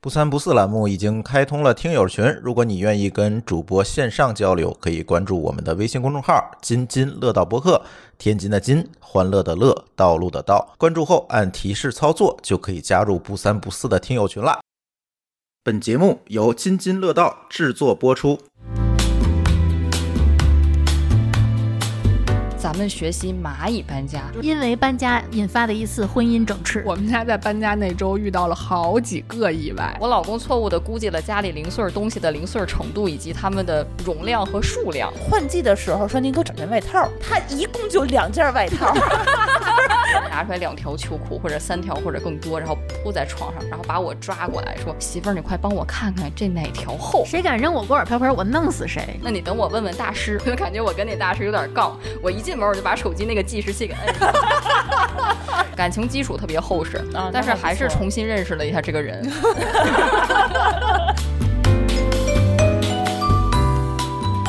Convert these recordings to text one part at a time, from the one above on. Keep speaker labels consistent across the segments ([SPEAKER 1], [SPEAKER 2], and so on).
[SPEAKER 1] 不三不四栏目已经开通了听友群，如果你愿意跟主播线上交流，可以关注我们的微信公众号“津津乐道播客”，天津的津，欢乐的乐，道路的道。关注后按提示操作就可以加入不三不四的听友群啦。本节目由津津乐道制作播出。
[SPEAKER 2] 咱们学习蚂蚁搬家。
[SPEAKER 3] 因为搬家引发的一次婚姻整饬。
[SPEAKER 4] 我们家在搬家那周遇到了好几个意外，
[SPEAKER 2] 我老公错误地估计了家里零碎东西的零碎程度以及它们的容量和数 量。
[SPEAKER 5] 换季的时候，说您给我整件外套，他一共就两件外套。
[SPEAKER 2] 拿出来两条秋裤或者三条或者更多，然后铺在床上，然后把我抓过来说：“媳妇儿，你快帮我看看这哪条厚。”
[SPEAKER 3] 谁敢扔我锅碗瓢盆，我弄死谁！
[SPEAKER 2] 那你等我问问大师， 我就感觉我跟那大师有点杠。我一进门我就把手机那个计时器给摁 上，感情基础特别厚实，
[SPEAKER 5] 啊
[SPEAKER 2] 但是
[SPEAKER 5] 那还
[SPEAKER 2] 还
[SPEAKER 5] 不
[SPEAKER 2] 是
[SPEAKER 5] 错
[SPEAKER 2] 重新认识了一下这个人。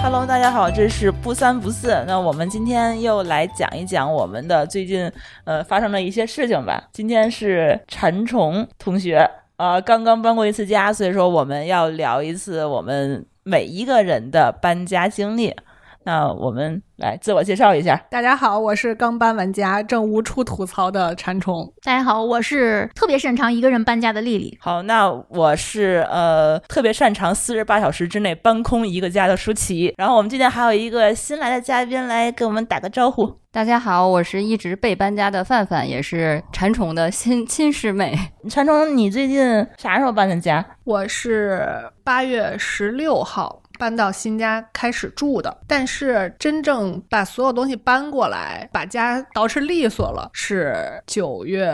[SPEAKER 5] Hello，大家好，这是不三不四。那我们今天又来讲一讲我们的最近呃发生的一些事情吧。今天是馋虫同学啊、呃刚刚搬过一次家，所以说我们要聊一次我们每一个人的搬家经历。那我们来自我介绍一下，
[SPEAKER 4] 大家好，我是刚搬完家、正无处吐槽的馋虫。
[SPEAKER 3] 大家好，我是特别擅长一个人搬家的丽丽。
[SPEAKER 5] 好，那我是呃特别擅长四十八小时之内搬空一个家的舒淇。然后我们今天还有一个新来的嘉宾来给我们打个招呼。
[SPEAKER 2] 大家好，我是一直被搬家的范范，也是馋虫的亲亲师妹。
[SPEAKER 5] 馋虫，你最近啥时候搬的家？
[SPEAKER 4] 我是八月十六号搬到新家开始住的，但是真正把所有东西搬过来，把家捯饬利索了，是九月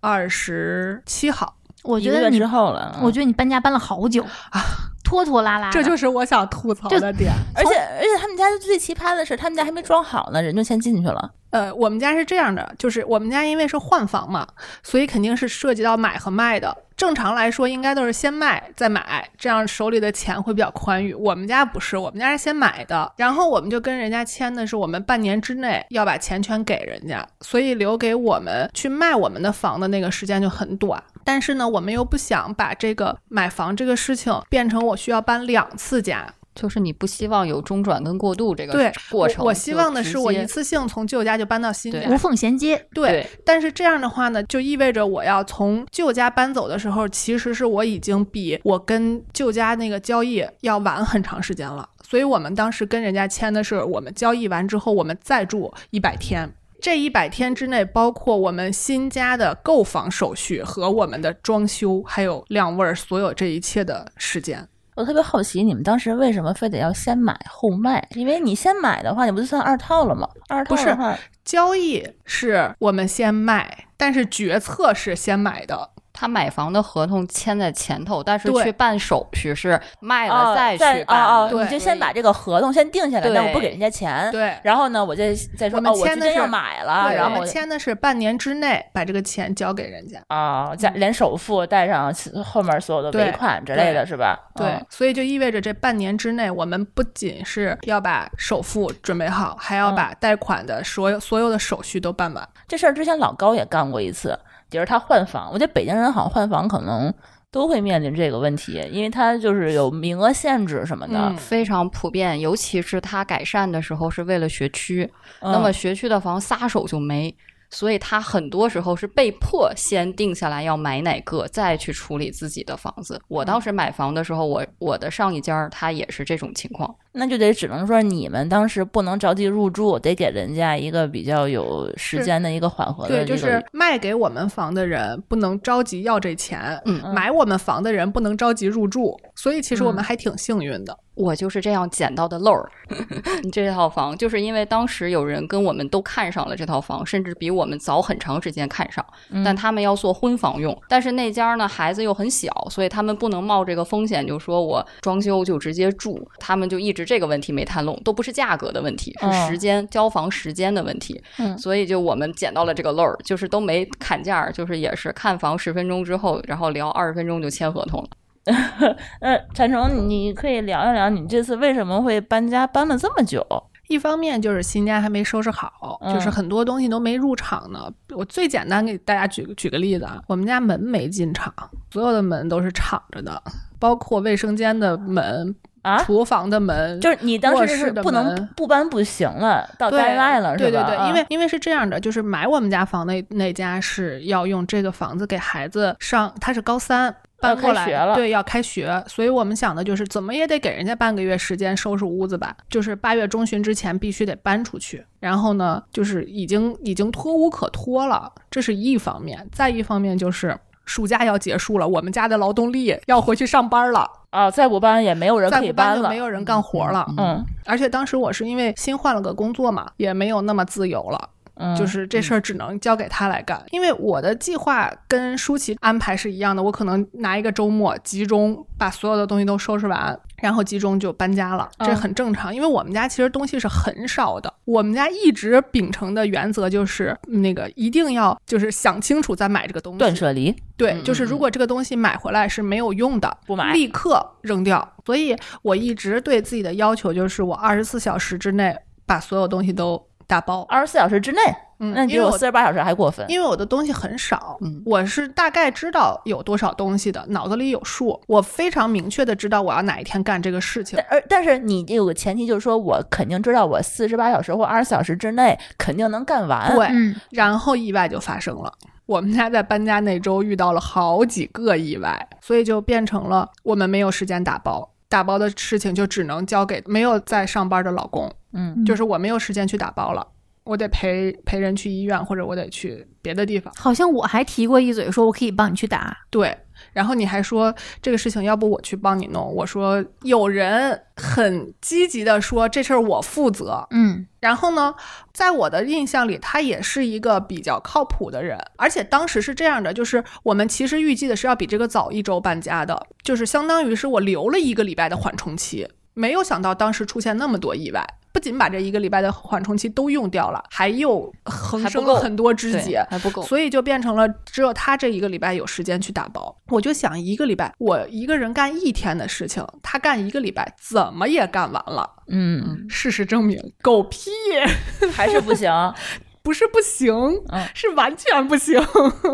[SPEAKER 4] 二十七号。
[SPEAKER 3] 我觉
[SPEAKER 5] 一个
[SPEAKER 3] 得
[SPEAKER 5] 月
[SPEAKER 3] 你
[SPEAKER 5] 之，后了，
[SPEAKER 3] 我觉得你搬家搬了好久
[SPEAKER 4] 啊，
[SPEAKER 3] 拖拖拉拉的。
[SPEAKER 4] 这就是我想吐槽的点。
[SPEAKER 5] 嗯而且而且他们家最奇葩的是，他们家还没装好呢，人就先进去了。
[SPEAKER 4] 呃，我们家是这样的，就是我们家因为是换房嘛，所以肯定是涉及到买和卖的。正常来说，应该都是先卖再买，这样手里的钱会比较宽裕。我们家不是，我们家是先买的，然后我们就跟人家签的是，我们半年之内要把钱全给人家，所以留给我们去卖我们的房的那个时间就很短。但是呢，我们又不想把这个买房这个事情变成我需要搬两次家，
[SPEAKER 2] 就是你不希望有中转跟过渡这个
[SPEAKER 4] 对
[SPEAKER 2] 过程
[SPEAKER 4] 我我希望的
[SPEAKER 2] 就是
[SPEAKER 4] 我
[SPEAKER 2] 直
[SPEAKER 4] 一
[SPEAKER 2] 接
[SPEAKER 4] 次性从旧家就搬到新
[SPEAKER 2] 对
[SPEAKER 4] 家，
[SPEAKER 3] 无缝衔接，
[SPEAKER 4] 对，但是这样的话呢，就意味着我要从旧家搬走的时候，其实是我已经比我跟旧家那个交易要晚很长时间了。所以我们当时跟人家签的是，我们交易完之后，我们再住一百天。这一百天之内，包括我们新家的购房手续和我们的装修，还有晾味儿，所有这一切的时间。
[SPEAKER 5] 我特别好奇，你们当时为什么非得要先买后卖？因为你先买的话，你不就算二套了吗？二套
[SPEAKER 4] 不是
[SPEAKER 5] 的话，
[SPEAKER 4] 交易是我们先卖，但是决策是先买的。
[SPEAKER 2] 他买房的合同签在前头，但是
[SPEAKER 4] 对
[SPEAKER 2] 去办手续是卖了
[SPEAKER 5] 哦
[SPEAKER 2] 哎再
[SPEAKER 5] 再
[SPEAKER 2] 去
[SPEAKER 5] 哦
[SPEAKER 2] 办，
[SPEAKER 5] 哦，
[SPEAKER 4] 对
[SPEAKER 5] 你就先把这个合同先定下来，
[SPEAKER 2] 对
[SPEAKER 5] 但我不给人家钱。
[SPEAKER 4] 对，
[SPEAKER 5] 然后呢，我再再说
[SPEAKER 4] 我们
[SPEAKER 5] 哦，我
[SPEAKER 4] 签
[SPEAKER 5] 今
[SPEAKER 4] 的
[SPEAKER 5] 天
[SPEAKER 4] 是
[SPEAKER 5] 要买了，啊
[SPEAKER 4] 对
[SPEAKER 5] 然
[SPEAKER 4] 我
[SPEAKER 5] 后
[SPEAKER 4] 们签的是半年之内把这个钱交给人家。
[SPEAKER 5] 啊，加连首付带上后面所有的尾
[SPEAKER 4] 嗯对
[SPEAKER 5] 款之类的是吧？
[SPEAKER 4] 对，
[SPEAKER 5] 嗯
[SPEAKER 4] 所以就意味着这半年之内，我们不仅是要把首付准备好，还
[SPEAKER 5] 嗯
[SPEAKER 4] 要把贷款的所有、所有的手续都办完。
[SPEAKER 5] 这事儿之前老高也干过一次，也是他换房。我觉得北京人好像换房可能都会面临这个问题，因为他就是有名额限制什么的。
[SPEAKER 4] 嗯
[SPEAKER 2] 非常普遍。尤其是他改善的时候是为了学区，
[SPEAKER 5] 嗯
[SPEAKER 2] 那么学区的房撒手就没。所以他很多时候是被迫先定下来要买哪个，再去处理自己的房子。我当时买房的时候，我我的上一家儿他也是这种情况。
[SPEAKER 5] 那就得只能说你们当时不能着急入住，得给人家一个比较有时间的一个缓和的
[SPEAKER 4] 对，
[SPEAKER 5] 这
[SPEAKER 4] 就
[SPEAKER 5] 个。
[SPEAKER 4] 是卖给我们房的人不能着急要这钱，
[SPEAKER 2] 嗯
[SPEAKER 4] 买我们房的人不能着急入住，所以其实我们
[SPEAKER 2] 嗯
[SPEAKER 4] 还挺幸运的。
[SPEAKER 2] 我就是这样捡到的漏儿。 这套房就是因为当时有人跟我们都看上了这套房，甚至比我们早很长时间看上，但他们要做婚房用。但是那家呢，孩子又很小，所以他们不能冒这个风险，就说我装修就直接住。他们就一直这个问题没谈拢，都不是价格的问题，是
[SPEAKER 5] 哦
[SPEAKER 2] 时间交房时间的问题。
[SPEAKER 5] 嗯
[SPEAKER 2] 所以就我们捡到了这个漏儿，就是都没砍价儿，就是也是看房十分钟之后，然后聊二十分钟就签合同了。
[SPEAKER 5] 呃，陈虫，你可以聊一聊你这次为什么会搬家搬了这么久？
[SPEAKER 4] 一方面就是新家还没收拾好，
[SPEAKER 5] 嗯
[SPEAKER 4] 就是很多东西都没入场呢。我最简单给大家举举个例子啊，我们家门没进场，所有的门都是敞着的，包括卫生间的门、
[SPEAKER 5] 啊，
[SPEAKER 4] 厨房的门，
[SPEAKER 5] 就是你当
[SPEAKER 4] 卧
[SPEAKER 5] 时
[SPEAKER 4] 室
[SPEAKER 5] 是
[SPEAKER 4] 的
[SPEAKER 5] 不能
[SPEAKER 4] 门
[SPEAKER 5] 不搬不行了，到
[SPEAKER 4] 对
[SPEAKER 5] 该外了
[SPEAKER 4] 对
[SPEAKER 5] 是
[SPEAKER 4] 对
[SPEAKER 5] 吧？
[SPEAKER 4] 对，
[SPEAKER 5] 啊
[SPEAKER 4] 因为因为是这样的，就是买我们家房那那家是要用这个房子给孩子上，他是高三。搬
[SPEAKER 5] 要
[SPEAKER 4] 过
[SPEAKER 5] 开
[SPEAKER 4] 来
[SPEAKER 5] 学了
[SPEAKER 4] 对，要开学，所以我们想的就是怎么也得给人家半个月时间收拾屋子吧，就是八月中旬之前必须得搬出去。然后呢，就是已经已经拖无可拖了，这是一方面；再一方面就是暑假要结束了，我们家的劳动力要回去上班了，
[SPEAKER 5] 啊，再不搬也没有人
[SPEAKER 4] 再
[SPEAKER 5] 可
[SPEAKER 4] 不
[SPEAKER 5] 以
[SPEAKER 4] 搬就
[SPEAKER 5] 了，
[SPEAKER 4] 没有人干活了。
[SPEAKER 5] 嗯
[SPEAKER 4] 而且当时我是因为新换了个工作嘛，也没有那么自由了。
[SPEAKER 5] 嗯，
[SPEAKER 4] 就是这事儿只能交给他来干，因为我的计划跟舒淇安排是一样的，我可能拿一个周末集中把所有的东西都收拾完，然后集中就搬家了，
[SPEAKER 5] 嗯
[SPEAKER 4] 这很正常。因为我们家其实东西是很少的，我们家一直秉承的原则就是那个一定要就是想清楚再买这个东西，
[SPEAKER 5] 断舍离，
[SPEAKER 4] 对
[SPEAKER 2] 嗯，
[SPEAKER 4] 就是
[SPEAKER 2] 嗯
[SPEAKER 4] 如果这个东西买回来是没有用的，
[SPEAKER 5] 不买
[SPEAKER 4] 立刻扔掉。所以我一直对自己的要求就是，我二十四小时之内把所有东西都打包。
[SPEAKER 5] 二十四小时之内，
[SPEAKER 4] 嗯，
[SPEAKER 5] 啊那你比
[SPEAKER 4] 因为
[SPEAKER 5] 我
[SPEAKER 4] 我
[SPEAKER 5] 四十八小时还过分。
[SPEAKER 4] 因为我的东西很少，
[SPEAKER 2] 嗯
[SPEAKER 4] 我是大概知道有多少东西的，脑子里有数，我非常明确的知道我要哪一天干这个 事情
[SPEAKER 5] 但。而但是你有个前提，就是说我肯定知道我四十八小时或二十小时之内肯定能干完。
[SPEAKER 4] 对，
[SPEAKER 3] 嗯，
[SPEAKER 4] 然后意外就发生了。我们家在搬家那周遇到了好几个意外，所以就变成了我们没有时间打包，打包的事情就只能交给没有在上班的老公，
[SPEAKER 5] 嗯
[SPEAKER 4] 就是我没有时间去打包了，我得陪陪人去医院，或者我得去别的地方。
[SPEAKER 3] 好像我还提过一嘴，说我可以帮你去打。
[SPEAKER 4] 对，然后你还说这个事情要不我去帮你弄，我说有人很积极的说这事儿我负责，
[SPEAKER 3] 嗯，
[SPEAKER 4] 然后呢，在我的印象里，他也是一个比较靠谱的人，而且当时是这样的，就是我们其实预计的是要比这个早一周搬家的，就是相当于是我留了一个礼拜的缓冲期，没有想到当时出现那么多意外，不仅把这一个礼拜的缓冲期都用掉了，还又横
[SPEAKER 2] 还不
[SPEAKER 4] 生
[SPEAKER 2] 够
[SPEAKER 4] 了很多枝
[SPEAKER 2] 对
[SPEAKER 4] 节，
[SPEAKER 2] 还不够。
[SPEAKER 4] 所以就变成了只有他这一个礼拜有时间去打包。我就想一个礼拜，我一个人干一天的事情，他干一个礼拜，怎么也干完了。
[SPEAKER 5] 嗯，
[SPEAKER 4] 事实证明，狗屁， 嗯
[SPEAKER 5] 还是不行。
[SPEAKER 4] 不是不行，
[SPEAKER 5] 嗯
[SPEAKER 4] 是完全不行。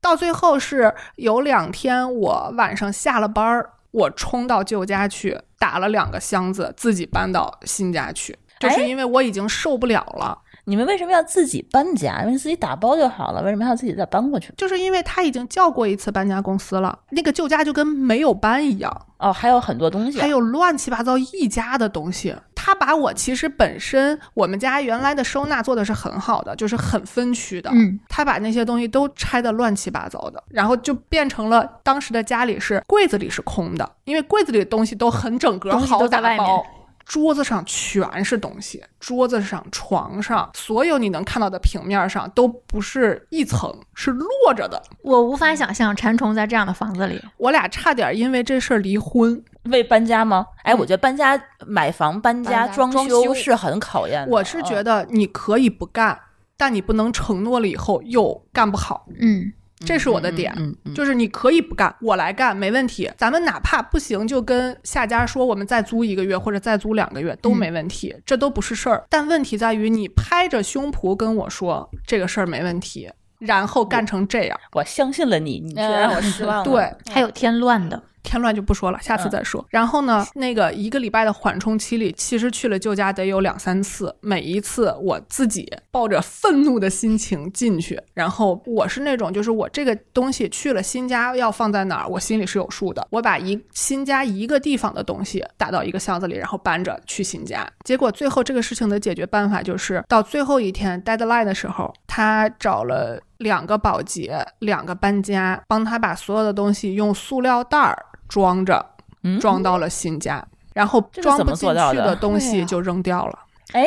[SPEAKER 4] 到最后是有两天，我晚上下了班儿，我冲到舅家去打了两个箱子，自己搬到新家去，就
[SPEAKER 5] 哎
[SPEAKER 4] 是因为我已经受不了了。
[SPEAKER 5] 你们为什么要自己搬家？因为自己打包就好了，为什么还要自己再搬过去？
[SPEAKER 4] 就是因为他已经叫过一次搬家公司了，那个舅家就跟没有搬一样，
[SPEAKER 5] 哦，还有很多东西。
[SPEAKER 4] 还有乱七八糟一家的东西。他把我其实本身我们家原来的收纳做的是很好的，就是很分区的。
[SPEAKER 3] 嗯，
[SPEAKER 4] 他把那些东西都拆得乱七八糟的，然后就变成了当时的家里是柜子里是空的，因为柜子里的东西都很整格，
[SPEAKER 3] 东西
[SPEAKER 4] 好
[SPEAKER 3] 都在
[SPEAKER 4] 打
[SPEAKER 3] 外面
[SPEAKER 4] 包。桌子上全是东西，桌子上、床上，所有你能看到的平面上都不是一层，是摞着的。
[SPEAKER 3] 我无法想象馋虫在这样的房子里。
[SPEAKER 4] 我俩差点因为这事儿离婚。
[SPEAKER 5] 为搬家吗？哎，
[SPEAKER 4] 嗯
[SPEAKER 5] 我觉得搬家、买房、搬家、
[SPEAKER 2] 搬家
[SPEAKER 5] 装
[SPEAKER 2] 装修
[SPEAKER 5] 是很考验的。嗯
[SPEAKER 4] 我是觉得你可以不干，但你不能承诺了以后又干不好，
[SPEAKER 3] 嗯
[SPEAKER 4] 这是我的点。
[SPEAKER 2] 嗯嗯，
[SPEAKER 4] 就是你可以不干，我来干没问题。咱们哪怕不行，就跟下家说，我们再租一个月或者再租两个月都没问题，这都不是事儿。但问题在于你拍着胸脯跟我说这个事儿没问题，然后干成这样，
[SPEAKER 5] 我相信了你，你
[SPEAKER 4] 呃
[SPEAKER 5] 却
[SPEAKER 2] 嗯
[SPEAKER 5] 让我失 望了。
[SPEAKER 4] 对，
[SPEAKER 3] 还有添乱的。
[SPEAKER 4] 添乱就不说了，下次再说。然后呢，那个一个礼拜的缓冲期里，其实去了舅家得有两三次，每一次我自己抱着愤怒的心情进去，然后我是那种就是我这个东西去了新家要放在哪儿，我心里是有数的。我把一新家一个地方的东西打到一个箱子里，然后搬着去新家。结果最后这个事情的解决办法就是到最后一天 deadline 的时候，他找了。两个保洁，两个搬家，帮他把所有的东西用塑料袋儿装着，
[SPEAKER 5] 嗯
[SPEAKER 4] 装到了新家，然后
[SPEAKER 5] 这个
[SPEAKER 4] 装
[SPEAKER 5] 怎
[SPEAKER 4] 不
[SPEAKER 5] 么
[SPEAKER 4] 进
[SPEAKER 5] 做到
[SPEAKER 4] 去
[SPEAKER 5] 的
[SPEAKER 4] 的东
[SPEAKER 2] 对
[SPEAKER 4] 西
[SPEAKER 2] 啊
[SPEAKER 4] 就扔掉了，
[SPEAKER 5] 哎，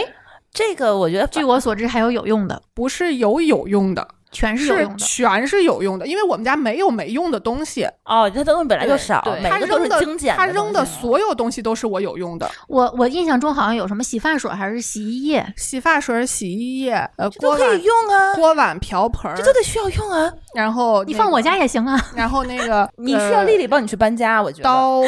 [SPEAKER 5] 这个我觉得
[SPEAKER 3] 据我所知，还有有用的，
[SPEAKER 4] 不是有有用的，
[SPEAKER 3] 全是有
[SPEAKER 4] 是
[SPEAKER 3] 用的。
[SPEAKER 4] 全是有用的，因为我们家没有没用的东西，
[SPEAKER 5] 哦，这东西本来就少，
[SPEAKER 2] 对对
[SPEAKER 5] 每
[SPEAKER 4] 他
[SPEAKER 5] 个都
[SPEAKER 4] 扔
[SPEAKER 5] 是
[SPEAKER 4] 的
[SPEAKER 5] 精简
[SPEAKER 4] 他
[SPEAKER 5] 东
[SPEAKER 4] 扔的
[SPEAKER 5] 西啊
[SPEAKER 4] 所有东西都是我有用的，
[SPEAKER 3] 我我印象中好像有什么洗发水还是洗衣液，
[SPEAKER 4] 洗发水、洗衣液，呃，
[SPEAKER 5] 这都
[SPEAKER 4] 锅
[SPEAKER 5] 可以
[SPEAKER 4] 碗
[SPEAKER 5] 用啊，
[SPEAKER 4] 锅碗瓢盆儿
[SPEAKER 5] 这，都得需要用啊。
[SPEAKER 4] 然后
[SPEAKER 3] 你
[SPEAKER 4] 那
[SPEAKER 3] 放我
[SPEAKER 4] 个，
[SPEAKER 3] 家也行啊。
[SPEAKER 4] 然后那个
[SPEAKER 5] 你需要
[SPEAKER 4] 呃
[SPEAKER 5] 丽丽帮你去搬家，我觉得。
[SPEAKER 4] 刀，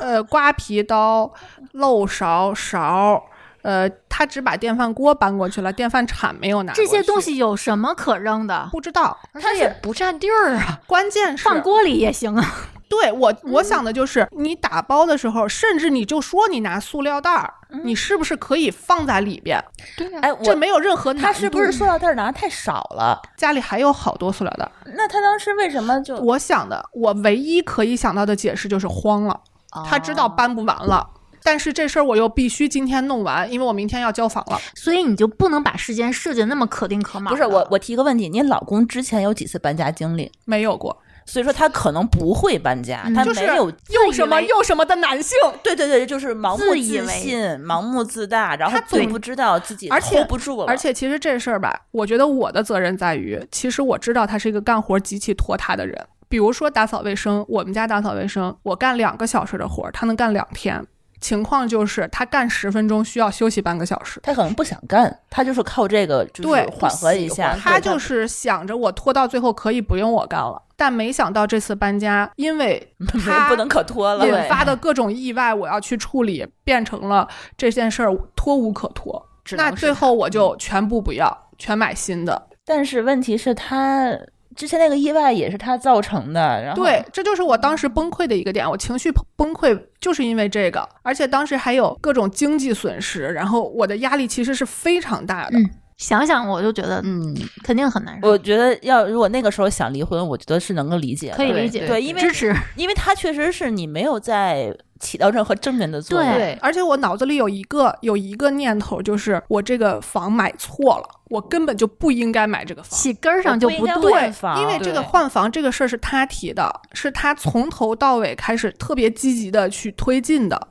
[SPEAKER 4] 呃，刮皮刀、漏勺、勺，呃，他只把电饭锅搬过去了，电饭铲没有拿过
[SPEAKER 3] 这
[SPEAKER 4] 去。
[SPEAKER 3] 些东西有什么可扔的？
[SPEAKER 4] 不知道，
[SPEAKER 2] 它也不占地儿啊。
[SPEAKER 4] 关键是
[SPEAKER 3] 放锅里也行啊。
[SPEAKER 4] 对我，我想的就是、你打包的时候，甚至你就说你拿塑料袋儿，
[SPEAKER 3] 嗯
[SPEAKER 4] 你是不是可以放在里边？
[SPEAKER 2] 对呀、
[SPEAKER 5] 哎，
[SPEAKER 4] 这
[SPEAKER 5] 我
[SPEAKER 4] 没有任何难度。
[SPEAKER 5] 他是不是塑料袋拿太少了？
[SPEAKER 4] 家里还有好多塑料袋儿？
[SPEAKER 5] 那他当时为什么
[SPEAKER 3] 嗯
[SPEAKER 5] 就
[SPEAKER 4] 我想的，我唯一可以想到的解释就是慌了，
[SPEAKER 5] 啊
[SPEAKER 3] 哦
[SPEAKER 4] 他知道搬不完了。但是这事儿我又必须今天弄完，因为我明天要交房了。
[SPEAKER 3] 所以你就不能把时间设计得那么可丁可卯的。
[SPEAKER 5] 不是我？我提个问题，你老公之前有几次搬家经历？
[SPEAKER 4] 没有过，
[SPEAKER 5] 所以说他可能不会搬家，
[SPEAKER 3] 嗯
[SPEAKER 5] 他
[SPEAKER 4] 就是
[SPEAKER 5] 没有。
[SPEAKER 4] 又什么又什么的男性，
[SPEAKER 5] 对对对，就是盲目
[SPEAKER 3] 自以
[SPEAKER 5] 自
[SPEAKER 3] 为
[SPEAKER 5] 信、盲目自大，然后
[SPEAKER 4] 他总
[SPEAKER 5] 总不知道自己
[SPEAKER 4] 而且
[SPEAKER 5] hold 不住了。
[SPEAKER 4] 而且其实这事儿吧，我觉得我的责任在于，其实我知道他是一个干活极其拖沓的人。比如说打扫卫生，我们家打扫卫生，我干两个小时的活儿，他能干两天。情况就是他干十分钟需要休息半个小时，
[SPEAKER 5] 他可能不想干，他就是靠这个就是
[SPEAKER 4] 对
[SPEAKER 5] 缓和一下。对
[SPEAKER 4] 他就是想着我拖到最后可以不用我干了。但没想到这次搬家，因为
[SPEAKER 5] 没
[SPEAKER 4] 他
[SPEAKER 5] 不能可拖了。
[SPEAKER 4] 引
[SPEAKER 5] 对
[SPEAKER 4] 发的各种意外，我要去处理，变成了这件事儿拖无可拖。
[SPEAKER 2] 只能
[SPEAKER 4] 那
[SPEAKER 2] 是
[SPEAKER 4] 最后
[SPEAKER 5] 嗯
[SPEAKER 4] 我就全部不要，全买新的。
[SPEAKER 5] 但是问题是他之前那个意外也是他造成的，然后
[SPEAKER 4] 对，这就是我当时崩溃的一个点，我情绪崩溃就是因为这个，而且当时还有各种经济损失，然后我的压力其实是非常大的。
[SPEAKER 3] 嗯想想我就觉得
[SPEAKER 2] 嗯，
[SPEAKER 3] 肯定很难受，
[SPEAKER 5] 我觉得要如果那个时候想离婚，我觉得是能够理解的，
[SPEAKER 3] 可以
[SPEAKER 2] 对
[SPEAKER 3] 理解，
[SPEAKER 5] 对因为
[SPEAKER 3] 支持
[SPEAKER 5] 因为他确实是你没有在起到任何正面的作用。
[SPEAKER 3] 对
[SPEAKER 4] 而且我脑子里有一个有一个念头，就是我这个房买错了，我根本就不应该买这个房。
[SPEAKER 3] 起根儿上就
[SPEAKER 5] 我不
[SPEAKER 3] 不
[SPEAKER 5] 应该
[SPEAKER 3] 对
[SPEAKER 5] 换。房
[SPEAKER 4] 因为这个
[SPEAKER 5] 对
[SPEAKER 4] 换房这个事儿是他提的，是他从头到尾开始特别积极的去推进的。
[SPEAKER 5] 嗯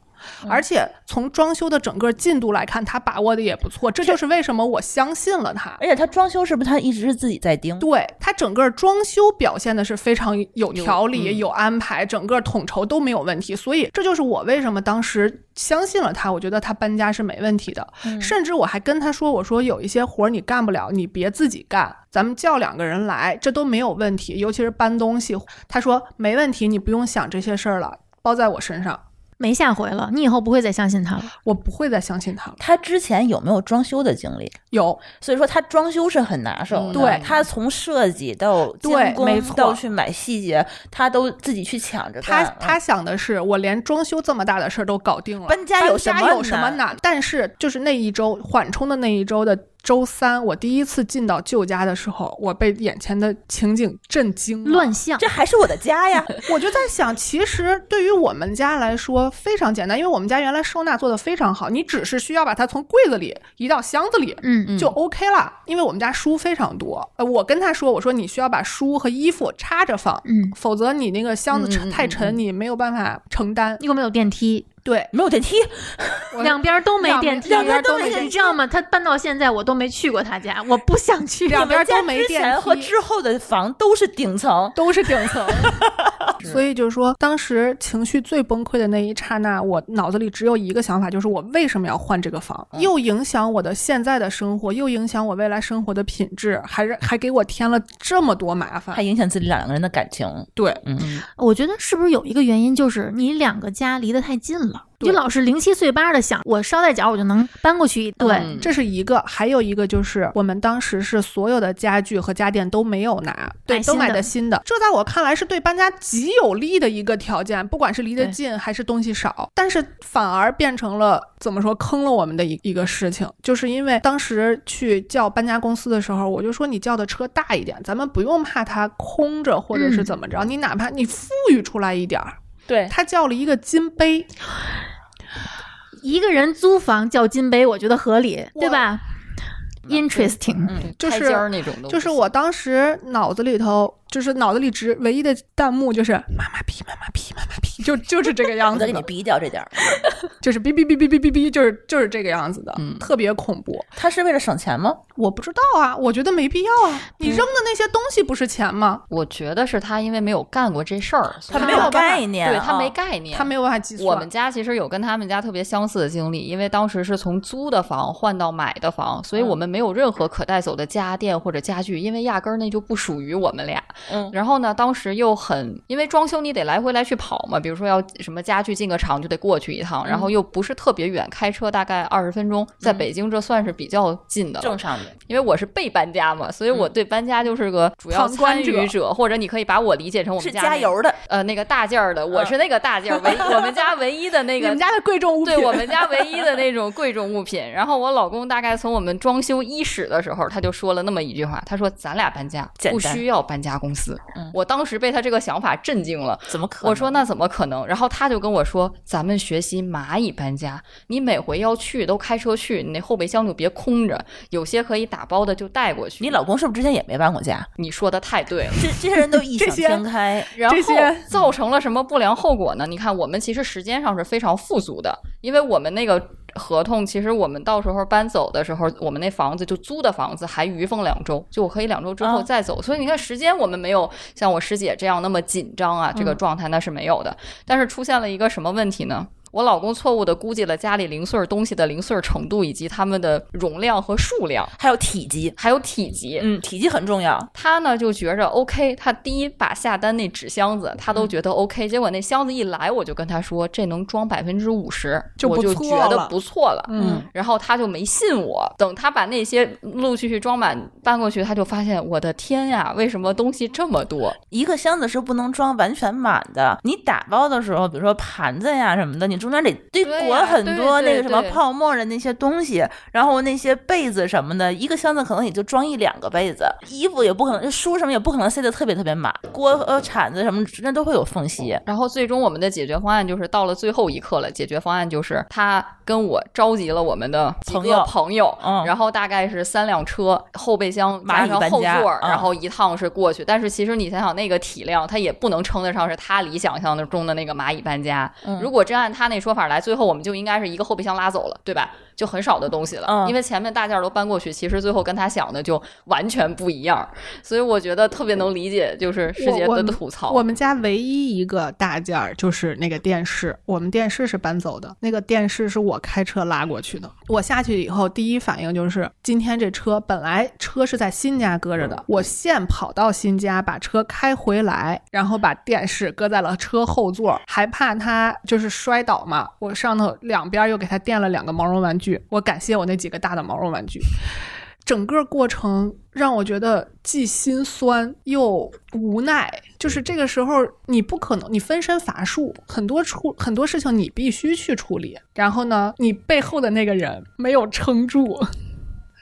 [SPEAKER 4] 而且从装修的整个进度来看，他把握的也不错，这就是为什么我相信了他。
[SPEAKER 5] 而且他装修是不是他一直是自己在盯？
[SPEAKER 4] 对它整个装修表现的是非常有条理、有,、
[SPEAKER 5] 嗯
[SPEAKER 4] 安排，整个统筹都没有问题，所以这就是我为什么当时相信了他。我觉得他搬家是没问题的，甚至我还跟他说：“我说有一些活儿你干不了，你别自己干，咱们叫两个人来，这都没有问题。尤其是搬东西，他说没问题，你不用想这些事儿了，包在我身上，
[SPEAKER 3] 没下回了，你以后不会再相信他了。
[SPEAKER 4] 我不会再相信他了。
[SPEAKER 5] 他之前有没有装修的经历？”
[SPEAKER 4] 有，
[SPEAKER 5] 所以说他装修是很拿手的，
[SPEAKER 2] 嗯
[SPEAKER 4] 对
[SPEAKER 5] 他从设计到监
[SPEAKER 4] 对没
[SPEAKER 5] 工
[SPEAKER 4] 错
[SPEAKER 5] 到去买细节，他都自己去抢着
[SPEAKER 4] 他
[SPEAKER 5] 干。嗯
[SPEAKER 4] 他想的是，我连装修这么大的事儿都搞定了，
[SPEAKER 5] 搬家有什么
[SPEAKER 4] 搬家有什么
[SPEAKER 5] 难
[SPEAKER 4] 难？但是就是那一周缓冲的那一周的周三，我第一次进到舅家的时候，我被眼前的情景震惊了。
[SPEAKER 3] 乱象
[SPEAKER 5] 这还是我的家呀，
[SPEAKER 4] 我就在想，其实对于我们家来说非常简单，因为我们家原来收纳做得非常好，你只是需要把它从柜子里移到箱子里，
[SPEAKER 3] 嗯，
[SPEAKER 4] 就 OK 了，因为我们家书非常多。呃，我跟他说，我说你需要把书和衣服插着放，
[SPEAKER 3] 嗯
[SPEAKER 4] 否则你那个箱
[SPEAKER 5] 嗯
[SPEAKER 4] 子
[SPEAKER 5] 嗯
[SPEAKER 4] 沉太
[SPEAKER 5] 嗯
[SPEAKER 4] 沉，
[SPEAKER 5] 嗯
[SPEAKER 4] 你没有办法承担。
[SPEAKER 3] 又没有电梯，
[SPEAKER 4] 对，
[SPEAKER 5] 没有电梯，
[SPEAKER 4] 我
[SPEAKER 3] 两边都没电梯，
[SPEAKER 4] 两边
[SPEAKER 3] 都
[SPEAKER 4] 都没电梯
[SPEAKER 3] 你知道吗？他搬到现在，我都没去过他家，我不想 去。
[SPEAKER 4] 两边都
[SPEAKER 5] 之
[SPEAKER 4] 没电
[SPEAKER 5] 前和
[SPEAKER 4] 梯，
[SPEAKER 5] 之后的房都是顶层，
[SPEAKER 4] 都是顶层。所以就是说，当时情绪最崩溃的那一刹那，我脑子里只有一个想法，就是我为什么要换这个房？
[SPEAKER 5] 嗯
[SPEAKER 4] 又影响我的现在的生活，又影响我未来生活的品质，还是还给我添了这么多麻
[SPEAKER 5] 还
[SPEAKER 4] 烦。
[SPEAKER 5] 影响自己两个人的感情。
[SPEAKER 4] 对，
[SPEAKER 5] 嗯，
[SPEAKER 3] 我觉得是不是有一个原因，就是你两个家离得太近了，你
[SPEAKER 4] 对
[SPEAKER 3] 老是零七碎八的想，我捎带脚我就能搬过去一。对，
[SPEAKER 5] 嗯
[SPEAKER 4] 这是一个，还有一个就是我们当时是所有的家具和家电都没有拿，对，
[SPEAKER 3] 买新
[SPEAKER 4] 都买
[SPEAKER 3] 的
[SPEAKER 4] 的新的。这在我看来是对搬家极有利的一个条件，不管是离得
[SPEAKER 3] 对
[SPEAKER 4] 近还是东西少，但是反而变成了怎么说坑了我们的一一个事情，就是因为当时去叫搬家公司的时候，我就说你叫的车大一点，咱们不用怕它空着或者是
[SPEAKER 3] 嗯
[SPEAKER 4] 怎么着，你哪怕你富裕出来一点儿。
[SPEAKER 5] 对，
[SPEAKER 4] 他叫了一个金杯，
[SPEAKER 3] 一个人租房叫金杯，我觉得合理，对吧？Interesting，
[SPEAKER 5] 嗯，
[SPEAKER 4] 就是
[SPEAKER 2] 开间儿那种的，
[SPEAKER 4] 就是我当时脑子里头，就是脑子里只唯一的弹幕就是“妈妈批，妈妈批，妈妈批”，就就是这个
[SPEAKER 5] 我
[SPEAKER 4] 样子
[SPEAKER 5] 得给你
[SPEAKER 4] 的，
[SPEAKER 5] 逼掉这点儿。
[SPEAKER 4] 就是哔哔哔哔哔哔哔，就是就是这个样子的，
[SPEAKER 2] 嗯
[SPEAKER 4] 特别恐怖。
[SPEAKER 5] 他是为了省钱吗？
[SPEAKER 4] 我不知道啊，我觉得没必要啊。你扔的那些东西不是钱吗？
[SPEAKER 2] 我觉得是他因为没有干过这事儿，所以
[SPEAKER 4] 他
[SPEAKER 5] 没
[SPEAKER 4] 没有办法
[SPEAKER 5] 概念，
[SPEAKER 2] 对他没
[SPEAKER 5] 啊
[SPEAKER 2] 概念，
[SPEAKER 4] 他没有办法计算。
[SPEAKER 2] 我们家其实有跟他们家特别相似的经历，因为当时是从租的房换到买的房，所以
[SPEAKER 4] 嗯
[SPEAKER 2] 我们没有任何可带走的家电或者家具，因为压根儿那就不属于我们俩。
[SPEAKER 5] 嗯
[SPEAKER 2] 然后呢，当时又很因为装修你得来回来去跑嘛，比如说要什么家具进个厂就得过去一趟，然
[SPEAKER 4] 嗯
[SPEAKER 2] 后又不是特别远，开车大概二十分钟，在北京这算是比较近的了。
[SPEAKER 5] 正常的。
[SPEAKER 2] 因为我是被搬家嘛，所以我对搬家就是个主要
[SPEAKER 4] 嗯旁观
[SPEAKER 2] 参
[SPEAKER 4] 者
[SPEAKER 2] 与者，或者你可以把我理解成我
[SPEAKER 5] 是
[SPEAKER 2] 们
[SPEAKER 5] 加
[SPEAKER 2] 家那
[SPEAKER 5] 油的，
[SPEAKER 2] 呃那个大件儿的，我是那个大件儿， 唯一我们家唯一的那
[SPEAKER 4] 嗯你
[SPEAKER 2] 个
[SPEAKER 4] 们家的贵重物品，
[SPEAKER 2] 对我们家唯一的那种贵重物品。然后我老公大概从我们装修一室的时候，他就说了那么一句话，他说：“咱俩搬家
[SPEAKER 5] 简
[SPEAKER 2] 不
[SPEAKER 5] 单
[SPEAKER 2] 需要搬家公司。
[SPEAKER 5] 嗯
[SPEAKER 2] 我当时被他这个想法震惊了。
[SPEAKER 5] 怎么可能？
[SPEAKER 2] 我说那怎么可能？然后他就跟我说，咱们学习蚂蚁搬家，你每回要去都开车去，你那后备箱就别空着，有些可以打包的就带过去。
[SPEAKER 5] 你老公是不是之前也没搬过家？
[SPEAKER 2] 你说的太对了。
[SPEAKER 5] 这这些人都异想
[SPEAKER 4] 这些
[SPEAKER 5] 天开，
[SPEAKER 2] 然后
[SPEAKER 4] 这些
[SPEAKER 2] 造成了什么不良后果呢？你看，我们其实时间上是非常富足的，因为我们那个合同，其实我们到时候搬走的时候，我们那房子就租的房子还余风两周，就我可以两周之后
[SPEAKER 4] 哦
[SPEAKER 5] 啊
[SPEAKER 2] 再走。所以你看，时间我们没有像我师姐这样那么紧张啊，这
[SPEAKER 4] 嗯
[SPEAKER 2] 个状态那是没有的。但是出现了一个什么问题呢？我老公错误的估计了家里零碎儿东西的零碎儿程度以及它们的容量和数量，
[SPEAKER 5] 还有体积，
[SPEAKER 2] 还有体积。
[SPEAKER 5] 嗯，体积很重要。
[SPEAKER 2] 他呢就觉着 OK，他第一把下单那纸箱子，他
[SPEAKER 4] 嗯
[SPEAKER 2] 都觉得 OK、结果那箱子一来，我就跟他说这能装百分之五十，
[SPEAKER 4] 就
[SPEAKER 2] 我
[SPEAKER 4] 不
[SPEAKER 2] 就
[SPEAKER 4] 错
[SPEAKER 2] 觉得
[SPEAKER 4] 了
[SPEAKER 2] 不错了。
[SPEAKER 4] 嗯，
[SPEAKER 2] 然后他就没信我，等他把那些陆陆续续装满搬过去，他就发现我的天呀，为什么东西这么多？
[SPEAKER 5] 一个箱子是不能装完全满的。你打包的时候，比如说盘子呀什么的，你中间得得
[SPEAKER 2] 对呀
[SPEAKER 5] 裹很多
[SPEAKER 2] 对
[SPEAKER 5] 那
[SPEAKER 2] 对
[SPEAKER 5] 个什么
[SPEAKER 2] 对
[SPEAKER 5] 泡沫的那些东西，然后那些被子什么的，一个箱子可能也就装一两个被子，衣服也不可能，书什么也不可能塞得特别特别满，锅呃铲子什么那都会有缝隙。
[SPEAKER 2] 然后最终我们的解决方案就是到了最后一刻了，解决方案就是他跟我召集了我们的几个
[SPEAKER 5] 朋友
[SPEAKER 2] 朋友，
[SPEAKER 5] 嗯
[SPEAKER 2] 然后大概是三辆车，后备箱
[SPEAKER 5] 蚂
[SPEAKER 2] 加
[SPEAKER 5] 蚁
[SPEAKER 2] 上
[SPEAKER 5] 搬
[SPEAKER 2] 后
[SPEAKER 5] 家
[SPEAKER 2] 座儿，
[SPEAKER 5] 嗯
[SPEAKER 2] 然后一趟是过去。但是其实你想想那个体量，它也不能称得上是他理想象中的那个蚂蚁搬家。
[SPEAKER 5] 嗯
[SPEAKER 2] 如果真按他那说法来，最后我们就应该是一个后备箱拉走了，对吧？就很少的东西了，
[SPEAKER 5] 嗯
[SPEAKER 2] 因为前面大件儿都搬过去，其实最后跟他想的就完全不一样。所以我觉得特别能理解，就是师姐的
[SPEAKER 4] 我我们
[SPEAKER 2] 吐槽。
[SPEAKER 4] 我们家唯一一个大件儿就是那个电视，我们电视是搬走的，那个电视是我开车拉过去的。我下去以后，第一反应就是今天这车本来车是在新家搁着的，我现跑到新家把车开回来，然后把电视搁在了车后座，还怕它就是摔倒嘛。我上头两边又给它垫了两个毛绒玩具，我感谢我那几个大的毛绒玩具。整个过程让我觉得既心酸又无奈，就是这个时候你不可能，你分身乏术，很多处很多事情你必须去处理，然后呢，你背后的那个人没有撑住， 唉，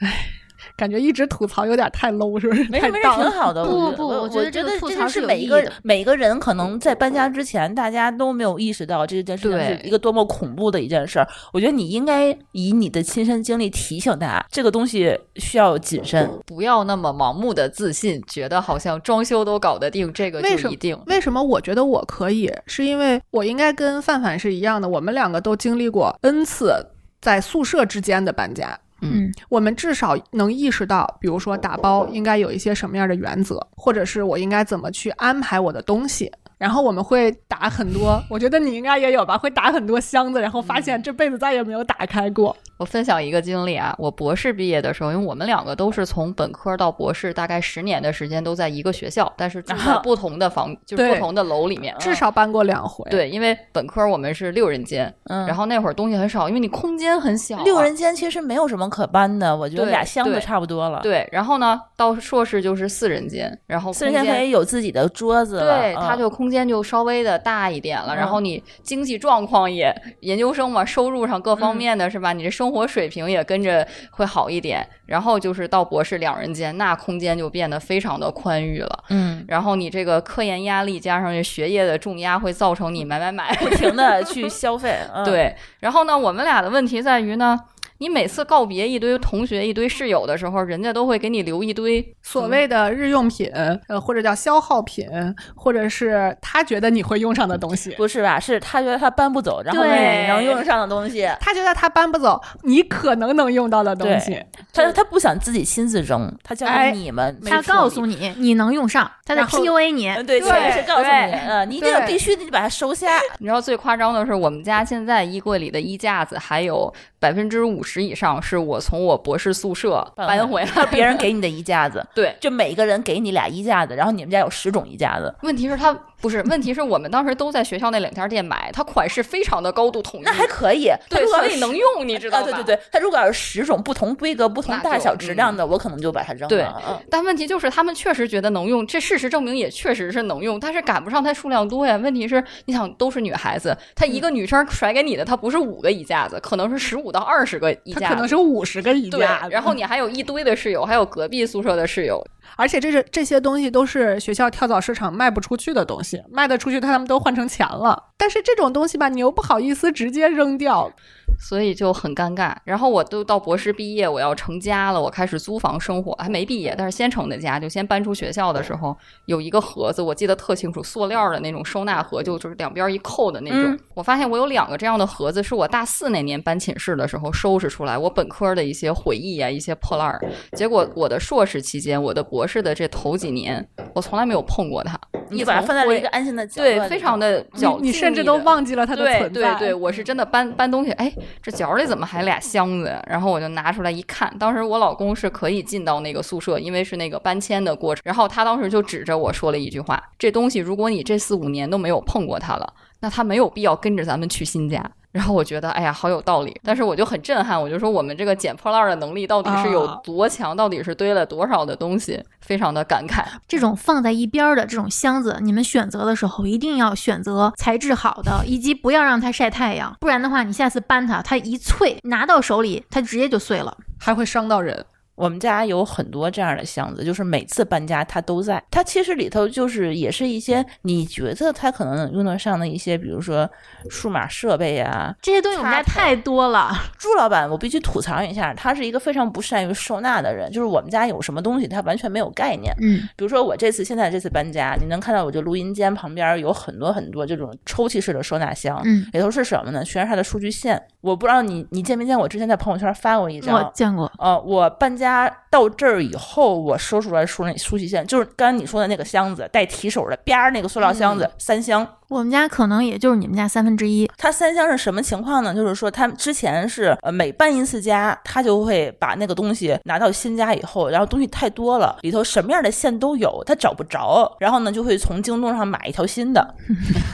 [SPEAKER 4] 感觉一直吐槽有点太 low，是不是？
[SPEAKER 5] 没事没
[SPEAKER 4] 太
[SPEAKER 5] 事，
[SPEAKER 4] 荡
[SPEAKER 5] 挺好的。
[SPEAKER 3] 不
[SPEAKER 5] 我
[SPEAKER 3] 不
[SPEAKER 5] 我
[SPEAKER 3] 我
[SPEAKER 5] 我
[SPEAKER 3] 觉得
[SPEAKER 5] 觉
[SPEAKER 3] 这个
[SPEAKER 5] 得
[SPEAKER 3] 吐
[SPEAKER 5] 这
[SPEAKER 3] 槽
[SPEAKER 5] 就是
[SPEAKER 3] 有
[SPEAKER 5] 每
[SPEAKER 3] 意
[SPEAKER 5] 一
[SPEAKER 3] 义
[SPEAKER 5] 个
[SPEAKER 3] 的
[SPEAKER 5] 每个人可能在搬家之前，大家都没有意识到这件事情
[SPEAKER 2] 对
[SPEAKER 5] 是一个多么恐怖的一件事儿。我觉得你应该以你的亲身经历提醒大家，这个东西需要谨慎。
[SPEAKER 2] 不要那么盲目的自信，觉得好像装修都搞得定，这个
[SPEAKER 4] 为
[SPEAKER 2] 就
[SPEAKER 4] 什
[SPEAKER 2] 一
[SPEAKER 4] 么
[SPEAKER 2] 定？。
[SPEAKER 4] 为什么我觉得我可以？是因为我应该跟范范是一样的，我们两个都经历过 n 次在宿舍之间的搬家。
[SPEAKER 3] 嗯，
[SPEAKER 4] 我们至少能意识到，比如说打包应该有一些什么样的原则，或者是我应该怎么去安排我的东西。然后我们会打很多，我觉得你应该也有吧，会打很多箱子，然后发现这辈子再也没有打开过。
[SPEAKER 2] 我分享一个经历啊，我博士毕业的时候，因为我们两个都是从本科到博士，大概十年的时间都在一个学校，但是住在
[SPEAKER 5] 啊
[SPEAKER 2] 不同的 房，就是不
[SPEAKER 4] 对
[SPEAKER 2] 同的楼里面。
[SPEAKER 4] 至少搬过两回。，
[SPEAKER 2] 嗯对，因为本科我们是六人间，
[SPEAKER 5] 嗯，
[SPEAKER 2] 然后那会儿东西很少，因为你空间很小啊、
[SPEAKER 5] 六人间其实没有什么可搬的，我觉得
[SPEAKER 2] 对
[SPEAKER 5] 俩箱子
[SPEAKER 2] 对
[SPEAKER 5] 差不多了。，
[SPEAKER 2] 对，然后呢，到硕士就是四人间，然后
[SPEAKER 5] 四人
[SPEAKER 2] 空
[SPEAKER 5] 间可以有自己的桌子了。
[SPEAKER 2] 对，
[SPEAKER 5] 嗯
[SPEAKER 2] 它就空间就稍微的大一点了，然后你经济状况也研究生嘛，收入上各方
[SPEAKER 5] 嗯
[SPEAKER 2] 面的是吧？你这生活水平也跟着会好一点。然后就是到博士两人间，那空间就变得非常的宽裕了。
[SPEAKER 5] 嗯，
[SPEAKER 2] 然后你这个科研压力加上这学业的重压，会造成你买买买。
[SPEAKER 5] 不停的去消费。嗯、，
[SPEAKER 2] 对，然后呢，我们俩的问题在于呢。你每次告别一堆同学、一堆室友的时候，人家都会给你留一堆
[SPEAKER 4] 所谓的日用品，呃，或者叫消耗品，或者是他觉得你会用上的东西。
[SPEAKER 5] 不是吧？是他觉得他搬不走，然后
[SPEAKER 3] 对
[SPEAKER 5] 你能用上的东西，
[SPEAKER 4] 他觉得他搬不走，你可能能用到的东西。
[SPEAKER 5] 他他不想自己亲自扔，他交给
[SPEAKER 4] 哎
[SPEAKER 5] 你们去处理。
[SPEAKER 3] 他告诉你你能用上，他在
[SPEAKER 4] 然后
[SPEAKER 3] PUA 你。
[SPEAKER 5] 嗯，对，
[SPEAKER 2] 对
[SPEAKER 5] 前是告诉你，
[SPEAKER 2] 对
[SPEAKER 5] 呃，你这个
[SPEAKER 4] 对
[SPEAKER 5] 必须得把它 收下。
[SPEAKER 2] 你知道最夸张的是，我们家现在衣柜里的衣架子还有百分之五十以上是我从我博士宿舍搬回来的。
[SPEAKER 5] 别人给你的衣架子，
[SPEAKER 2] 对，
[SPEAKER 5] 就每个人给你俩衣架子，然后你们家有十种衣架子，
[SPEAKER 2] 问题是它不是，问题是我们当时都在学校那两家店买，它款式非常的高度统一，
[SPEAKER 5] 那还可以。它
[SPEAKER 2] 嗯对，
[SPEAKER 5] 如果
[SPEAKER 2] 所
[SPEAKER 5] 要
[SPEAKER 2] 以
[SPEAKER 5] 是
[SPEAKER 2] 能用，你知道
[SPEAKER 5] 啊，
[SPEAKER 2] 吧？
[SPEAKER 5] 对对对，它如果要是十种不同规格、不同
[SPEAKER 2] 那
[SPEAKER 5] 大
[SPEAKER 2] 就
[SPEAKER 5] 小、质量的，我可能就把它扔了。
[SPEAKER 2] 对
[SPEAKER 5] 嗯
[SPEAKER 2] 但问题就是，他们确实觉得能用，这事实证明也确实是能用，但是赶不上它数量多呀。问题是，你想都是女孩子，她一个女生甩给你的，她不是五个一架子，可能是十五到二十个一
[SPEAKER 4] 它
[SPEAKER 2] 架
[SPEAKER 4] 可能
[SPEAKER 2] 子。
[SPEAKER 4] 是五十个一
[SPEAKER 2] 对
[SPEAKER 4] 架子，，
[SPEAKER 2] 然后你还有一堆的室友，还有隔壁宿舍的室友，
[SPEAKER 4] 而且这是这些东西都是学校跳蚤市场卖不出去的东西，卖得出去，他们都换成钱了。但是这种东西吧，你又不好意思直接扔掉，
[SPEAKER 2] 所以就很尴尬。然后我都到博士毕业，我要成家了，我开始租房生活，还没毕业，但是先成的家，就先搬出学校的时候，有一个盒子，我记得特清楚，塑料的那种收纳盒，就就是两边一扣的那种。
[SPEAKER 5] 嗯
[SPEAKER 2] 我发现我有两个这样的盒子，是我大四那年搬寝室的时候收拾出来，我本科的一些回忆啊，一些破烂儿。结果我的硕士期间，我的博士的这头几年，我从来没有碰过它，
[SPEAKER 5] 你
[SPEAKER 2] 一
[SPEAKER 5] 把它
[SPEAKER 2] 层
[SPEAKER 5] 放在了
[SPEAKER 2] 灰
[SPEAKER 5] 一个安心的角落里
[SPEAKER 2] 对
[SPEAKER 5] 头，，
[SPEAKER 2] 非常的
[SPEAKER 4] 你
[SPEAKER 2] 侥
[SPEAKER 4] 你甚至
[SPEAKER 2] 幸
[SPEAKER 4] 都
[SPEAKER 2] 的
[SPEAKER 4] 忘记了它的
[SPEAKER 2] 对
[SPEAKER 4] 存
[SPEAKER 2] 对
[SPEAKER 4] 在。
[SPEAKER 2] 对，我是真的搬搬东西，哎，这角儿里怎么还俩箱子呀？然后我就拿出来一看，当时我老公是可以进到那个宿舍，因为是那个搬迁的过程。然后他当时就指着我说了一句话：“这东西如果你这四五年都没有碰过它了，那它没有必要跟着咱们去新家。”然后我觉得，哎呀，好有道理。但是我就很震撼，我就说我们这个捡破烂儿的能力到底是有
[SPEAKER 4] 啊
[SPEAKER 2] 多强，到底是堆了多少的东西，非常的感慨。
[SPEAKER 3] 这种放在一边儿的这种箱子，你们选择的时候一定要选择材质好的，以及不要让它晒太阳，不然的话，你下次搬它，它一脆拿到手里，它直接就碎了。
[SPEAKER 4] 还会伤到人。
[SPEAKER 5] 我们家有很多这样的箱子，就是每次搬家它都在。它其实里头就是也是一些你觉得它可能用得上的一些，比如说数码设备呀、
[SPEAKER 3] 这些东西我们家
[SPEAKER 5] 插头
[SPEAKER 3] 太多了，
[SPEAKER 5] 朱老板，我必须吐槽一下，他是一个非常不善于收纳的人。就是我们家有什么东西，他完全没有概念。
[SPEAKER 3] 嗯，
[SPEAKER 5] 比如说我这次现在这次搬家，你能看到我这录音间旁边有很多很多这种抽屉式的收纳箱，
[SPEAKER 3] 嗯
[SPEAKER 5] 里头是什么呢？全是它的数据线。我不知道你你见没见我之前在朋友圈发过一张，
[SPEAKER 3] 我见过，
[SPEAKER 5] 呃，我搬家到这儿以后，我收出来书那书籍线，就是刚刚你说的那个箱子，带提手的，边儿那个塑料箱子，
[SPEAKER 4] 嗯
[SPEAKER 5] 三箱。
[SPEAKER 3] 我们家可能也就是你们家三分之一。
[SPEAKER 5] 它三箱是什么情况呢？就是说，他之前是呃每搬一次家，他就会把那个东西拿到新家以后，然后东西太多了，里头什么样的线都有，他找不着，然后呢就会从京东上买一条新 的，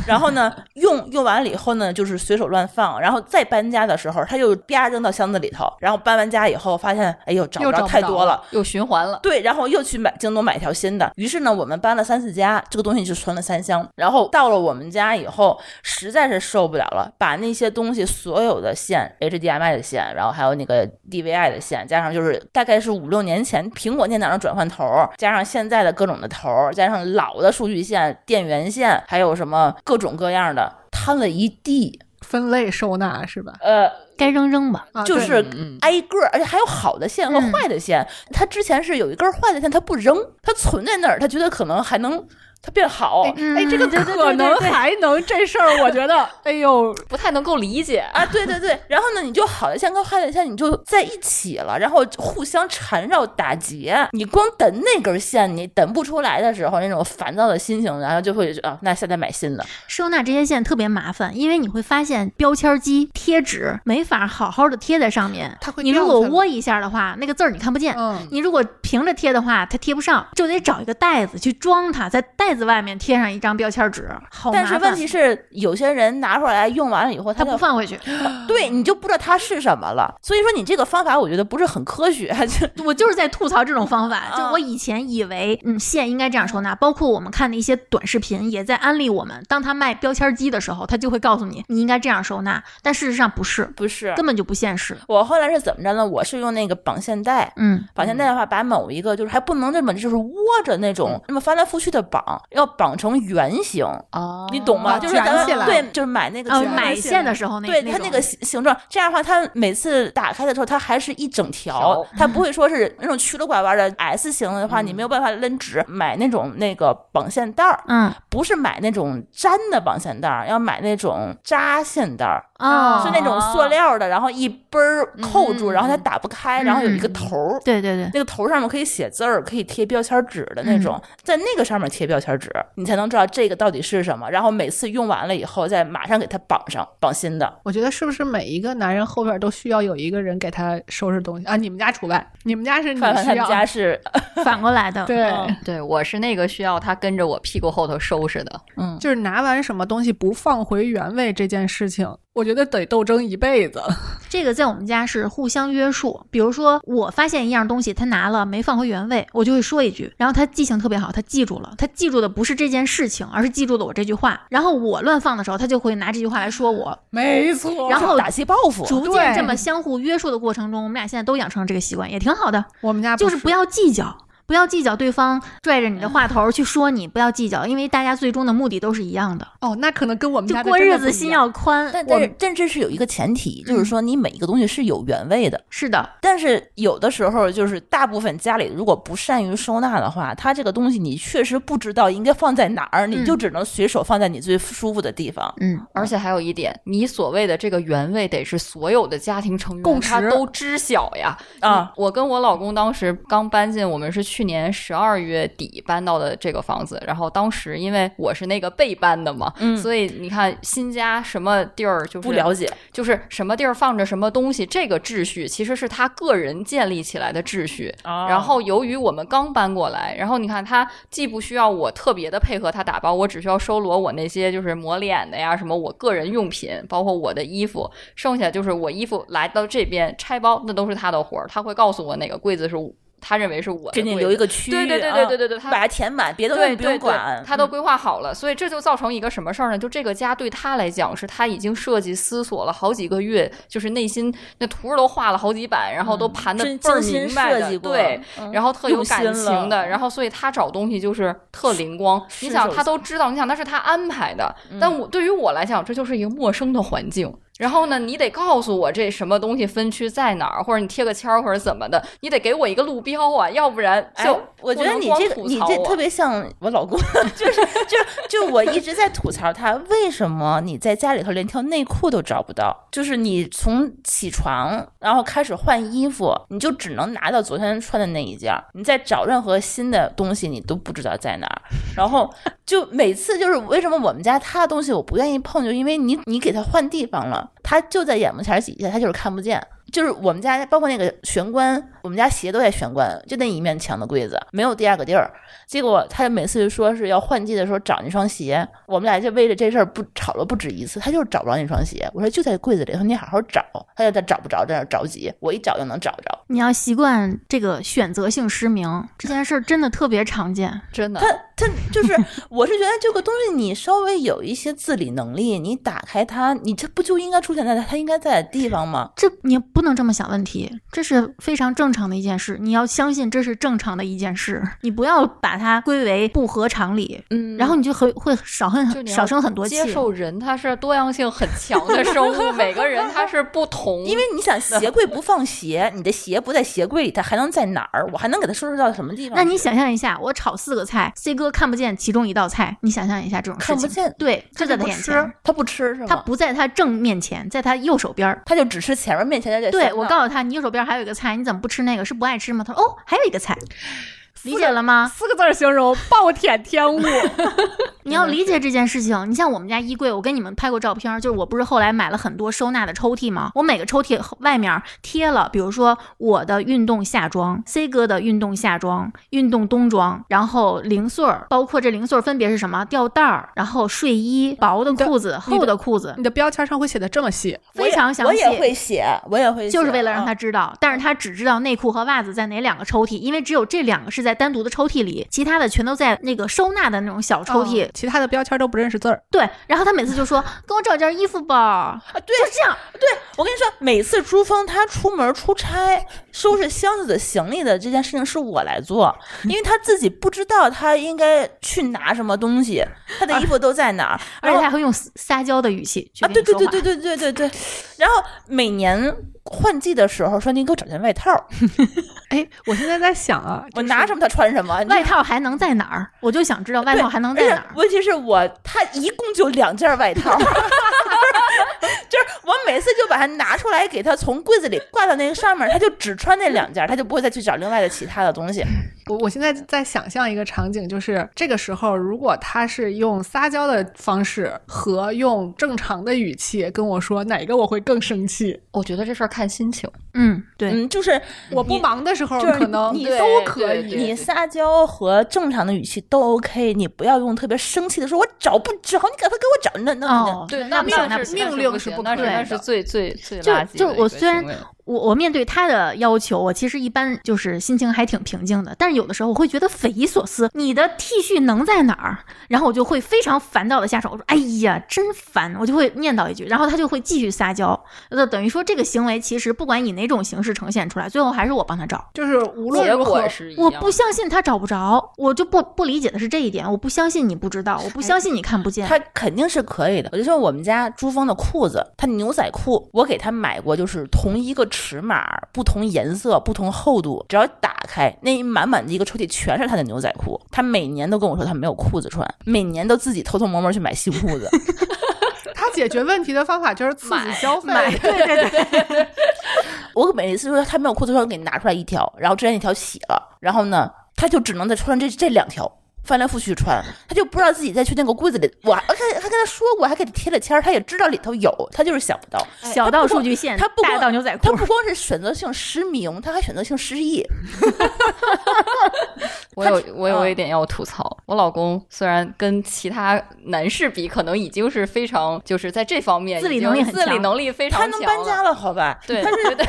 [SPEAKER 5] 然后呢用用完了以后呢，就是随手乱放，然后再搬家的时候，他又啪扔到箱子里头，然后搬完家以后发现，哎呦找
[SPEAKER 4] 又
[SPEAKER 5] 不
[SPEAKER 4] 找
[SPEAKER 5] 着
[SPEAKER 4] 不
[SPEAKER 5] 太
[SPEAKER 4] 着
[SPEAKER 5] 多
[SPEAKER 4] 了
[SPEAKER 5] 了，
[SPEAKER 2] 又循环了，
[SPEAKER 5] 对，然后又去买京东买一条新的。于是呢，我们搬了三次家，这个东西就存了三箱。然后到了我们家以后，实在是受不了了，把那些东西所有的线，HDMI 的线，然后还有那个 DVI 的线，加上就是大概是五六年前苹果电脑的转换头，加上现在的各种的头，加上老的数据线、电源线，还有什么各种各样的，摊了一地。
[SPEAKER 4] 分类收纳是吧？
[SPEAKER 5] 呃，
[SPEAKER 3] 该扔扔吧，
[SPEAKER 4] 啊，
[SPEAKER 5] 就
[SPEAKER 4] 对
[SPEAKER 5] 是
[SPEAKER 4] 嗯
[SPEAKER 5] 挨个儿，而且还有好的线和
[SPEAKER 3] 嗯
[SPEAKER 5] 坏的线。他之前是有一根坏的线，他不扔，他存在那儿，他觉得可能还能它变好。
[SPEAKER 4] 哎
[SPEAKER 3] 嗯
[SPEAKER 4] 哎，这个
[SPEAKER 3] 对对对
[SPEAKER 4] 可能
[SPEAKER 3] 对对
[SPEAKER 4] 还能这事儿，我觉得，哎呦，
[SPEAKER 2] 不太能够理解。
[SPEAKER 5] 啊，对对对，然后呢，你就好的线跟坏的线你就在一起了，然后互相缠绕打结。你光等那根线，你等不出来的时候，那种烦躁的心情，然后就会啊，那下次买新的。
[SPEAKER 3] 收纳这些线特别麻烦，因为你会发现标签机、贴纸没法好好的贴在上面。
[SPEAKER 4] 它会
[SPEAKER 3] 你
[SPEAKER 4] 掉
[SPEAKER 3] 如果
[SPEAKER 4] 下来
[SPEAKER 3] 窝一下的话，那个字儿你看不见。
[SPEAKER 4] 嗯，
[SPEAKER 3] 你如果平着贴的话，它贴不上，就得找一个袋子去装它，在袋子外面贴上一张标签纸，好麻
[SPEAKER 5] 但
[SPEAKER 3] 烦。
[SPEAKER 5] 是问题是，有些人拿出来用完了以后，
[SPEAKER 3] 它
[SPEAKER 5] 就
[SPEAKER 3] 不放回去，
[SPEAKER 5] 对你就不知道它是什么了。所以说，你这个方法我觉得不是很科学， 就
[SPEAKER 3] 我就是在吐槽这种方法。就
[SPEAKER 5] 啊
[SPEAKER 3] 我以前以为，嗯，线应该这样收纳，包括我们看的一些短视频也在安利我们，当他卖标签机的时候，他就会告诉你你应该这样收纳，但事实上不是，
[SPEAKER 5] 不是
[SPEAKER 3] 根本就不现实。
[SPEAKER 5] 我后来是怎么着呢？我是用那个绑线带，
[SPEAKER 3] 嗯，嗯
[SPEAKER 5] 绑线带的话，把某一个就是还不能这么就是窝着那种，那么翻来覆去的绑，要绑成圆形，
[SPEAKER 2] 哦
[SPEAKER 5] 你懂吗？
[SPEAKER 4] 哦
[SPEAKER 5] 就是咱
[SPEAKER 4] 卷起
[SPEAKER 5] 们
[SPEAKER 4] 来
[SPEAKER 5] 对，就是买那个
[SPEAKER 3] 哦，
[SPEAKER 5] 卷
[SPEAKER 4] 得
[SPEAKER 3] 买
[SPEAKER 4] 起
[SPEAKER 3] 线
[SPEAKER 4] 来
[SPEAKER 3] 的时候那
[SPEAKER 5] 对
[SPEAKER 3] 那
[SPEAKER 5] 它
[SPEAKER 3] 种
[SPEAKER 5] 那个形形状，这样的话，它每次打开的时候，它还是一整条
[SPEAKER 2] 条，
[SPEAKER 5] 它 不会说是那种曲了拐弯的 S 型的话，你没
[SPEAKER 3] 嗯
[SPEAKER 5] 有办法抡直。买那种那个绑线带儿，
[SPEAKER 3] 嗯
[SPEAKER 5] 不是买那种粘的绑线带儿，要买那种扎线带儿。
[SPEAKER 3] 啊，
[SPEAKER 5] 嗯是那种塑料的，然后一嘣儿扣
[SPEAKER 2] 嗯嗯
[SPEAKER 5] 住，然后它打不开，然后有一个
[SPEAKER 3] 嗯
[SPEAKER 5] 头儿，
[SPEAKER 3] 对对对，
[SPEAKER 5] 那个头上面可以写字儿，可以贴标签纸的那种，在那个上面贴标签纸，你才能知道这个到底是什么。然后每次用完了以后，再马上给它绑上，绑新的。
[SPEAKER 4] 我觉得是不是每一个男人后边都需要有一个人给他收拾东西啊？你们家除外，你们家是你
[SPEAKER 5] 范范他
[SPEAKER 4] 嗯需
[SPEAKER 5] 们
[SPEAKER 4] 要。
[SPEAKER 5] 家是，
[SPEAKER 3] 反过来的，
[SPEAKER 4] 对，
[SPEAKER 5] 嗯
[SPEAKER 2] 对，我是那个需要他跟着我屁股后头收拾的。
[SPEAKER 5] 嗯，
[SPEAKER 4] 就是拿完什么东西不放回原位这件事情，我觉得得斗争一辈子。
[SPEAKER 3] 这个在我们家是互相约束。比如说，我发现一样东西，他拿了没放回原位，我就会说一句，然后他记性特别好，他记住了。他记住的不是这件事情，而是记住的我这句话。然后我乱放的时候，他就会拿这句话来说我。
[SPEAKER 4] 没错
[SPEAKER 3] 然后
[SPEAKER 5] 打击报复。
[SPEAKER 3] 逐渐
[SPEAKER 4] 对
[SPEAKER 3] 这么相互约束的过程中，我们俩现在都养成了这个习惯，也挺好的。
[SPEAKER 4] 我们家
[SPEAKER 3] 就是是不要计较，不要计较对方拽着你的话头去说你，不要计较，因为大家最终的目的都是一样的，
[SPEAKER 4] 哦，那可能跟我们
[SPEAKER 3] 就
[SPEAKER 4] 家的
[SPEAKER 3] 过
[SPEAKER 4] 真的
[SPEAKER 3] 日
[SPEAKER 4] 不
[SPEAKER 3] 子
[SPEAKER 4] 一
[SPEAKER 3] 心
[SPEAKER 4] 样
[SPEAKER 3] 要宽。
[SPEAKER 5] 但但是但这是有一个前提，就是说你每一个东西是有原味的。
[SPEAKER 3] 是的，
[SPEAKER 5] 但是有的时候，就是大部分家里如果不善于收纳的话，它这个东西你确实不知道应该放在哪儿，你
[SPEAKER 2] 嗯
[SPEAKER 5] 就只能随手放在你最舒服的地方。
[SPEAKER 3] 嗯，
[SPEAKER 2] 而且还有一点，你所谓的这个原位得是所有的家庭成员
[SPEAKER 4] 共
[SPEAKER 2] 他
[SPEAKER 4] 识
[SPEAKER 2] 都知晓呀。
[SPEAKER 5] 啊，
[SPEAKER 2] 我跟我老公当时刚搬进，我们是去年十二月底搬到的这个房子。然后当时因为我是那个被搬的嘛，
[SPEAKER 5] 嗯
[SPEAKER 2] 所以你看新家什么地儿就是
[SPEAKER 5] 不了解，
[SPEAKER 2] 就是什么地儿放着什么东西，这个秩序其实是他个人建立起来的秩序。
[SPEAKER 5] 哦
[SPEAKER 2] 然后由哦于我们刚搬过来，然后你看他既不需要我特别的配合他打包，我只需要收罗我那些就是抹脸的呀，什么我个人用品，包括我的衣服，剩下就是我衣服来到这边拆包，那都是他的活儿，他会告诉我哪个柜子是我他认为是我的
[SPEAKER 5] 给你
[SPEAKER 2] 柜
[SPEAKER 5] 留一
[SPEAKER 2] 子
[SPEAKER 5] 个区域，
[SPEAKER 2] 对对对对对对对，
[SPEAKER 5] 啊
[SPEAKER 2] 他
[SPEAKER 5] 把它填满，别的东西
[SPEAKER 2] 对
[SPEAKER 5] 不
[SPEAKER 2] 对
[SPEAKER 5] 用
[SPEAKER 2] 对
[SPEAKER 5] 管，，嗯
[SPEAKER 2] 他都规划好了，所以这就造成一个什么事儿呢？就这个家对他来讲，是他已经设计思索了好几个月，就是内心那图儿都画了好几版，然后都盘的
[SPEAKER 5] 真
[SPEAKER 2] 倍儿
[SPEAKER 5] 精心
[SPEAKER 2] 明白
[SPEAKER 5] 设计
[SPEAKER 2] 的，
[SPEAKER 5] 过，
[SPEAKER 2] 对，
[SPEAKER 5] 嗯
[SPEAKER 2] 然后特有
[SPEAKER 5] 用心
[SPEAKER 2] 感情的，
[SPEAKER 5] 了
[SPEAKER 2] 然后所以他找东西就是特灵光。
[SPEAKER 5] 是
[SPEAKER 2] 你
[SPEAKER 5] 是
[SPEAKER 2] 想，
[SPEAKER 5] 有
[SPEAKER 2] 他都知道，你想那是他安排的，但我对于我来讲，这就是一个陌生的环境。然后呢，你得告诉我这什么东西分区在哪儿，或者你贴个签儿或者怎么的，你得给我一个路标啊，要不然
[SPEAKER 5] 哎
[SPEAKER 2] 就
[SPEAKER 5] 我觉
[SPEAKER 2] 不
[SPEAKER 5] 得
[SPEAKER 2] 能
[SPEAKER 5] 你
[SPEAKER 2] 光
[SPEAKER 5] 这个
[SPEAKER 2] 吐
[SPEAKER 5] 你
[SPEAKER 2] 槽
[SPEAKER 5] 这
[SPEAKER 2] 我
[SPEAKER 5] 特别像我老公， 就是就是就我一直在吐槽他，为什么你在家里头连条内裤都找不到？就是你从起床然后开始换衣服，你就只能拿到昨天穿的那一件儿，你再找任何新的东西你都不知道在哪儿。然后就每次就是为什么我们家他的东西我不愿意碰，就因为你你给他换地方了，他就在眼目前儿底下，他就是看不见。就是我们家包括那个玄关，我们家鞋都在玄关，就那一面墙的柜子，没有第二个地儿。结果他每次就说是要换季的时候找那双鞋，我们俩就为了这事儿不吵了不止一次。他就是找不着那双鞋，我说就在柜子里头，你好好找。他就在找不着，在那儿着急。我一找就能找着。
[SPEAKER 3] 你要习惯这个选择性失明这件事，真的特别常见。
[SPEAKER 2] 真的
[SPEAKER 5] 他他就是，我是觉得这个东西你稍微有一些自理能力，你打开它，你这不就应该出现在它应该在的地方吗？
[SPEAKER 3] 这你不能这么想问题，这是非常正常的一件事。你要相信这是正常的一件事，你不要把它归为不合常理，
[SPEAKER 5] 嗯
[SPEAKER 3] 然后你就会会少
[SPEAKER 2] 就
[SPEAKER 3] 恨
[SPEAKER 2] 你要
[SPEAKER 3] 少生很多气
[SPEAKER 2] 接。受人他是多样性很强的生物，每个人他是不同，
[SPEAKER 5] 因为你想鞋柜不放鞋，你的鞋不在鞋柜里，它还能在哪儿？我还能给它收拾到什么地方？
[SPEAKER 3] 那你想象一下，我炒四个菜，C 哥看不见其中一道菜，你想象一下这种事情，
[SPEAKER 5] 看不见
[SPEAKER 3] 对，
[SPEAKER 5] 它
[SPEAKER 3] 就在
[SPEAKER 5] 就
[SPEAKER 3] 他
[SPEAKER 5] 不
[SPEAKER 3] 眼
[SPEAKER 5] 吃
[SPEAKER 3] 前，，
[SPEAKER 5] 它不吃是吗？
[SPEAKER 3] 他不在他正面前，在他右手边儿。
[SPEAKER 5] 他就只吃前面面前的这三
[SPEAKER 3] 对
[SPEAKER 5] 道。
[SPEAKER 3] 我告诉他，你右手边儿还有一个菜，你怎么不吃那个？是不爱吃吗？他说哦，还有一个菜，理解了吗？
[SPEAKER 4] 四个字儿形容暴殄天 物。
[SPEAKER 3] 你要理解这件事情。你像我们家衣柜，我跟你们拍过照片儿，就是我不是后来买了很多收纳的抽屉吗？我每个抽屉后外面儿贴了，比如说我的运动夏装、C 哥的运动夏装、运动冬装，然后零碎儿，包括这零碎儿分别是什么吊带儿，然后睡衣、薄的
[SPEAKER 4] 的
[SPEAKER 3] 裤子、
[SPEAKER 4] 你的
[SPEAKER 3] 厚的裤子
[SPEAKER 4] 你，的标签上会写的这么细，
[SPEAKER 5] 我也
[SPEAKER 3] 非常详
[SPEAKER 5] 我
[SPEAKER 3] 细。
[SPEAKER 5] 也会写，我也会写，
[SPEAKER 3] 就是为了让他
[SPEAKER 5] 嗯
[SPEAKER 3] 知道，但是他只知道内裤和袜子在哪两个抽屉，因为只有这两个是在单独的抽屉里，其他的全都在那个收纳的那种小抽
[SPEAKER 5] 哦
[SPEAKER 3] 屉。
[SPEAKER 4] 哦其他的标签都不认识字儿。
[SPEAKER 3] 对，然后他每次就说：“给我找件衣服吧。”
[SPEAKER 5] 啊，对
[SPEAKER 3] 就这样，
[SPEAKER 5] 对，我跟你说，每次珠峰他出门出差收拾箱子的行李的这件事情是我来做，因为他自己不知道他应该去拿什么东西，他的衣服都在哪儿，
[SPEAKER 3] 而且
[SPEAKER 5] 然后
[SPEAKER 3] 他还会用撒撒娇的语气去
[SPEAKER 5] 啊，
[SPEAKER 3] 跟你
[SPEAKER 5] 对对
[SPEAKER 3] 说话。
[SPEAKER 5] 对对对对对对，然后每年换季的时候说你给我找件外套，
[SPEAKER 4] 哎，我现在在想啊，
[SPEAKER 5] 我拿什么他穿什么，你哎
[SPEAKER 3] 外套还能在哪儿？我就想知道外
[SPEAKER 5] 对
[SPEAKER 3] 套还能在哪
[SPEAKER 5] 而
[SPEAKER 3] 儿
[SPEAKER 5] 且。问题是我他一共就两件外套，就是我每次就把它拿出来，给它从柜子里挂到那个上面，它就只穿那两件，它就不会再去找另外的其他的东西。
[SPEAKER 3] 嗯
[SPEAKER 4] 我我现在在想象一个场景，就是这个时候，如果他是用撒娇的方式和用正常的语气跟我说，哪个我会更生气？
[SPEAKER 2] 我觉得这事儿看心情。
[SPEAKER 3] 嗯，对，
[SPEAKER 5] 嗯，就是
[SPEAKER 4] 我不
[SPEAKER 5] 你
[SPEAKER 4] 忙的时候，
[SPEAKER 5] 就是
[SPEAKER 4] 可能
[SPEAKER 5] 你
[SPEAKER 4] 都可
[SPEAKER 2] 对
[SPEAKER 4] 以。
[SPEAKER 5] 你撒娇和正常的语气都 OK，你不要用特别生气的说“我找不着，你赶快给我找”那那那。
[SPEAKER 3] 哦，
[SPEAKER 2] 对，
[SPEAKER 3] 那
[SPEAKER 2] 那
[SPEAKER 3] 不
[SPEAKER 2] 命
[SPEAKER 3] 行，
[SPEAKER 4] 那
[SPEAKER 3] 那
[SPEAKER 4] 不
[SPEAKER 3] 不
[SPEAKER 4] 行
[SPEAKER 3] 行。
[SPEAKER 2] 命
[SPEAKER 4] 那
[SPEAKER 2] 令
[SPEAKER 4] 是
[SPEAKER 2] 是
[SPEAKER 4] 不
[SPEAKER 2] 不可
[SPEAKER 3] 对
[SPEAKER 2] 那是最最最
[SPEAKER 3] 就
[SPEAKER 2] 垃圾的
[SPEAKER 3] 就
[SPEAKER 2] 一
[SPEAKER 3] 我
[SPEAKER 2] 个
[SPEAKER 3] 虽
[SPEAKER 2] 行
[SPEAKER 3] 然
[SPEAKER 2] 为
[SPEAKER 3] 我我面对他的要求，我其实一般就是心情还挺平静的，但是有的时候我会觉得匪夷所思，你的 T 恤能在哪儿？然后我就会非常烦躁的下手，我说哎呀真烦，我就会念叨一句，然后他就会继续撒娇，那等于说这个行为其实不管以哪种形式呈现出来，最后还是我帮他找。
[SPEAKER 4] 就是无论
[SPEAKER 2] 结
[SPEAKER 4] 如何
[SPEAKER 2] 果，是一
[SPEAKER 3] 我
[SPEAKER 2] 样
[SPEAKER 3] 不相信他找不着，我就不不理解的是这一点，我不相信你不知道，我不相信你看不见。
[SPEAKER 5] 他肯定是可以的。我就说我们家珠峰的裤子，他牛仔裤，我给他买过，就是同一个尺码、不同颜色、不同厚度，只要打开那一满满的一个抽屉全是他的牛仔裤。他每年都跟我说他没有裤子穿，每年都自己偷偷摸摸去买新裤子。
[SPEAKER 4] 他解决问题的方法就是刺激
[SPEAKER 2] 买
[SPEAKER 4] 消费。
[SPEAKER 3] 买，对对对，
[SPEAKER 5] 我每次说他没有裤子穿，我给你拿出来一条，然后之前那条洗了，然后呢，他就只能再穿这这两条。翻来覆去穿，他就不知道自己再去那个柜子里。我还还还跟他说过，还给他贴了签儿，他也知道里头有，他就是想不到。
[SPEAKER 3] 小到数据线，
[SPEAKER 5] 他不光
[SPEAKER 3] 大到牛 仔裤，
[SPEAKER 5] 他不光是选择性失明，他还选择性失忆。
[SPEAKER 2] 我有我有
[SPEAKER 5] 啊
[SPEAKER 2] 一点要吐槽，我老公虽然跟其他男士比，可能已经是非常就是在这方面
[SPEAKER 3] 自理
[SPEAKER 2] 已经
[SPEAKER 3] 能力很
[SPEAKER 2] 自理
[SPEAKER 3] 强
[SPEAKER 2] 能力非常
[SPEAKER 5] 他
[SPEAKER 2] 强
[SPEAKER 5] 能搬
[SPEAKER 2] 了。
[SPEAKER 5] 家了，好吧？
[SPEAKER 2] 对，对对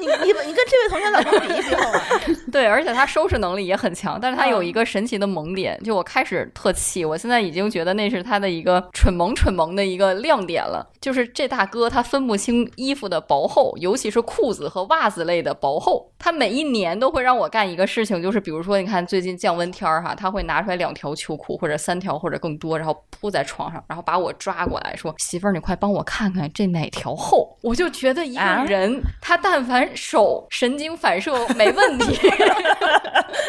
[SPEAKER 5] 你你你跟这位同学老公比一比好吧？
[SPEAKER 2] 对，而且他收拾能力也很强，但是他有
[SPEAKER 5] 嗯
[SPEAKER 2] 一个神奇的萌点，就我开始特气，我现在已经觉得那是他的一个蠢萌蠢萌的一个亮点了。就是这大哥他分不清衣服的薄厚，尤其是裤子和袜子类的薄厚。他每一年都会让我干一个事情，就是比如说，你看最近降温天儿哈，他会拿出来两条秋裤或者三条或者更多，然后铺在床上，然后把我抓过来说：“媳妇儿，你快帮我看看这哪条厚。”我就觉得一个
[SPEAKER 5] 啊
[SPEAKER 2] 人、他但凡手神经反射没问题，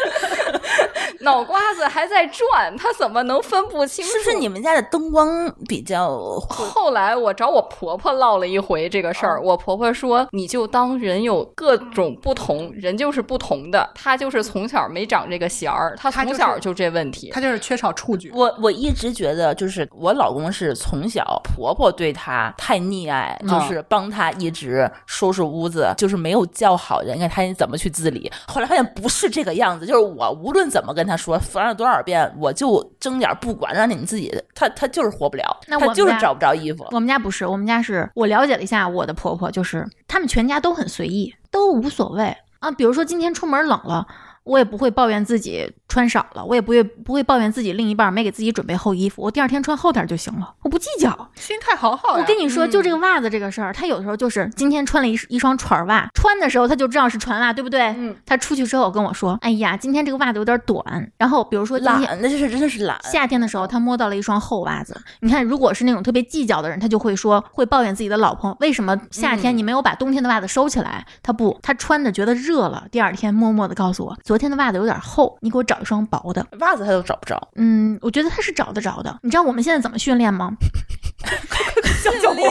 [SPEAKER 2] 脑瓜子还在转，他怎么能分不清楚？
[SPEAKER 5] 是不是你们家的灯光比较？
[SPEAKER 2] 后来我找我婆婆唠了一回这个事儿，我婆婆说：“你就当人有各种不同，人就是不同的，她就是从小没长这个弦儿，她
[SPEAKER 4] 她就
[SPEAKER 2] 从
[SPEAKER 4] 是
[SPEAKER 2] 小就这问题。
[SPEAKER 4] 他就是缺少触觉。
[SPEAKER 5] 我我一直觉得，就是我老公是从小婆婆对他太溺爱，
[SPEAKER 3] 嗯
[SPEAKER 5] 就是帮他一直收拾屋子，就是没有教好人家他怎么去自理。后来发现不是这个样子，就是我无论怎么跟他说，烦了多少遍，我就睁眼不管，让你们自己，他他就是活不了，
[SPEAKER 3] 那我
[SPEAKER 5] 他
[SPEAKER 3] 们
[SPEAKER 5] 就是
[SPEAKER 3] 家
[SPEAKER 5] 找不着衣服。
[SPEAKER 3] 我们家不是，我们家是我了解了一下我的婆婆，就是他们全家都很随意，都无所谓啊。比如说今天出门冷了。我也不会抱怨自己穿少了，我也不会不会抱怨自己另一半没给自己准备厚衣服，我第二天穿厚点就行了，我不计较。
[SPEAKER 4] 心态好好呀。嗯
[SPEAKER 3] 我跟你说，就这个袜子这个事儿，他有的时候就是今天穿了一一双船袜，穿的时候他就知道是船袜，对不对？
[SPEAKER 2] 嗯。
[SPEAKER 3] 他出去之后跟我说，哎呀，今天这个袜子有点短。然后比如说今天
[SPEAKER 5] 懒，那就是真的是懒。
[SPEAKER 3] 夏天的时候，他摸到了一双厚袜子。你看，如果是那种特别计较的人，他就会说，会抱怨自己的老婆为什么夏天你没有把冬天的袜子收起来。他不，他穿着觉得热了，第二天默默的告诉我，昨天的袜子有点厚，你给我找一双薄的。
[SPEAKER 5] 袜子他都找不着，
[SPEAKER 3] 嗯，我觉得他是找得着的。你知道我们现在怎么训练吗？
[SPEAKER 5] 教练，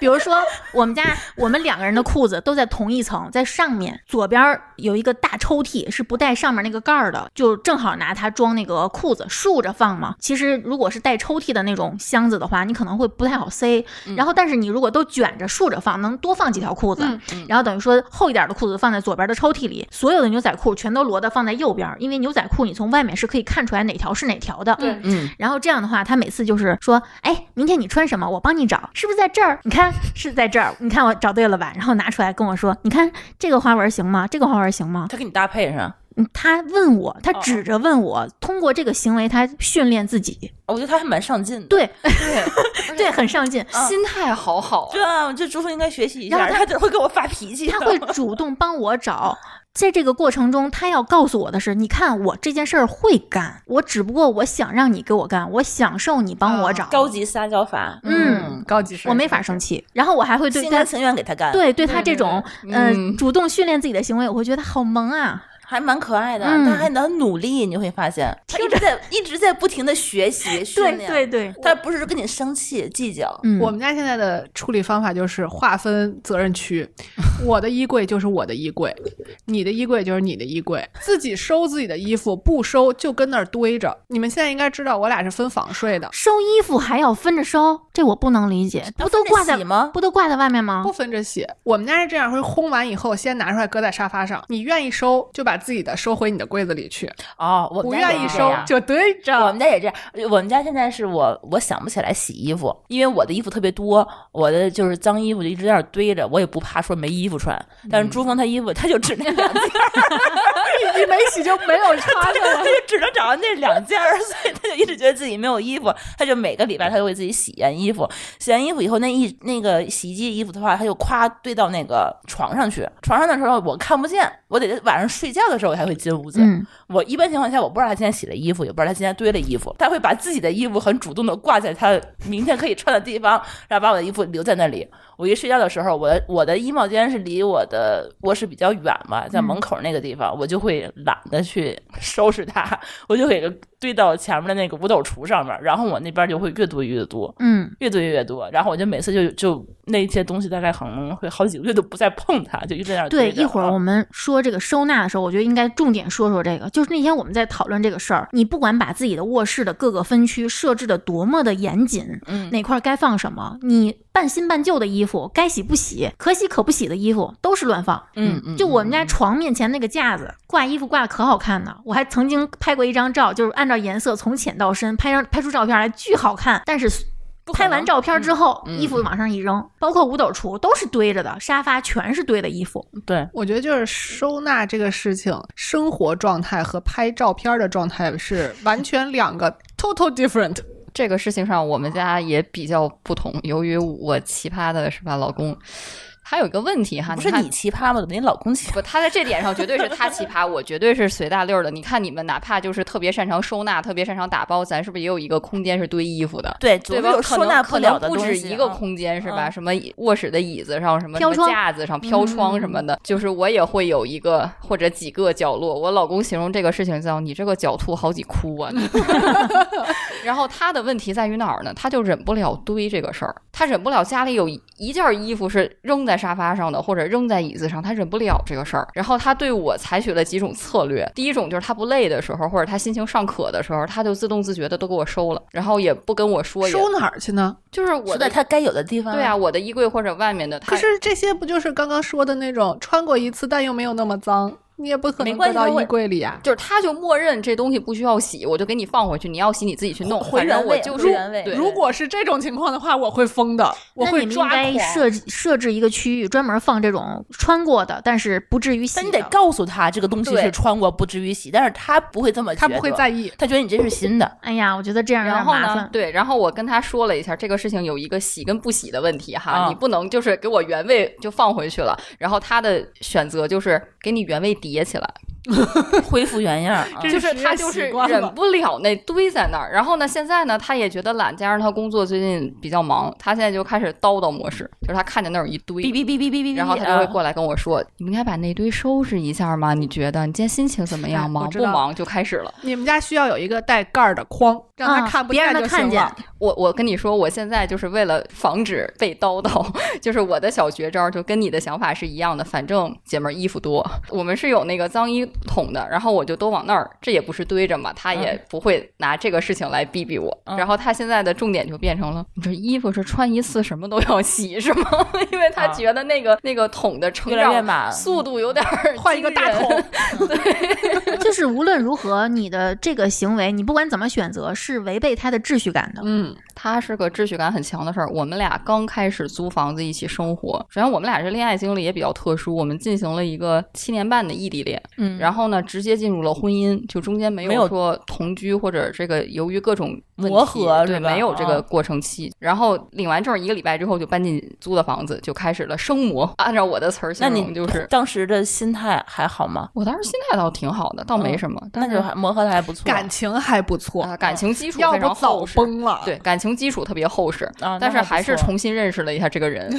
[SPEAKER 3] 比如说，我们家我们两个人的裤子都在同一层，在上面左边儿有一个大抽屉，是不带上面那个盖儿的，就正好拿它装那个裤子，竖着放嘛。其实如果是带抽屉的那种箱子的话，你可能会不太好塞。
[SPEAKER 4] 嗯
[SPEAKER 3] 然后，但是你如果都卷着竖着放，能多放几条裤子。
[SPEAKER 4] 嗯
[SPEAKER 3] 然后等于说厚一点的裤子放在左边的抽屉里，所有的牛仔裤全都摞的放在右边儿，因为牛仔裤你从外面是可以看出来哪条是哪条的。
[SPEAKER 2] 对
[SPEAKER 5] 嗯，
[SPEAKER 3] 然后这样的话，他每次就是说，哎，明天你穿什么，我帮你找，是不是在这儿？你看 是在这儿，你看我找对了吧？然后拿出来跟我说，你看这个花纹行吗？这个花纹行吗？
[SPEAKER 5] 他给你搭配上。
[SPEAKER 3] 嗯他问我，他
[SPEAKER 5] 哦
[SPEAKER 3] 指着问我，通过这个行为，他训练自己，
[SPEAKER 5] 我觉得他还蛮上进的。
[SPEAKER 3] 对
[SPEAKER 2] 对
[SPEAKER 3] 对，很上 进。
[SPEAKER 5] 嗯
[SPEAKER 2] 心态好好啊，
[SPEAKER 5] 对啊，我觉得朱峰应该学习一下，
[SPEAKER 3] 然后他
[SPEAKER 5] 他只会跟我发脾气的。
[SPEAKER 3] 他会主动帮我找。在这个过程中，他要告诉我的是，你看我这件事儿会干，我只不过我想让你给我干，我享受你帮我
[SPEAKER 4] 啊
[SPEAKER 3] 找，
[SPEAKER 5] 哦高级撒娇法，
[SPEAKER 3] 嗯，
[SPEAKER 4] 高级，
[SPEAKER 3] 我没法生气。然后我还会对
[SPEAKER 5] 心
[SPEAKER 3] 他
[SPEAKER 5] 甘情愿给他干。，
[SPEAKER 3] 对对他这种
[SPEAKER 2] 对
[SPEAKER 3] 呃
[SPEAKER 2] 嗯
[SPEAKER 3] 主动训练自己的行为，我会觉得好萌啊！
[SPEAKER 5] 还蛮可爱的，
[SPEAKER 3] 嗯
[SPEAKER 5] 他还很努力，你会发现他一直在一直在不停的 学习训
[SPEAKER 3] 对
[SPEAKER 5] 练，
[SPEAKER 3] 对对，
[SPEAKER 5] 他不是跟你生气计较，
[SPEAKER 3] 嗯，
[SPEAKER 4] 我们家现在的处理方法就是划分责任区，我的衣柜就是我的衣柜，你的衣柜就是你的衣柜，自己收自己的衣服，不收就跟那儿堆着。你们现在应该知道，我俩是分房睡的，
[SPEAKER 3] 收衣服还要分着收，这我不能理解，不都挂在
[SPEAKER 5] 洗吗？
[SPEAKER 3] 不都挂在外面吗
[SPEAKER 4] 不？分着洗。我们家是这样，会烘完以后先拿出来搁在沙发上，你愿意收就把自己的收回你的柜子里去，
[SPEAKER 5] 哦，我
[SPEAKER 4] 不
[SPEAKER 5] 们家
[SPEAKER 4] 愿
[SPEAKER 5] 也
[SPEAKER 4] 意
[SPEAKER 5] 是这
[SPEAKER 4] 收
[SPEAKER 5] 样
[SPEAKER 4] 就堆着。
[SPEAKER 5] 我们家也这样，呃我们家现在是我我想不起来洗衣服，因为我的衣服特别多，我的就是脏衣服就一直在那儿堆着，我也不怕说没衣服穿。但是朱峰他衣服他就只那两件儿，
[SPEAKER 4] 你没洗就没有
[SPEAKER 5] 他
[SPEAKER 4] 穿
[SPEAKER 5] 就
[SPEAKER 4] 的
[SPEAKER 5] 他
[SPEAKER 4] 了。
[SPEAKER 5] 就只能找到那两件儿， 所以他就一直觉得自己没有衣服，他就每个礼拜他都会自己洗一遍衣服，洗完衣服以后那一那个洗衣机衣服的话，他就咵堆到那个床上去，床上的时候我看不见，我得晚上睡觉的时候我才会进屋子。
[SPEAKER 3] 嗯，
[SPEAKER 5] 我一般情况下，我不知道他今天洗了衣服，也不知道他今天堆了衣服。他会把自己的衣服很主动的挂在他明天可以穿的地方，然后把我的衣服留在那里。我一睡觉的时候，我的我的衣帽间是离我的卧室比较远嘛，
[SPEAKER 3] 嗯
[SPEAKER 5] 在门口那个地方，我就会懒得去收拾它，我就给它堆到前面的那个五斗橱上面，然后我那边就会越堆越多。
[SPEAKER 3] 嗯，
[SPEAKER 5] 越堆越多，然后我就每次就就那些东西大概可能会好几个月都不再碰它，就一直在那儿哦
[SPEAKER 3] 对，
[SPEAKER 5] 堆着啊
[SPEAKER 3] 一会儿我们说这个收纳的时候，我觉得应该重点说说这个。就是那天我们在讨论这个事儿，你不管把自己的卧室的各个分区设置的多么的严谨，
[SPEAKER 5] 嗯
[SPEAKER 3] 哪块儿该放什么，你半新半旧的衣服，该洗不洗，可洗可不洗的衣服都是乱放。
[SPEAKER 5] 嗯嗯
[SPEAKER 3] 就我们家床面前那个架子挂衣服挂的可好看呢，我还曾经拍过一张照，就是按照颜色从浅到深拍张拍出照片来，巨好看。但是
[SPEAKER 5] 不可
[SPEAKER 3] 拍完
[SPEAKER 5] 能
[SPEAKER 3] 照片之后，
[SPEAKER 5] 嗯
[SPEAKER 3] 衣服往上一扔，包括五斗橱都是堆着的，沙发全是堆的衣服。
[SPEAKER 5] 对，
[SPEAKER 4] 我觉得就是收纳这个事情，生活状态和拍照片的状态是完全两个 total different。
[SPEAKER 2] 这个事情上，我们家也比较不同。由于我奇葩的是吧，老公，他有一个问题哈，
[SPEAKER 5] 不
[SPEAKER 2] 你
[SPEAKER 5] 是
[SPEAKER 2] 看
[SPEAKER 5] 你奇葩吗？怎么你老公奇葩？
[SPEAKER 2] 不，他在这点上绝对是他奇葩，我绝对是随大溜儿的。你看你们，哪怕就是特别擅长收纳，特别擅长打包，咱是不是也有一个空间是堆衣服的？
[SPEAKER 5] 对，总
[SPEAKER 2] 对
[SPEAKER 5] 是
[SPEAKER 2] 吧？
[SPEAKER 5] 有
[SPEAKER 2] 可
[SPEAKER 5] 收
[SPEAKER 2] 能
[SPEAKER 5] 纳
[SPEAKER 2] 可
[SPEAKER 5] 了
[SPEAKER 2] 能
[SPEAKER 5] 的
[SPEAKER 2] 不
[SPEAKER 5] 东
[SPEAKER 2] 止
[SPEAKER 5] 西
[SPEAKER 2] 一个
[SPEAKER 5] 啊
[SPEAKER 2] 空间是
[SPEAKER 5] 嗯
[SPEAKER 2] 吧？什么卧室的椅子上，什么什
[SPEAKER 3] 飘
[SPEAKER 2] 么
[SPEAKER 3] 窗
[SPEAKER 2] 架子上、飘窗什么的，就是我也会有一个或者几个角落。我老公形容这个事情叫“你这个狡兔好几窟啊”，你然后他的问题在于哪儿呢？他就忍不了堆这个事儿，他忍不了家里有一一件衣服是扔在沙发上的，或者扔在椅子上，他忍不了这个事儿。然后他对我采取了几种策略，第一种就是他不累的时候，或者他心情尚可的时候，他就自动自觉的都给我收了，然后也不跟我说也，
[SPEAKER 4] 收哪儿去呢？
[SPEAKER 2] 就是我
[SPEAKER 5] 是在
[SPEAKER 2] 的。
[SPEAKER 5] 他该有的地方。
[SPEAKER 2] 对啊，，我的衣柜或者外面的，他
[SPEAKER 4] 可是这些不就是刚刚说的那种穿过一次但又没有那么脏，你也不可
[SPEAKER 5] 没
[SPEAKER 4] 能
[SPEAKER 5] 关
[SPEAKER 4] 搁
[SPEAKER 5] 系
[SPEAKER 4] 到
[SPEAKER 5] 它会
[SPEAKER 4] 衣柜里啊。
[SPEAKER 2] 就是他就默认这东西不需要洗，我就给你放回去，你要洗你自己去弄，
[SPEAKER 5] 回
[SPEAKER 2] 反正
[SPEAKER 5] 原
[SPEAKER 2] 我
[SPEAKER 5] 位
[SPEAKER 2] 就
[SPEAKER 5] 回
[SPEAKER 2] 是
[SPEAKER 5] 原位
[SPEAKER 2] 对
[SPEAKER 4] 如果是这种情况的话，我会疯的，我
[SPEAKER 3] 那
[SPEAKER 4] 会
[SPEAKER 3] 你们应
[SPEAKER 4] 抓
[SPEAKER 3] 该
[SPEAKER 4] 狂。
[SPEAKER 3] 设置设置一个区域专门放这种穿过的，但是不至于洗
[SPEAKER 5] 但你
[SPEAKER 3] 的。
[SPEAKER 5] 得告诉他这个东西
[SPEAKER 2] 对
[SPEAKER 5] 是穿过不至于洗，但是他不会这么觉
[SPEAKER 4] 他
[SPEAKER 5] 得，
[SPEAKER 4] 不会在意。
[SPEAKER 5] 他觉得你这是新的。
[SPEAKER 3] 哎呀，我觉得这样有
[SPEAKER 2] 然
[SPEAKER 3] 点
[SPEAKER 2] 后
[SPEAKER 3] 麻
[SPEAKER 2] 呢
[SPEAKER 3] 烦，。
[SPEAKER 2] 对，然后我跟他说了一下这个事情有一个洗跟不洗的问题哈，
[SPEAKER 5] 啊
[SPEAKER 4] 嗯
[SPEAKER 2] 你不能就是给我原位就放回去了。然后他的选择就是给你原位叠起来，
[SPEAKER 5] 恢复原样啊
[SPEAKER 4] 嗯 这！
[SPEAKER 2] 就是是
[SPEAKER 4] 职业
[SPEAKER 2] 他就是
[SPEAKER 4] 习惯
[SPEAKER 2] 忍
[SPEAKER 4] 了
[SPEAKER 2] 不了那堆在那儿。然后呢，现在呢，他也觉得懒，加上他工作最近比较忙，他现在就开始叨叨模式，就是他看见那儿有一堆，
[SPEAKER 5] 哔哔哔哔哔哔哔，
[SPEAKER 2] 然后他就会
[SPEAKER 5] 啊
[SPEAKER 2] 过来跟我说：“你们应该把那堆收拾一下吗？你觉得你今天心情怎么
[SPEAKER 4] 哎
[SPEAKER 2] 样？
[SPEAKER 4] 我
[SPEAKER 2] 忙
[SPEAKER 4] 知
[SPEAKER 2] 不
[SPEAKER 4] 道
[SPEAKER 2] 忙？”就开始了。
[SPEAKER 4] 你们家需要有一个带盖儿的框，让他
[SPEAKER 3] 啊
[SPEAKER 4] 看不
[SPEAKER 3] 别让
[SPEAKER 4] 见
[SPEAKER 3] 他
[SPEAKER 4] 就
[SPEAKER 3] 看
[SPEAKER 4] 行
[SPEAKER 3] 见
[SPEAKER 4] 了。
[SPEAKER 2] 我我跟你说，我现在就是为了防止被叨叨， 就是我的小绝招儿就跟你的想法是一样的。反正姐们儿衣服多，我们是有那个脏衣桶的，然后我就都往那儿，这也不是堆着嘛，他也不会拿这个事情来逼逼我。
[SPEAKER 5] 嗯
[SPEAKER 2] 然后他现在的重点就变成了，你这衣服是穿一次什么都要洗是吗？ 因为他
[SPEAKER 5] 啊
[SPEAKER 2] 觉得那个、那个桶的成
[SPEAKER 5] 越来越
[SPEAKER 2] 长
[SPEAKER 5] 满。
[SPEAKER 2] 速度有点儿
[SPEAKER 5] 啊
[SPEAKER 4] 换一个
[SPEAKER 2] 惊
[SPEAKER 4] 大
[SPEAKER 2] 人
[SPEAKER 4] 桶，
[SPEAKER 3] 就是无论如何，你的这个行为，你不管怎么选择，是违背他的秩序感的。
[SPEAKER 4] 嗯，
[SPEAKER 2] 他是个秩序感很强的事儿。我们俩刚开始租房子一起生活，首先我们俩这恋爱经历也比较特殊，我们进行了一个七年半的异地恋，
[SPEAKER 5] 嗯
[SPEAKER 2] 然后呢，直接进入了婚姻，就中间没
[SPEAKER 5] 没有
[SPEAKER 2] 有说同居或者这个由于各种问题
[SPEAKER 5] 磨合
[SPEAKER 2] 对，
[SPEAKER 5] 是吧
[SPEAKER 2] 没有这个
[SPEAKER 5] 啊
[SPEAKER 2] 过程期。然后领完证一个礼拜之后就搬进租的房子，就开始了生磨。按照我的词儿形
[SPEAKER 5] 那
[SPEAKER 2] 容
[SPEAKER 5] 你
[SPEAKER 2] 就是。
[SPEAKER 5] 当时的心态还好吗？
[SPEAKER 2] 我当时心态倒挺好的，倒没什么，但
[SPEAKER 5] 嗯那
[SPEAKER 2] 是
[SPEAKER 5] 就还磨合的还不错。
[SPEAKER 4] 感情还不错，
[SPEAKER 2] 啊、感情基础
[SPEAKER 4] 要
[SPEAKER 2] 非常
[SPEAKER 4] 不早
[SPEAKER 2] 厚实，
[SPEAKER 4] 崩了。
[SPEAKER 2] 对，感情基础特别厚实，
[SPEAKER 5] 啊啊那
[SPEAKER 2] 但是
[SPEAKER 5] 还不
[SPEAKER 2] 还是
[SPEAKER 5] 错
[SPEAKER 2] 重新认识了一下这个人。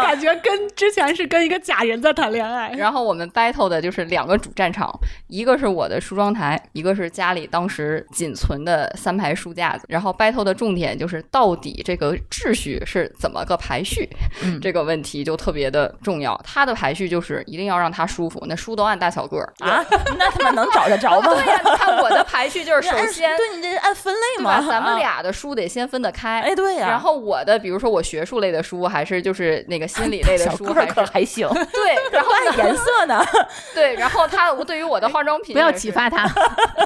[SPEAKER 4] 感觉跟之前是跟一个假人在谈恋 爱。
[SPEAKER 2] 然后我们 battle 的就是两个主战场，一个是我的梳妆台，一个是家里当时仅存的三排书架子。然后 battle 的重点就是到底这个秩序是怎么个排序，
[SPEAKER 5] 嗯
[SPEAKER 2] 这个问题就特别的重要。它的排序就是一定要让它舒服，那书都按大小个儿。
[SPEAKER 5] 啊，那他妈能找得着吗？
[SPEAKER 2] 对 呀、你看我的排序 就是首
[SPEAKER 5] 按
[SPEAKER 2] 先。
[SPEAKER 5] 对你这是按分类
[SPEAKER 2] 对
[SPEAKER 5] 吗
[SPEAKER 2] 吧？？咱们
[SPEAKER 5] 啊，
[SPEAKER 2] 俩的书得先分得开，
[SPEAKER 5] 哎，对呀、
[SPEAKER 2] 然后我的，比如说我学术类的书，还是就是那个心理类的
[SPEAKER 5] 小
[SPEAKER 2] 书，
[SPEAKER 5] 个儿可
[SPEAKER 2] 还是
[SPEAKER 5] 还行，
[SPEAKER 2] 对，然
[SPEAKER 5] 然
[SPEAKER 2] 后
[SPEAKER 5] 后按颜 色呢，
[SPEAKER 2] 对，然后他对于我的化妆品
[SPEAKER 3] 不要
[SPEAKER 2] 也是
[SPEAKER 3] 启发他。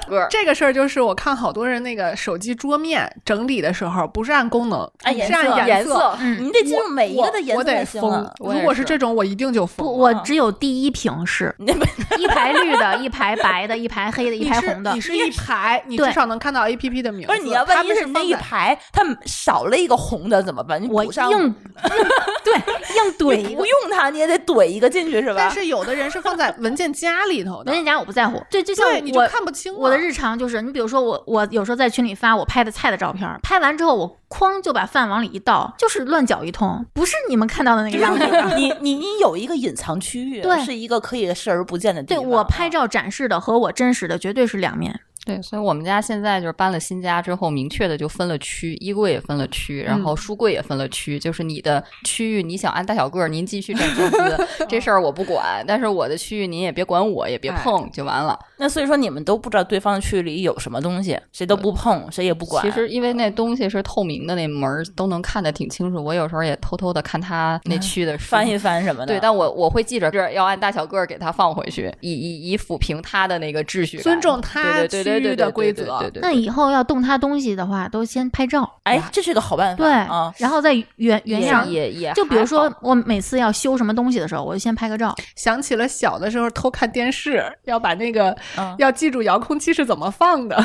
[SPEAKER 2] 个儿，
[SPEAKER 4] 这个事儿就是我看好多人那个手机桌面整理的时候，不是按功能，
[SPEAKER 5] 按颜
[SPEAKER 4] 是按
[SPEAKER 5] 色
[SPEAKER 4] 颜
[SPEAKER 2] 颜色
[SPEAKER 3] 嗯，
[SPEAKER 5] 你得记住每一个的颜
[SPEAKER 4] 我
[SPEAKER 5] 色才
[SPEAKER 4] 得
[SPEAKER 5] 行
[SPEAKER 4] 疯
[SPEAKER 5] 啊。。，
[SPEAKER 2] 我
[SPEAKER 4] 如
[SPEAKER 2] 也
[SPEAKER 4] 果是
[SPEAKER 2] 是
[SPEAKER 4] 这种，我一定就
[SPEAKER 3] 不，
[SPEAKER 4] 疯了。
[SPEAKER 3] 我只有第一瓶是
[SPEAKER 5] 你们
[SPEAKER 3] 一排绿的，一排白的，一排黑的，一
[SPEAKER 4] 你
[SPEAKER 3] 排
[SPEAKER 4] 是
[SPEAKER 3] 红的
[SPEAKER 4] 你。是一排，你
[SPEAKER 3] 对
[SPEAKER 4] 至少能看到 A P P 的名
[SPEAKER 5] 不
[SPEAKER 4] 字。
[SPEAKER 5] 是你要
[SPEAKER 4] 他
[SPEAKER 5] 万一
[SPEAKER 4] 们
[SPEAKER 5] 是
[SPEAKER 4] 是
[SPEAKER 5] 那
[SPEAKER 4] 放
[SPEAKER 5] 一
[SPEAKER 4] 在
[SPEAKER 5] 排，它少了一个红的怎么办？你
[SPEAKER 3] 我
[SPEAKER 5] 补
[SPEAKER 3] 硬
[SPEAKER 5] 上，
[SPEAKER 3] 硬对硬怼一
[SPEAKER 5] 你
[SPEAKER 3] 个
[SPEAKER 5] 不。用它你也得怼一个进去是吧
[SPEAKER 4] 但？是有的人是放在文件夹里头的
[SPEAKER 3] 文，件夹我不在乎，对，就像
[SPEAKER 4] 对，你就
[SPEAKER 3] 我
[SPEAKER 4] 看不清了。
[SPEAKER 3] 我的日常就是，你比如说我，我有时候在群里发我拍的菜的照片儿，拍完之后我哐就把饭往里一倒，就是乱搅一通，不是你们看到的那个 样子。
[SPEAKER 5] 你你你有一个隐藏区域，啊
[SPEAKER 3] 对
[SPEAKER 5] 是一个可以视而不见的地
[SPEAKER 3] 对
[SPEAKER 5] 方。啊
[SPEAKER 3] 我
[SPEAKER 2] 啊
[SPEAKER 3] 拍照展示的和我真实的绝对是两面。
[SPEAKER 2] 对，所以我们家现在就是搬了新家之后，明确的就分了区，衣柜也分了区，然后书柜也分了区，就是你的区域，你想按大小个儿，您继续占中 间，这事儿我不管，但是我的区域您也别管我，也别
[SPEAKER 4] 哎
[SPEAKER 2] 碰，就完了。
[SPEAKER 5] 那所以说你们都不知道对方区里有什么东西，谁都不碰，谁也不管。
[SPEAKER 2] 其实因为那东西是透明的，那门儿都能看得挺清楚，我有时候也偷偷的看他那区的书。
[SPEAKER 5] 翻一翻什么的，
[SPEAKER 2] 对，但我我会记着，这要按大小个儿给他放回去，以以以抚平他的那个秩序感，
[SPEAKER 4] 尊重他
[SPEAKER 2] 对对对对
[SPEAKER 4] 区域
[SPEAKER 2] 对
[SPEAKER 4] 的
[SPEAKER 2] 对
[SPEAKER 4] 规
[SPEAKER 2] 对
[SPEAKER 4] 则
[SPEAKER 2] 对对
[SPEAKER 3] 那
[SPEAKER 2] 对
[SPEAKER 3] 以后要动他东西的话，都先拍照，
[SPEAKER 5] 哎，这是个好办法。
[SPEAKER 3] 对，
[SPEAKER 5] 啊，
[SPEAKER 3] 然后再原
[SPEAKER 2] 也
[SPEAKER 3] 原样儿。
[SPEAKER 2] 也也
[SPEAKER 3] 就比
[SPEAKER 2] 还
[SPEAKER 3] 如说
[SPEAKER 2] 好，。
[SPEAKER 3] 我每次要修什么东西的时候，我就先拍个照。
[SPEAKER 4] 想起了小的时候偷看电视，要把那个、
[SPEAKER 5] 嗯
[SPEAKER 4] 要记住遥控器是怎么放的。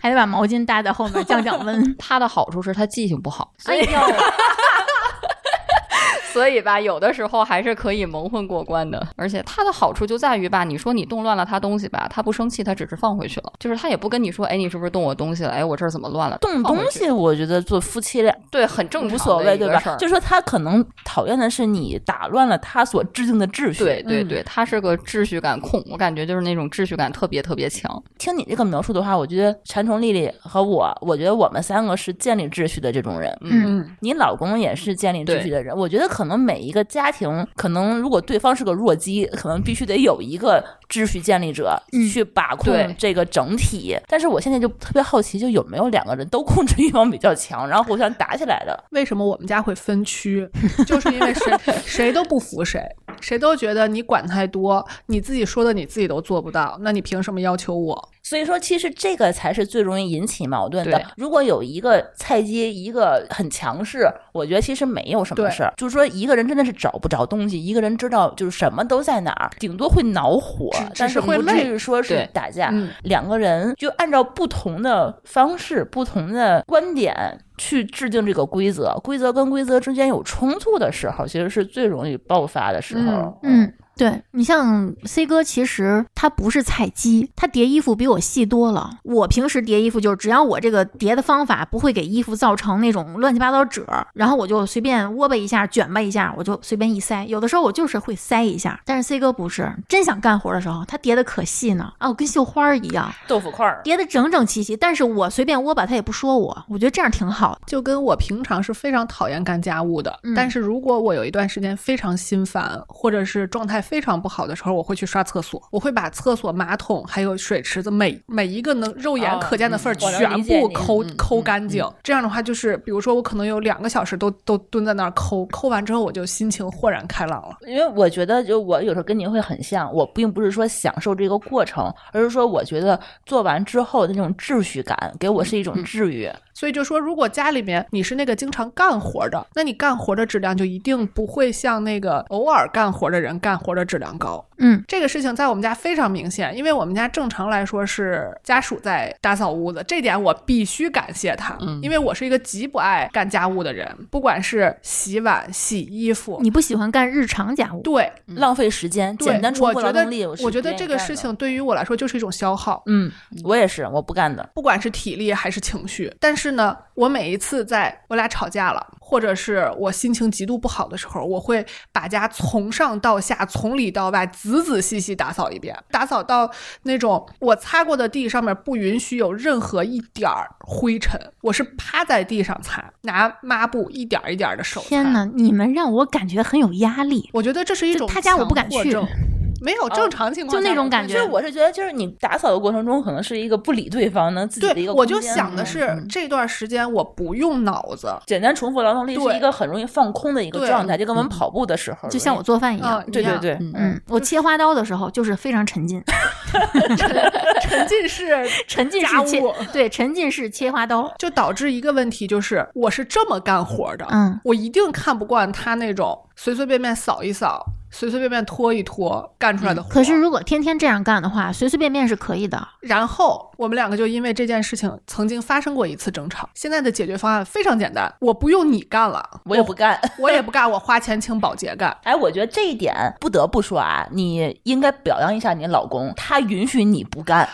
[SPEAKER 3] 还得把毛巾搭在后面降降温
[SPEAKER 2] 它的好处是它记性不好，
[SPEAKER 3] 哎 呦，
[SPEAKER 2] 所以吧，有的时候还是可以蒙混过关的。而且它的好处就在于吧，你说你动乱了它东西吧，它不生气，它只是放回去了，就是它也不跟你说，哎，你是不是动我东西了？哎，我这儿怎么乱了？
[SPEAKER 5] 动
[SPEAKER 2] 放
[SPEAKER 5] 东
[SPEAKER 2] 回去，
[SPEAKER 5] 西，我觉得做夫妻俩
[SPEAKER 2] 对，很正常，。
[SPEAKER 5] 无所谓，对吧？就是说他可能讨厌的是你打乱了他所制定的秩序。
[SPEAKER 2] 对对对，它是个秩序感控，我感觉就是那种秩序感特别特别强。
[SPEAKER 5] 听你这个描述的话，我觉得馋虫丽丽和我，我觉得我们三个是建立秩序的这种人。
[SPEAKER 3] 嗯，
[SPEAKER 5] 你老公也是建立秩序的人，我觉得可能每一个家庭，可能如果对方是个弱鸡，可能必须得有一个秩序建立者、
[SPEAKER 3] 嗯
[SPEAKER 5] 去把控
[SPEAKER 2] 对
[SPEAKER 5] 这个整体。但是我现在就特别好奇，就有没有两个人都控制欲望比较强，然后互相打起来的？
[SPEAKER 4] 为什么我们家会分区？就是因为谁 谁都不服谁，谁都觉得你管太多，你自己说的你自己都做不到，那你凭什么要求我？
[SPEAKER 5] 所以说，其实这个才是最容易引起矛盾的
[SPEAKER 2] 对。
[SPEAKER 5] 如果有一个菜鸡，一个很强势，我觉得其实没有什么
[SPEAKER 4] 对
[SPEAKER 5] 事儿。就是说，一个人真的是找不着东西，一个人知道就是什么都在哪儿，顶多会恼火
[SPEAKER 4] 只，
[SPEAKER 5] 但
[SPEAKER 4] 只
[SPEAKER 5] 是
[SPEAKER 4] 是会
[SPEAKER 5] 不
[SPEAKER 4] 累
[SPEAKER 5] 至于说是
[SPEAKER 2] 对
[SPEAKER 5] 打架。
[SPEAKER 4] 嗯
[SPEAKER 5] 两个人就按照不同的方式、不同的观点去制定这个规则，规则跟规则之间有冲突的时候，其实是最容易爆发的时候。
[SPEAKER 3] 嗯，对你像 C 哥，其实他不是菜鸡，他叠衣服比我细多了。我平时叠衣服就是，只要我这个叠的方法不会给衣服造成那种乱七八糟褶儿，然后我就随便窝巴一下、卷吧一下，我就随便一塞。有的时候我就是会塞一下，但是 C 哥不是，真想干活的时候，他叠的可细呢，啊，我跟绣花儿一样，
[SPEAKER 5] 豆腐块儿，
[SPEAKER 3] 叠的整整齐齐。但是我随便窝巴，他也不说我，我觉得这样挺好的。
[SPEAKER 4] 就跟我平常是非常讨厌干家务的，
[SPEAKER 3] 嗯
[SPEAKER 4] 但是如果我有一段时间非常心烦，或者是状态非常不好的时候，我会去刷厕所，我会把厕所、马桶还有水池子每每一个能肉眼
[SPEAKER 5] 哦
[SPEAKER 4] 可见的缝儿
[SPEAKER 5] 嗯我能
[SPEAKER 4] 全
[SPEAKER 5] 理解
[SPEAKER 4] 部
[SPEAKER 5] 你
[SPEAKER 4] 抠、
[SPEAKER 5] 嗯
[SPEAKER 4] 抠干净。这样的话，就是比如说我可能有两个小时都都蹲在那儿抠，抠完之后我就心情豁然开朗了。
[SPEAKER 5] 因为我觉得，就我有时候跟您会很像，我并不是说享受这个过程，而是说我觉得做完之后的那种秩序感，给我是一
[SPEAKER 4] 嗯
[SPEAKER 5] 种治愈。
[SPEAKER 4] 所以就说，如果家里面你是那个经常干活的，那你干活的质量就一定不会像那个偶尔干活的人干活的质量高。
[SPEAKER 3] 嗯
[SPEAKER 4] 这个事情在我们家非常明显，因为我们家正常来说是家属在打扫屋子，这点我必须感谢他，
[SPEAKER 2] 嗯
[SPEAKER 4] 因为我是一个极不爱干家务的人，不管是洗碗、洗衣服，
[SPEAKER 3] 你不喜欢干日常家务，
[SPEAKER 4] 对
[SPEAKER 5] 浪费时间，
[SPEAKER 4] 嗯对
[SPEAKER 5] 简单，重
[SPEAKER 4] 我
[SPEAKER 5] 复
[SPEAKER 4] 觉
[SPEAKER 5] 劳
[SPEAKER 4] 得
[SPEAKER 5] 动力，是
[SPEAKER 4] 我觉
[SPEAKER 5] 不
[SPEAKER 4] 得
[SPEAKER 5] 愿意
[SPEAKER 4] 这个
[SPEAKER 5] 干
[SPEAKER 4] 事
[SPEAKER 5] 的，
[SPEAKER 4] 情对于我来说就是一种消耗，
[SPEAKER 5] 嗯，我也是，我不干的。
[SPEAKER 4] 不管是体力还是情绪。但是呢，我每一次在我俩吵架了，或者是我心情极度不好的时候，我会把家从上到下、从里到外仔仔细细打扫一遍，打扫到那种我擦过的地上面不允许有任何一点儿灰尘，我是趴在地上擦，拿抹布一点儿一点儿的手。
[SPEAKER 3] 天
[SPEAKER 4] 哪！
[SPEAKER 3] 哪，你们让我感觉很有压力。
[SPEAKER 4] 我觉得这是一
[SPEAKER 3] 就
[SPEAKER 4] 种
[SPEAKER 3] 他家我不敢
[SPEAKER 4] 强迫
[SPEAKER 3] 去
[SPEAKER 4] 症，没有正常情况
[SPEAKER 3] 就
[SPEAKER 4] 下
[SPEAKER 3] 那种
[SPEAKER 4] 我
[SPEAKER 3] 感
[SPEAKER 4] 会
[SPEAKER 3] 觉
[SPEAKER 5] 就是我是觉得，就是你打扫的过程中，可能是一个不理对方能自己的一
[SPEAKER 4] 对，
[SPEAKER 5] 个
[SPEAKER 4] 我就
[SPEAKER 5] 空间
[SPEAKER 4] 想的是
[SPEAKER 5] 嗯
[SPEAKER 4] 这段时间我不用脑子，
[SPEAKER 5] 简单重复劳动力是
[SPEAKER 4] 对
[SPEAKER 5] 一个很容易放空的一个
[SPEAKER 4] 对
[SPEAKER 5] 状态，就跟我们跑步的时候，
[SPEAKER 3] 就像我做饭一样
[SPEAKER 4] 嗯，
[SPEAKER 5] 对
[SPEAKER 4] 一
[SPEAKER 5] 对
[SPEAKER 4] 样
[SPEAKER 5] 对，
[SPEAKER 3] 嗯，我切花刀的时候就是非常沉浸，
[SPEAKER 4] 沉浸式
[SPEAKER 3] 沉浸
[SPEAKER 4] 家
[SPEAKER 3] 式切
[SPEAKER 4] 务，
[SPEAKER 3] 对沉浸式切花刀，
[SPEAKER 4] 就导致一个问题，就是我是这么干活的，
[SPEAKER 3] 嗯，
[SPEAKER 4] 我一定看不惯他那种随随便便扫一扫、随随便便拖一拖干出来的活。
[SPEAKER 3] 嗯可是，如果天天这样干的话，随随便便是可以的。
[SPEAKER 4] 然后我们两个就因为这件事情曾经发生过一次争吵。现在的解决方案非常简单，我不用你干了，
[SPEAKER 5] 我也不干。
[SPEAKER 4] 我也不干，我花钱请保洁干。
[SPEAKER 5] 哎，我觉得这一点不得不说啊，你应该表扬一下你老公，他允许你不干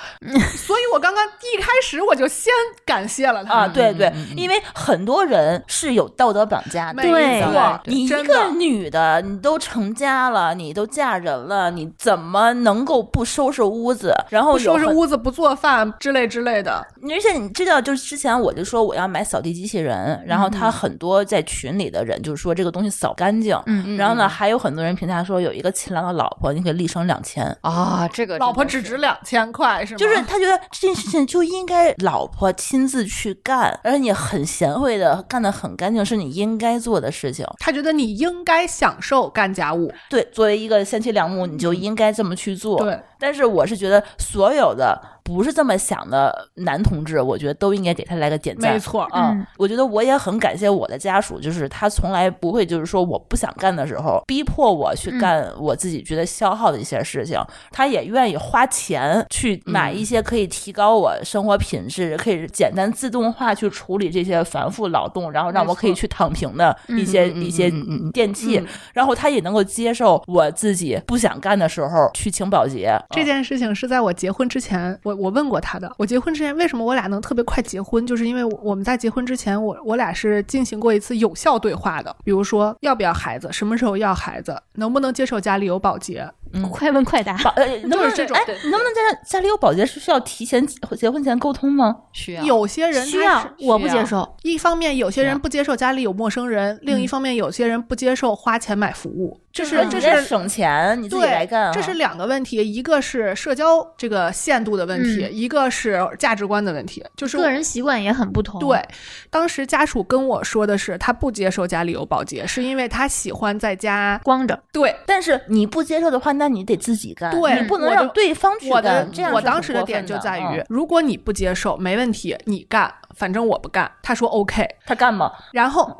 [SPEAKER 4] 所以我刚刚一开始我就先感谢了他
[SPEAKER 5] 啊，对对，因为很多人是有道德绑架的
[SPEAKER 4] 没。
[SPEAKER 3] 对
[SPEAKER 4] 错，
[SPEAKER 5] 你一
[SPEAKER 4] 真
[SPEAKER 5] 个
[SPEAKER 4] 的
[SPEAKER 5] 女的，你都成家了，你都嫁人了，你怎么能够不收拾屋子？然后
[SPEAKER 4] 不
[SPEAKER 5] 有
[SPEAKER 4] 收拾
[SPEAKER 5] 很
[SPEAKER 4] 屋子、不做饭之类之类的，
[SPEAKER 5] 而且你知道，就是之前我就说我要买扫地机器人，然后他很多在群里的人就说这个东西扫干净，
[SPEAKER 3] 嗯
[SPEAKER 5] 然后呢，还有很多人评价说有一个勤劳的老婆，你可以立省两千。
[SPEAKER 2] 啊，这个
[SPEAKER 4] 老婆
[SPEAKER 2] 真
[SPEAKER 4] 只
[SPEAKER 2] 的
[SPEAKER 4] 值
[SPEAKER 2] 是
[SPEAKER 4] 两千块是吗？
[SPEAKER 5] 就是他觉得这件事情就应该老婆亲自去干，而且你很贤惠的干得很干净，是你应该做的事情。
[SPEAKER 4] 他觉得你应该享受干家务，
[SPEAKER 5] 对，作为一个贤妻良母，你就应该这么去做。
[SPEAKER 4] 嗯对，
[SPEAKER 5] 但是我是觉得所有的不是这么想的男同志，我觉得都应该给他来个点赞。
[SPEAKER 4] 没错
[SPEAKER 5] 啊、
[SPEAKER 3] 嗯
[SPEAKER 5] 我觉得我也很感谢我的家属，就是他从来不会就是说我不想干的时候逼迫我
[SPEAKER 4] 嗯
[SPEAKER 5] 去干我自己觉得消耗的一些事情，他也愿意花钱去买
[SPEAKER 4] 嗯
[SPEAKER 5] 一些可以提高我生活品质、可以简单自动化去处理这些繁复劳动，然后让我可以去躺平的
[SPEAKER 4] 嗯
[SPEAKER 5] 一些一些电器，然后他也能够接受我自己不想干的时候去请保洁。啊
[SPEAKER 4] 这件事情是在我结婚之前，我我问过他的。我结婚之前为什么我俩能特别快结婚，就是因为我我们在结婚之前，我我俩是进行过一次有效对话的，比如说要不要孩子，什么时候要孩子，能不能接受家里有保洁，
[SPEAKER 3] 嗯快问快答，
[SPEAKER 5] 保呃，能不
[SPEAKER 4] 就
[SPEAKER 5] 能
[SPEAKER 4] 是这种
[SPEAKER 5] 哎，你能不能在家里有保洁是需要提前结婚前沟通吗？
[SPEAKER 2] 需要
[SPEAKER 4] 有些人 他
[SPEAKER 3] 需要
[SPEAKER 4] 是
[SPEAKER 3] 我不
[SPEAKER 2] 需要
[SPEAKER 3] 接受。
[SPEAKER 4] 一方面，有些
[SPEAKER 5] 是啊
[SPEAKER 4] 人不接受家里有陌生人；另一方面，有些人不接受花钱买服务。这是
[SPEAKER 5] 你
[SPEAKER 4] 这
[SPEAKER 5] 在
[SPEAKER 4] 是
[SPEAKER 5] 省钱，你自己
[SPEAKER 4] 对，
[SPEAKER 5] 来干啊。
[SPEAKER 4] 这是两个问题，一个是社交这个限度的问题，
[SPEAKER 3] 嗯
[SPEAKER 4] 一个是价值观的问题，就是
[SPEAKER 3] 个人习惯也很不同。
[SPEAKER 4] 对，，当时家属跟我说的是，他不接受家里有保洁，是因为他喜欢在家。
[SPEAKER 3] 光着
[SPEAKER 4] 对，
[SPEAKER 5] 但是你不接受的话，那你得自己干，
[SPEAKER 4] 对
[SPEAKER 5] 你不能
[SPEAKER 4] 我
[SPEAKER 5] 让
[SPEAKER 4] 的
[SPEAKER 5] 对方去
[SPEAKER 4] 我的
[SPEAKER 5] 干。这样是
[SPEAKER 4] 我
[SPEAKER 5] 很
[SPEAKER 4] 当时
[SPEAKER 5] 过
[SPEAKER 4] 的
[SPEAKER 5] 分
[SPEAKER 4] 点就在于，
[SPEAKER 5] 嗯
[SPEAKER 4] 如果你不接受，没问题，你干，反正我不干。他说 OK，
[SPEAKER 5] 他干嘛？
[SPEAKER 4] 然后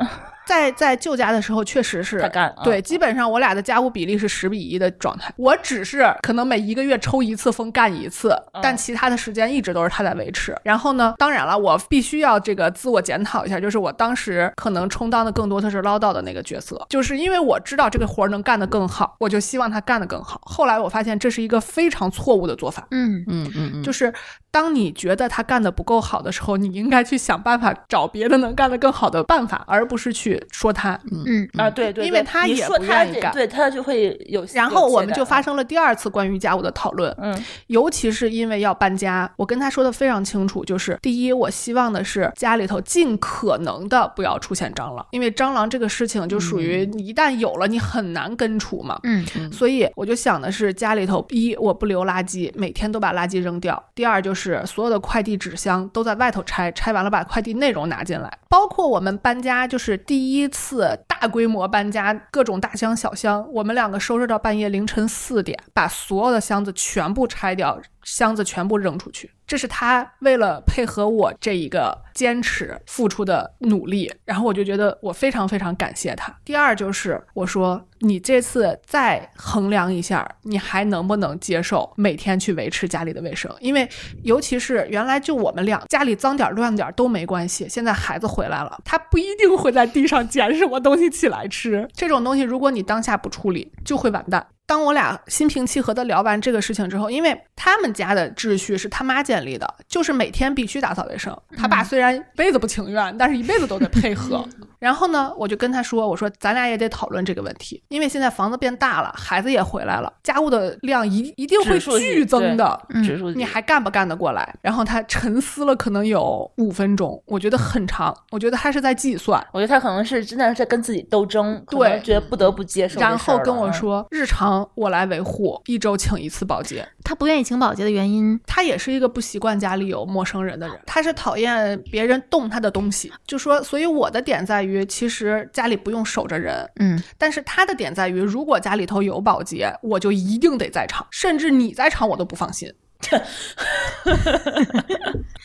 [SPEAKER 4] 在在舅家的时候，确实是
[SPEAKER 5] 他干啊
[SPEAKER 4] 对，基本上我俩的家务比例是十比一的状态。我只是可能每一个月抽一次风干一次，但其他的时间一直都是他在维持。然后呢，当然了，我必须要这个自我检讨一下，就是我当时可能充当的更多的是唠叨的那个角色，就是因为我知道这个活儿能干得更好，我就希望他干得更好。后来我发现这是一个非常错误的做法。
[SPEAKER 3] 嗯，
[SPEAKER 5] 嗯嗯嗯，
[SPEAKER 4] 就是当你觉得他干的不够好的时候，你应该去想办法找别的能干得更好的办法，而不是去说他。
[SPEAKER 3] 嗯
[SPEAKER 5] 啊，对对，
[SPEAKER 4] 嗯因为
[SPEAKER 5] 对
[SPEAKER 4] 他
[SPEAKER 5] 你
[SPEAKER 4] 也
[SPEAKER 5] 说
[SPEAKER 4] 不
[SPEAKER 5] 他
[SPEAKER 4] 愿意
[SPEAKER 5] 这
[SPEAKER 4] 干
[SPEAKER 5] 对他就会有。
[SPEAKER 4] 然后我们就发
[SPEAKER 5] 生，
[SPEAKER 4] 生了第二次关于家务的讨论，
[SPEAKER 5] 嗯
[SPEAKER 4] 尤其是因为要搬家，我跟他说的非常清楚，就是第一，我希望的是家里头尽可能的不要出现蟑螂，因为蟑螂这个事情就属于你一旦有了，你很难根除嘛。
[SPEAKER 3] 嗯，
[SPEAKER 4] 所以我就想的是，家里头一我不留垃圾，每天都把垃圾扔掉；第二就是所有的快递纸箱都在外头拆，拆完了把快递内容拿进来。包括我们搬家，就是第一次大规模搬家，各种大箱小箱，我们两个收拾到半夜凌晨四点，把所有的箱子全部拆掉，箱子全部扔出去。这是他为了配合我这一个坚持付出的努力，然后我就觉得我非常非常感谢他。第二就是我说，你这次再衡量一下，你还能不能接受每天去维持家里的卫生？因为尤其是原来就我们俩家里脏点儿乱点儿都没关系，现在孩子回来了，他不一定会在地上捡什么东西起来吃。这种东西如果你当下不处理，就会完蛋。当我俩心平气和的聊完这个事情之后，因为他们家的秩序是他妈建
[SPEAKER 5] 嗯
[SPEAKER 4] 立的，就是每天必须打扫卫生。他爸虽然一辈子不情愿，但是一辈子都得配合。 然后呢，我就跟他说，我说咱俩也得讨论这个问题，因为现在房子变大了，孩子也回来了，家务的量一一定会
[SPEAKER 5] 指数级
[SPEAKER 4] 剧增的。
[SPEAKER 3] 嗯
[SPEAKER 5] 指数级
[SPEAKER 4] 你还干不干得过来？然后他沉思了可能有五分钟，我觉得很长，
[SPEAKER 5] 嗯
[SPEAKER 4] 我觉得他是在计算，
[SPEAKER 5] 我觉得他可能是真的是在跟自己斗争，可
[SPEAKER 4] 对
[SPEAKER 5] 能觉得不得不接受这事儿了。
[SPEAKER 4] 然后跟我
[SPEAKER 5] 嗯，
[SPEAKER 4] 说日常我来维护，一周请一次保洁。
[SPEAKER 3] 他不愿意请保洁的原因，
[SPEAKER 4] 他也是一个不习惯家里有陌生人的人，他是讨厌别人动他的东西，就说，所以我的点在于，其实家里不用守着人，
[SPEAKER 3] 嗯，
[SPEAKER 4] 但是他的点在于，如果家里头有保洁，我就一定得在场，甚至你在场我都不放心。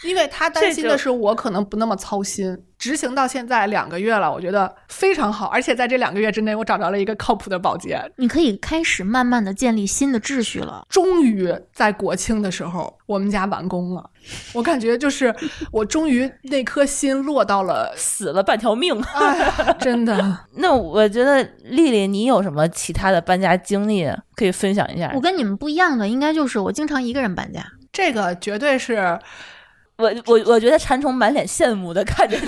[SPEAKER 4] 因为他担心的是我可能不那么操心。执行到现在两个月了，我觉得非常好，而且在这两个月之内，我找着了一个靠谱的保洁，
[SPEAKER 3] 你可以开始慢慢的建立新的秩序了。
[SPEAKER 4] 终于在国庆的时候，我们家完工了。 我感觉就是我终于那颗心落到了，
[SPEAKER 5] 死了半条命。
[SPEAKER 4] 哎呀，真的。
[SPEAKER 5] 那我觉得丽丽，你有什么其他的搬家经历可以分享一下？
[SPEAKER 3] 我跟你们不一样的，应该就是我经常一个人搬家。
[SPEAKER 4] 这个绝对是，
[SPEAKER 5] 我我我觉得馋虫满脸羡慕的看着你，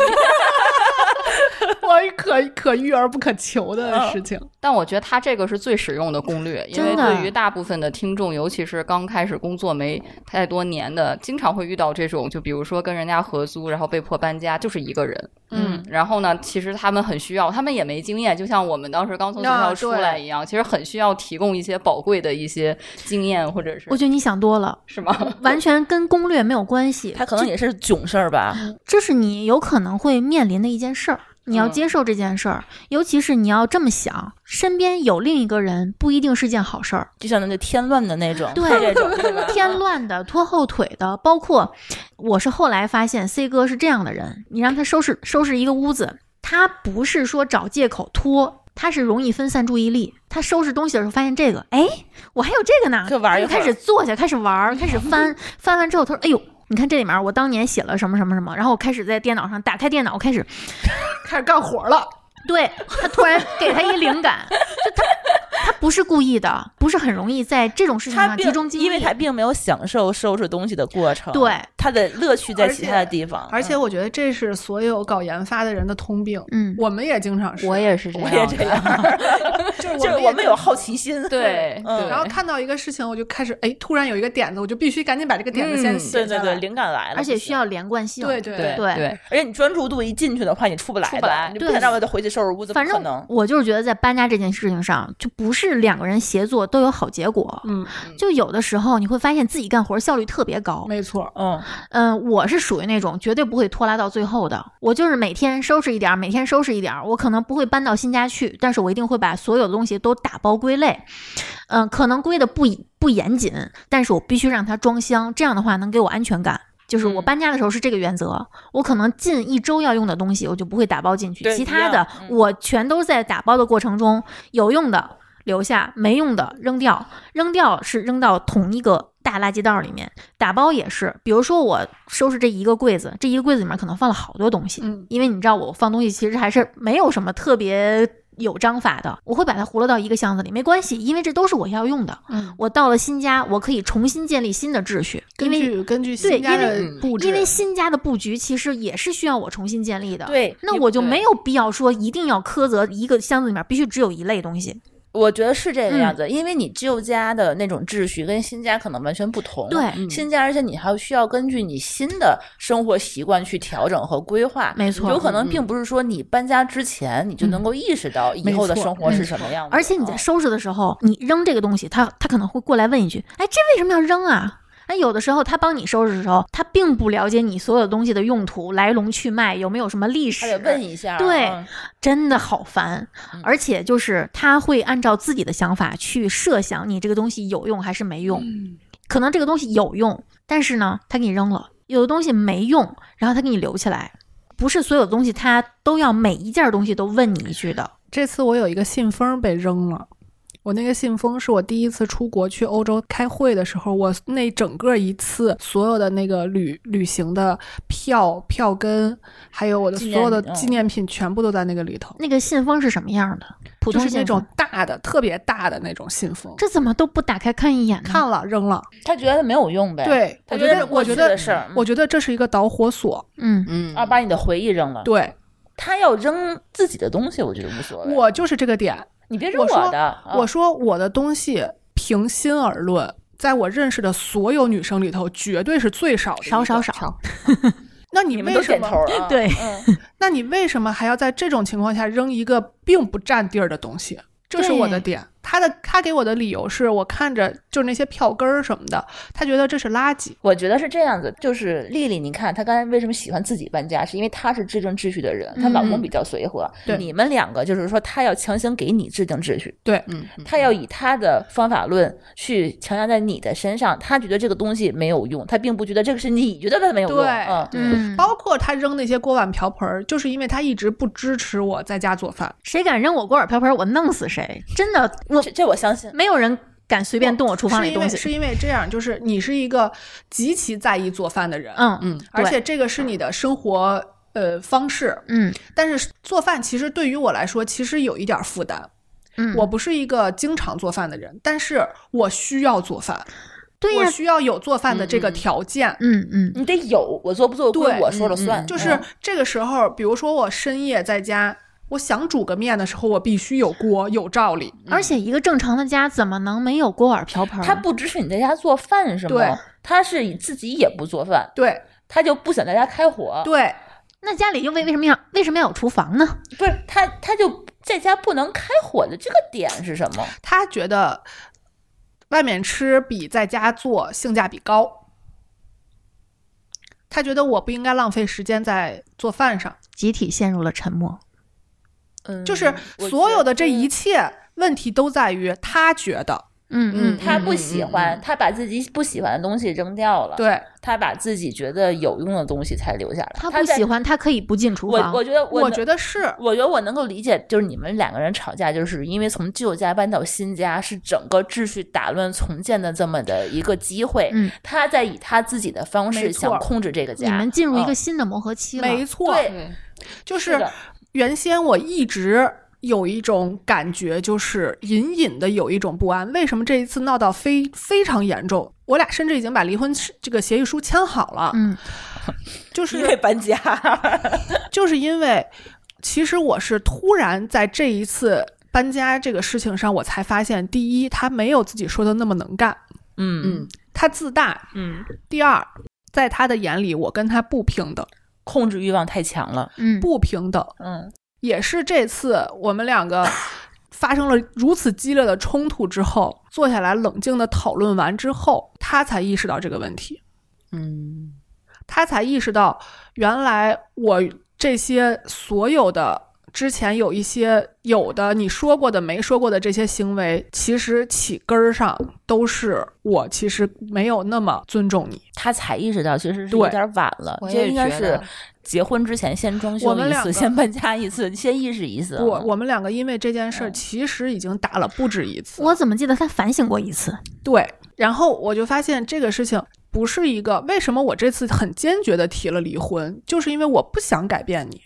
[SPEAKER 4] 我可可遇而不可求的事情。
[SPEAKER 2] 但我觉得他这个是最实用的攻略，因为
[SPEAKER 3] 真的
[SPEAKER 2] 对于大部分的听众，尤其是刚开始工作没太多年的，经常会遇到这种，就比如说跟人家合租，然后被迫搬家，就是一个人。
[SPEAKER 5] 嗯，
[SPEAKER 2] 然后呢，其实他们很需要，他们也没经验，就像我们当时刚从学校
[SPEAKER 4] 啊
[SPEAKER 2] 出
[SPEAKER 4] 对
[SPEAKER 2] 来一样，其实很需要提供一些宝贵的一些经验，或者是
[SPEAKER 3] 我觉得你想多 了，
[SPEAKER 2] 是吗？
[SPEAKER 3] 完全跟攻略没有关系。
[SPEAKER 5] 他可能也是囧事儿吧？
[SPEAKER 3] 这是你有可能会面临的一件事儿，你要
[SPEAKER 2] 嗯
[SPEAKER 3] 接受这件事儿，尤其是你要这么想，身边有另一个人不一定是件好事儿。
[SPEAKER 5] 就像那个添乱的那种，
[SPEAKER 3] 对
[SPEAKER 5] 这种对吧
[SPEAKER 3] 添乱的、拖后腿的，包括我是后来发现 C 哥是这样的人，你让他收拾收拾一个屋子，他不是说找借口拖。他是容易分散注意力，他收拾东西的时候发现这个，哎，我还有这个呢，
[SPEAKER 5] 就玩一
[SPEAKER 3] 他
[SPEAKER 5] 会儿
[SPEAKER 3] 开始坐下，开始玩儿，开始 翻，翻完之后他说，哎呦，你看这里面我当年写了什么什么什么，然后我开始在电脑上打开电脑，我开始
[SPEAKER 4] 开始干活了，
[SPEAKER 3] 对 他突然给他一灵感，就他他不是故意的，不是很容易在这种事情
[SPEAKER 5] 他
[SPEAKER 3] 上
[SPEAKER 5] 并
[SPEAKER 3] 啊集中精力，
[SPEAKER 5] 因为他并没有享受收拾东西的过程，
[SPEAKER 3] 对，
[SPEAKER 5] 他的乐趣在
[SPEAKER 4] 而
[SPEAKER 5] 其
[SPEAKER 4] 且
[SPEAKER 5] 他的地方。
[SPEAKER 4] 而且
[SPEAKER 5] 嗯
[SPEAKER 4] 我觉得这是所有搞研发的人的通病。
[SPEAKER 3] 嗯
[SPEAKER 4] 我们也经常 是，
[SPEAKER 2] 我也是这
[SPEAKER 5] 我
[SPEAKER 2] 样
[SPEAKER 5] 也这
[SPEAKER 2] 的，
[SPEAKER 5] 样，
[SPEAKER 4] 就是
[SPEAKER 5] 就是
[SPEAKER 4] 也
[SPEAKER 5] 我们有好奇心，
[SPEAKER 2] 对
[SPEAKER 5] 嗯
[SPEAKER 2] 对
[SPEAKER 4] 然后看到一个事情，我就开始哎，突然有一个点子，我就必须赶紧把这个点子先
[SPEAKER 2] 嗯
[SPEAKER 4] 写
[SPEAKER 5] 对
[SPEAKER 4] 下
[SPEAKER 5] 对
[SPEAKER 4] 来。
[SPEAKER 5] 对，灵感来了，
[SPEAKER 3] 而且
[SPEAKER 5] 不行
[SPEAKER 3] 需要连贯性，
[SPEAKER 4] 对对
[SPEAKER 2] 对
[SPEAKER 3] 对
[SPEAKER 2] 对，
[SPEAKER 5] 而且你专注度一进去的话，你出不来的，
[SPEAKER 2] 出不来
[SPEAKER 5] 你不能
[SPEAKER 3] 对
[SPEAKER 5] 让我再回去收拾屋子，不
[SPEAKER 3] 反
[SPEAKER 5] 可
[SPEAKER 3] 正
[SPEAKER 5] 能。
[SPEAKER 3] 我就是觉得在搬家这件事情上，就不是两个人协作都有好结果。
[SPEAKER 4] 嗯，
[SPEAKER 3] 就有的时候你会发现自己干活效率特别高。
[SPEAKER 4] 没错，
[SPEAKER 5] 嗯，
[SPEAKER 3] 嗯，我是属于那种绝对不会拖拉到最后的。我就是每天收拾一点儿，每天收拾一点儿。我可能不会搬到新家去，但是我一定会把所有的东西都打包归类。嗯，可能归的不以不严谨，但是我必须让它装箱，这样的话能给我安全感。就是我
[SPEAKER 5] 嗯
[SPEAKER 3] 搬家的时候是这个原则，我可能近一周要用的东西我就不会打包进去，
[SPEAKER 5] 对
[SPEAKER 3] 其
[SPEAKER 5] 一
[SPEAKER 3] 他
[SPEAKER 5] 样
[SPEAKER 3] 的
[SPEAKER 5] 嗯
[SPEAKER 3] 我全都在打包的过程中有用的留下，没用的扔掉。扔掉是扔到同一个大垃圾袋儿里面，打包也是。比如说我收拾这一个柜子，这一个柜子里面可能放了好多东西，
[SPEAKER 4] 嗯
[SPEAKER 3] 因为你知道我放东西其实还是没有什么特别有章法的，我会把它糊落到一个箱子里，没关系，因为这都是我要用的。
[SPEAKER 4] 嗯，
[SPEAKER 3] 我到了新家，我可以重新建立新的秩序，因
[SPEAKER 4] 根
[SPEAKER 3] 为
[SPEAKER 4] 据根据
[SPEAKER 3] 对
[SPEAKER 4] 新家
[SPEAKER 3] 因
[SPEAKER 4] 的
[SPEAKER 3] 为
[SPEAKER 4] 布置，
[SPEAKER 3] 因为新家的布局其实也是需要我重新建立的。。
[SPEAKER 5] 对，
[SPEAKER 3] 那我就
[SPEAKER 2] 对
[SPEAKER 3] 没有必要说一定要苛责一个箱子里面必须只有一类东西。
[SPEAKER 5] 我觉得是这个
[SPEAKER 3] 嗯
[SPEAKER 5] 样子，因为你旧家的那种秩序跟新家可能完全不同。
[SPEAKER 3] 对
[SPEAKER 4] 嗯
[SPEAKER 5] 新家，而且你还需要根据你新的生活习惯去调整和规划。
[SPEAKER 3] 没错
[SPEAKER 5] 有可能
[SPEAKER 2] 嗯嗯
[SPEAKER 5] 并不是说你搬家之前你就
[SPEAKER 4] 嗯
[SPEAKER 5] 能够意识到以后的生活是什么样子的。啊
[SPEAKER 3] 而且你在收拾的时候，你扔这个东西，他他可能会过来问一句：“哎，这为什么要扔啊？”哎，有的时候他帮你收拾的时候，他并不了解你所有东西的用途、来龙去脉，有没有什么历史。
[SPEAKER 5] 还得问一下。
[SPEAKER 3] 对
[SPEAKER 5] 嗯
[SPEAKER 3] 真的好烦。
[SPEAKER 4] 嗯
[SPEAKER 3] 而且就是他会按照自己的想法去设想你这个东西有用还是没用。
[SPEAKER 4] 嗯
[SPEAKER 3] 可能这个东西有用，但是呢，他给你扔了；有的东西没用，然后他给你留起来。不是所有东西他都要每一件东西都问你一句的。
[SPEAKER 4] 这次我有一个信封被扔了。我那个信封是我第一次出国去欧洲开会的时候，我那整个一次所有的那个旅旅行的票、票根，还有我的所
[SPEAKER 5] 纪念
[SPEAKER 4] 有的
[SPEAKER 5] 品嗯
[SPEAKER 4] 纪念品，全部都在那个里头。
[SPEAKER 3] 那个信封是什么样的？普通
[SPEAKER 4] 就是那
[SPEAKER 3] 信封
[SPEAKER 4] 种大的、特别大的那种信封，
[SPEAKER 3] 这怎么都不打开看一眼呢？
[SPEAKER 4] 看了扔了。
[SPEAKER 5] 他觉得没有用呗。，
[SPEAKER 4] 对，
[SPEAKER 5] 他
[SPEAKER 4] 我
[SPEAKER 5] 觉
[SPEAKER 4] 觉
[SPEAKER 5] 得
[SPEAKER 4] 得，
[SPEAKER 5] 过
[SPEAKER 4] 我
[SPEAKER 5] 去
[SPEAKER 4] 觉
[SPEAKER 5] 的
[SPEAKER 4] 得
[SPEAKER 5] 事儿，
[SPEAKER 4] 我觉得这是一个导火索。
[SPEAKER 3] 嗯，
[SPEAKER 2] 嗯
[SPEAKER 5] 啊，把你的回忆扔了。
[SPEAKER 4] 对，
[SPEAKER 5] 他要扔自己的东西，我觉得无所谓。
[SPEAKER 4] 我就是这个点，
[SPEAKER 5] 你别扔
[SPEAKER 4] 我说
[SPEAKER 5] 的，啊
[SPEAKER 4] 我说我的东西，平心而论，在我认识的所有女生里头，绝对是最少的。
[SPEAKER 3] 少少。少，
[SPEAKER 4] 那你
[SPEAKER 5] 你们
[SPEAKER 4] 为
[SPEAKER 5] 都
[SPEAKER 4] 什
[SPEAKER 5] 点头
[SPEAKER 4] 么？
[SPEAKER 5] 了啊，
[SPEAKER 3] 对
[SPEAKER 5] 嗯
[SPEAKER 4] 那你为什么还要在这种情况下扔一个并不占地儿的东西？这是我的点。他的他给我的理由是我看着就是那些票根儿什么的，他觉得这是垃圾。
[SPEAKER 5] 我觉得是这样子，就是丽丽，你看她刚才为什么喜欢自己搬家，是因为她是制定秩序的人，她老公比较随和。
[SPEAKER 4] 嗯对
[SPEAKER 5] 你们两个就是说，她要强行给你制定秩序，
[SPEAKER 4] 对，
[SPEAKER 2] 嗯，嗯
[SPEAKER 5] 她要以她的方法论去强加在你的身上，她觉得这个东西没有用，她并不觉得这个是你觉得它没有用。
[SPEAKER 4] 对
[SPEAKER 5] 嗯，
[SPEAKER 3] 嗯，
[SPEAKER 4] 包括他扔那些锅碗瓢盆儿，就是因为他一直不支持我在家做饭。
[SPEAKER 3] 谁敢扔我锅碗瓢盆，我弄死谁！真的，我
[SPEAKER 5] 这这我相信。
[SPEAKER 3] 没有人敢随便动我厨房
[SPEAKER 4] 是
[SPEAKER 3] 里
[SPEAKER 4] 因
[SPEAKER 3] 东
[SPEAKER 4] 为
[SPEAKER 3] 西。
[SPEAKER 4] 是因为这样，就是你是一个极其在意做饭的人，
[SPEAKER 3] 嗯
[SPEAKER 2] 嗯
[SPEAKER 4] 而
[SPEAKER 3] 对
[SPEAKER 4] 且这个是你的生活呃方式。
[SPEAKER 3] 嗯
[SPEAKER 4] 但是做饭其实对于我来说，其实有一点儿负担。
[SPEAKER 3] 嗯，
[SPEAKER 4] 我不是一个经常做饭的人，但是我需要做饭，
[SPEAKER 3] 对
[SPEAKER 4] 我
[SPEAKER 3] 呀，
[SPEAKER 4] 需要有做饭的这个
[SPEAKER 2] 嗯嗯嗯
[SPEAKER 4] 条件。
[SPEAKER 3] 嗯嗯
[SPEAKER 5] 你得有，我做不做归
[SPEAKER 4] 对
[SPEAKER 5] 我说了算。
[SPEAKER 2] 嗯嗯
[SPEAKER 4] 就是
[SPEAKER 5] 嗯
[SPEAKER 4] 这个时候，比如说我深夜在家，我想煮个面的时候，我必须有锅有罩里。
[SPEAKER 3] 而且一个正常的家怎么能没有锅碗瓢盆？
[SPEAKER 5] 嗯她不支持你在家做饭是
[SPEAKER 4] 对
[SPEAKER 5] 吗？她是自己也不做饭，
[SPEAKER 4] 对
[SPEAKER 5] 她就不想在家开火。
[SPEAKER 4] 对，
[SPEAKER 3] 那家里又为为什么要为什么要有厨房呢？
[SPEAKER 5] 不是他，他就在家不能开火的这个点是什么？
[SPEAKER 4] 他觉得外面吃比在家做性价比高，他觉得我不应该浪费时间在做饭上，
[SPEAKER 3] 集体陷入了沉默。
[SPEAKER 5] 嗯
[SPEAKER 4] 就是所有的这一，切问题都在于他觉得
[SPEAKER 3] 嗯
[SPEAKER 5] 他不喜
[SPEAKER 2] 嗯嗯
[SPEAKER 5] 欢，
[SPEAKER 2] 嗯
[SPEAKER 5] 他把自己不喜欢的东西扔掉了，，
[SPEAKER 4] 对。
[SPEAKER 5] 他把自己觉得有用的东西才留下来。
[SPEAKER 3] 他不喜欢，他可以不进厨
[SPEAKER 5] 我，
[SPEAKER 3] 房
[SPEAKER 5] 我。觉得我
[SPEAKER 4] 我
[SPEAKER 5] 能
[SPEAKER 4] 觉得是，
[SPEAKER 5] 我觉得我能够理解，就是你们两个人吵架，就是因为从旧家搬到新家是整个秩序打乱重建的这么的一个机会。
[SPEAKER 3] 嗯，
[SPEAKER 5] 他在以他自己的方
[SPEAKER 4] 没
[SPEAKER 5] 式
[SPEAKER 4] 错
[SPEAKER 5] 想控制这个家。
[SPEAKER 3] 你们进入一个
[SPEAKER 5] 嗯
[SPEAKER 3] 新的磨合期了。
[SPEAKER 4] 没错，
[SPEAKER 5] 对
[SPEAKER 2] 对，
[SPEAKER 4] 就是是
[SPEAKER 5] 的
[SPEAKER 4] 原先我一直有一种感觉，就是隐隐的有一种不安。为什么这一次闹到非非常严重？我俩甚至已经把离婚这个协议书签好了，
[SPEAKER 3] 嗯
[SPEAKER 4] 就
[SPEAKER 5] 因为
[SPEAKER 4] 是
[SPEAKER 5] 搬家，
[SPEAKER 4] 就是因为，其实我是突然在这一次搬家这个事情上，我才发现，第一，他没有自己说的那么能干，
[SPEAKER 5] 嗯
[SPEAKER 2] 嗯
[SPEAKER 4] 他自大；
[SPEAKER 5] 嗯，
[SPEAKER 4] 第二，在他的眼里，我跟他不平等，
[SPEAKER 5] 控制欲望太强了。
[SPEAKER 3] 嗯，
[SPEAKER 4] 不平等。
[SPEAKER 5] 嗯，
[SPEAKER 4] 也是这次我们两个发生了如此激烈的冲突之后，坐下来冷静的讨论完之后，他才意识到这个问题，
[SPEAKER 2] 嗯
[SPEAKER 4] 他才意识到原来我这些所有的。之前有一些有的你说过的没说过的这些行为，其实起根儿上都是我其实没有那么尊重你。
[SPEAKER 5] 他才意识到其实是
[SPEAKER 4] 对
[SPEAKER 5] 有点晚了，
[SPEAKER 2] 我
[SPEAKER 5] 这
[SPEAKER 2] 也
[SPEAKER 5] 应该
[SPEAKER 2] 觉
[SPEAKER 5] 是
[SPEAKER 2] 得
[SPEAKER 5] 结婚之前先装修
[SPEAKER 4] 我们
[SPEAKER 5] 一
[SPEAKER 4] 两
[SPEAKER 5] 次，
[SPEAKER 4] 个
[SPEAKER 5] 先搬家一次，先意识一次啊。
[SPEAKER 4] 不，我们两个因为这件事儿其实已经打了不止一次。
[SPEAKER 3] 我怎么记得他反省过一次？
[SPEAKER 4] 对，然后我就发现这个事情不是一个为什么我这次很坚决的提了离婚，就是因为我不想改变你，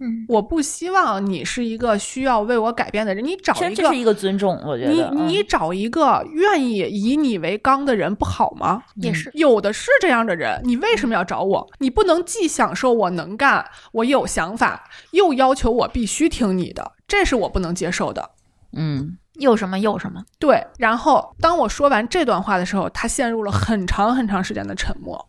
[SPEAKER 3] 嗯，
[SPEAKER 4] 我不希望你是一个需要为我改变的人。你找
[SPEAKER 5] 其实
[SPEAKER 4] 一
[SPEAKER 5] 这
[SPEAKER 4] 个
[SPEAKER 5] 是一个尊重，我觉
[SPEAKER 4] 你
[SPEAKER 5] 得。嗯
[SPEAKER 4] 你找一个愿意以你为纲的人不好吗？
[SPEAKER 3] 也是。
[SPEAKER 4] 有的是这样的人，你为什么要找我？你不能既享受我能干，我有想法，又要求我必须听你的，这是我不能接受的。
[SPEAKER 5] 嗯，
[SPEAKER 3] 又什么又什么？
[SPEAKER 4] 对，然后当我说完这段话的时候，他陷入了很长很长时间的沉默，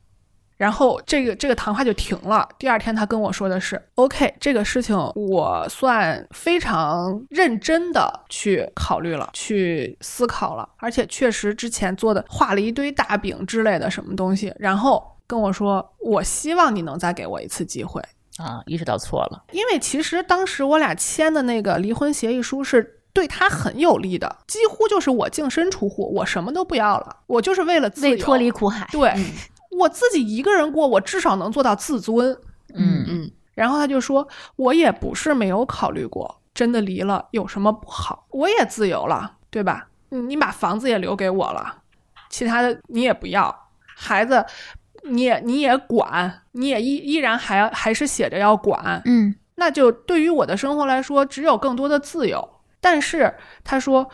[SPEAKER 4] 然后这个这个谈话就停了。第二天，他跟我说的是：“OK，这个事情我算非常认真的去考虑了，去思考了，而且确实之前做的画了一堆大饼之类的什么东西，然后跟我说，我希望你能再给我一次机会。”
[SPEAKER 5] 啊，意识到错了，
[SPEAKER 4] 因为其实当时我俩签的那个离婚协议书是对他很有利的，几乎就是我净身出户，我什么都不要了，我就是为了自由
[SPEAKER 3] 为脱离嗯苦海，
[SPEAKER 4] 对、我自己一个人过，我至少能做到自尊。
[SPEAKER 5] 嗯
[SPEAKER 2] 嗯
[SPEAKER 4] 然后他就说，我也不是没有考虑过，真的离了有什么不好？我也自由了，对吧？嗯你把房子也留给我了，其他的你也不要，孩子你也你也管，你也依依然还还是写着要管，
[SPEAKER 3] 嗯，
[SPEAKER 4] 那就对于我的生活来说，只有更多的自由。但是他说，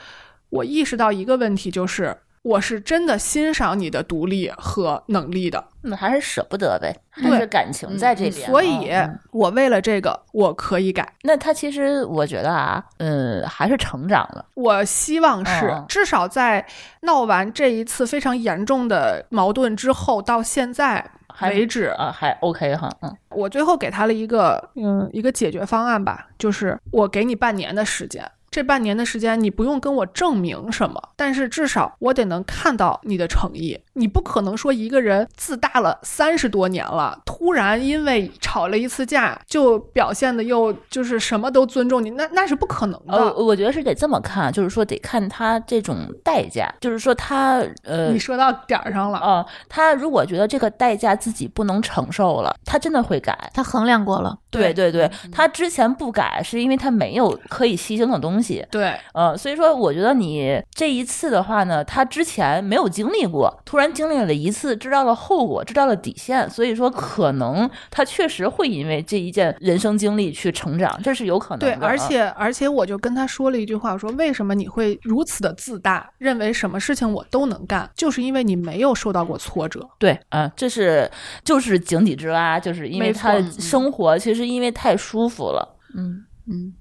[SPEAKER 4] 我意识到一个问题，就是我是真的欣赏你的独立和能力的。
[SPEAKER 5] 那还是舍不得呗，
[SPEAKER 4] 对嗯
[SPEAKER 5] 还是感情在这边。
[SPEAKER 4] 所以
[SPEAKER 5] 嗯嗯，
[SPEAKER 4] 我为了这个，我可以改。
[SPEAKER 5] 那他其实我觉得啊，嗯，还是成长了。
[SPEAKER 4] 我希望
[SPEAKER 5] 嗯
[SPEAKER 4] 是
[SPEAKER 5] 嗯，
[SPEAKER 4] 至少在闹完这一次非常严重的矛盾之后，到现在
[SPEAKER 5] 还
[SPEAKER 4] 为止，
[SPEAKER 5] 啊，还 OK 哈，嗯，
[SPEAKER 4] 我最后给他了一个嗯一个解决方案吧，就是我给你半年的时间。这半年的时间，你不用跟我证明什么，但是至少我得能看到你的诚意。你不可能说一个人自大了三十多年了，突然因为吵了一次架就表现的又就是什么都尊重你，那那是不可能的。
[SPEAKER 5] 呃，我觉得是得这么看，就是说得看他这种代价，就是说他呃
[SPEAKER 4] 你，说到点儿上了，
[SPEAKER 5] 哦、他如果觉得这个代价自己不能承受了，他真的会改。
[SPEAKER 3] 他衡量过了，
[SPEAKER 5] 对嗯对对，他之前不改是因为他没有可以牺牲的东西，
[SPEAKER 4] 对，
[SPEAKER 5] 呃，所以说我觉得你这一次的话呢，他之前没有经历过，突然经历了一次，知道了后果，知道了底线，所以说可能他确实会因为这一件人生经历去成长，这是有可能
[SPEAKER 4] 对，
[SPEAKER 5] 的。嗯
[SPEAKER 4] 而且而且我就跟他说了一句话，我说为什么你会如此的自大，认为什么事情我都能干，就是因为你没有受到过挫折。
[SPEAKER 5] 对，啊、这是就是井底之蛙，就是因为
[SPEAKER 4] 没错
[SPEAKER 5] 他
[SPEAKER 2] 嗯
[SPEAKER 5] 生活其实因为太舒服了，嗯，
[SPEAKER 2] 嗯，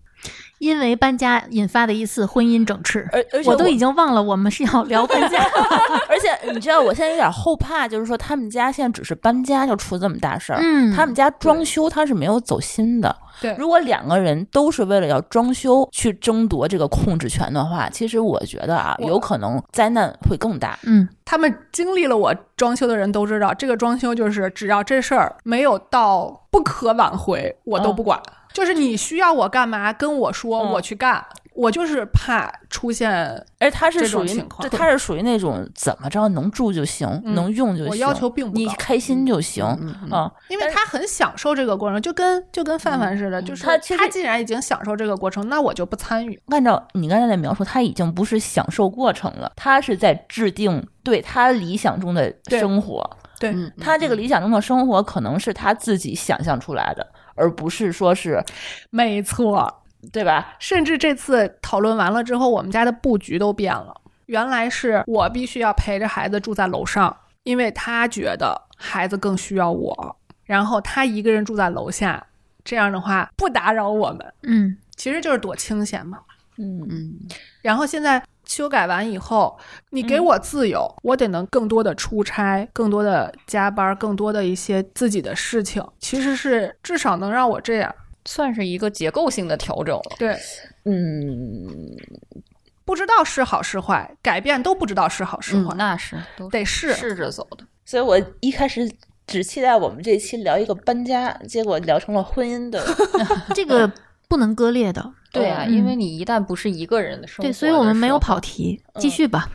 [SPEAKER 3] 因为搬家引发的一次婚姻整治。
[SPEAKER 5] 而而且
[SPEAKER 3] 我都已经忘了我们是要聊搬家，
[SPEAKER 5] 而且你知道，我现在有点后怕，就是说他们家现在只是搬家就出这么大事儿，
[SPEAKER 3] 嗯
[SPEAKER 5] 他们家装修他是没有走心的。
[SPEAKER 4] 对
[SPEAKER 5] 如果两个人都是为了要装修去争夺这个控制权的话，其实我觉得啊，
[SPEAKER 4] 我
[SPEAKER 5] 有可能灾难会更大。
[SPEAKER 3] 嗯，
[SPEAKER 4] 他们经历了我装修的人都知道，这个装修就是只要这事儿没有到不可挽回，我都不管。就是你需要我干嘛，跟我说，
[SPEAKER 5] 嗯
[SPEAKER 4] 我去干。我就是怕出现，
[SPEAKER 5] 而他是
[SPEAKER 4] 这
[SPEAKER 5] 属
[SPEAKER 4] 种
[SPEAKER 5] 于
[SPEAKER 4] 情况
[SPEAKER 5] 这他是属于那种怎么着能住就行，
[SPEAKER 4] 嗯
[SPEAKER 5] 能用就行，
[SPEAKER 4] 我要求并不高嗯
[SPEAKER 5] 你开心就行啊、
[SPEAKER 4] 因为他很享受这个过程，就跟就跟范范似的，就
[SPEAKER 5] 嗯
[SPEAKER 4] 是
[SPEAKER 5] 他其实
[SPEAKER 4] 他既然已经享受这个过程，那我就不参与。
[SPEAKER 5] 按照你刚才的描述，他已经不是享受过程了，他是在制定对他理想中的
[SPEAKER 4] 对
[SPEAKER 5] 生活。
[SPEAKER 4] 对，
[SPEAKER 2] 嗯
[SPEAKER 5] 他这个理想中的生活可能是他自己想象出来的，而不是说是
[SPEAKER 4] 没错。
[SPEAKER 5] 对吧？
[SPEAKER 4] 甚至这次讨论完了之后，我们家的布局都变了。原来是我必须要陪着孩子住在楼上，因为他觉得孩子更需要我。然后他一个人住在楼下，这样的话不打扰我们，
[SPEAKER 3] 嗯，
[SPEAKER 4] 其实就是躲清闲嘛。
[SPEAKER 5] 嗯，
[SPEAKER 2] 嗯，
[SPEAKER 4] 然后现在修改完以后，你给我自由，我得能更多的出差，更多的加班，更多的一些自己的事情，其实是至少能让我这样。
[SPEAKER 2] 算是一个结构性的调整了。
[SPEAKER 4] 对，
[SPEAKER 5] 嗯，
[SPEAKER 4] 不知道是好是坏，改变都不知道是好嗯是
[SPEAKER 5] 嗯
[SPEAKER 4] 坏。
[SPEAKER 2] 那是都
[SPEAKER 4] 得试
[SPEAKER 2] 试着走的。
[SPEAKER 5] 所以我一开始只期待我们这期聊一个搬家，结果聊成了婚姻的。
[SPEAKER 3] 这个不能割裂的，
[SPEAKER 2] 对啊，
[SPEAKER 3] 嗯
[SPEAKER 2] 因为你一旦不是一个人的生活的
[SPEAKER 3] 对，
[SPEAKER 2] 时候，
[SPEAKER 3] 所以我们没有跑题，继续吧。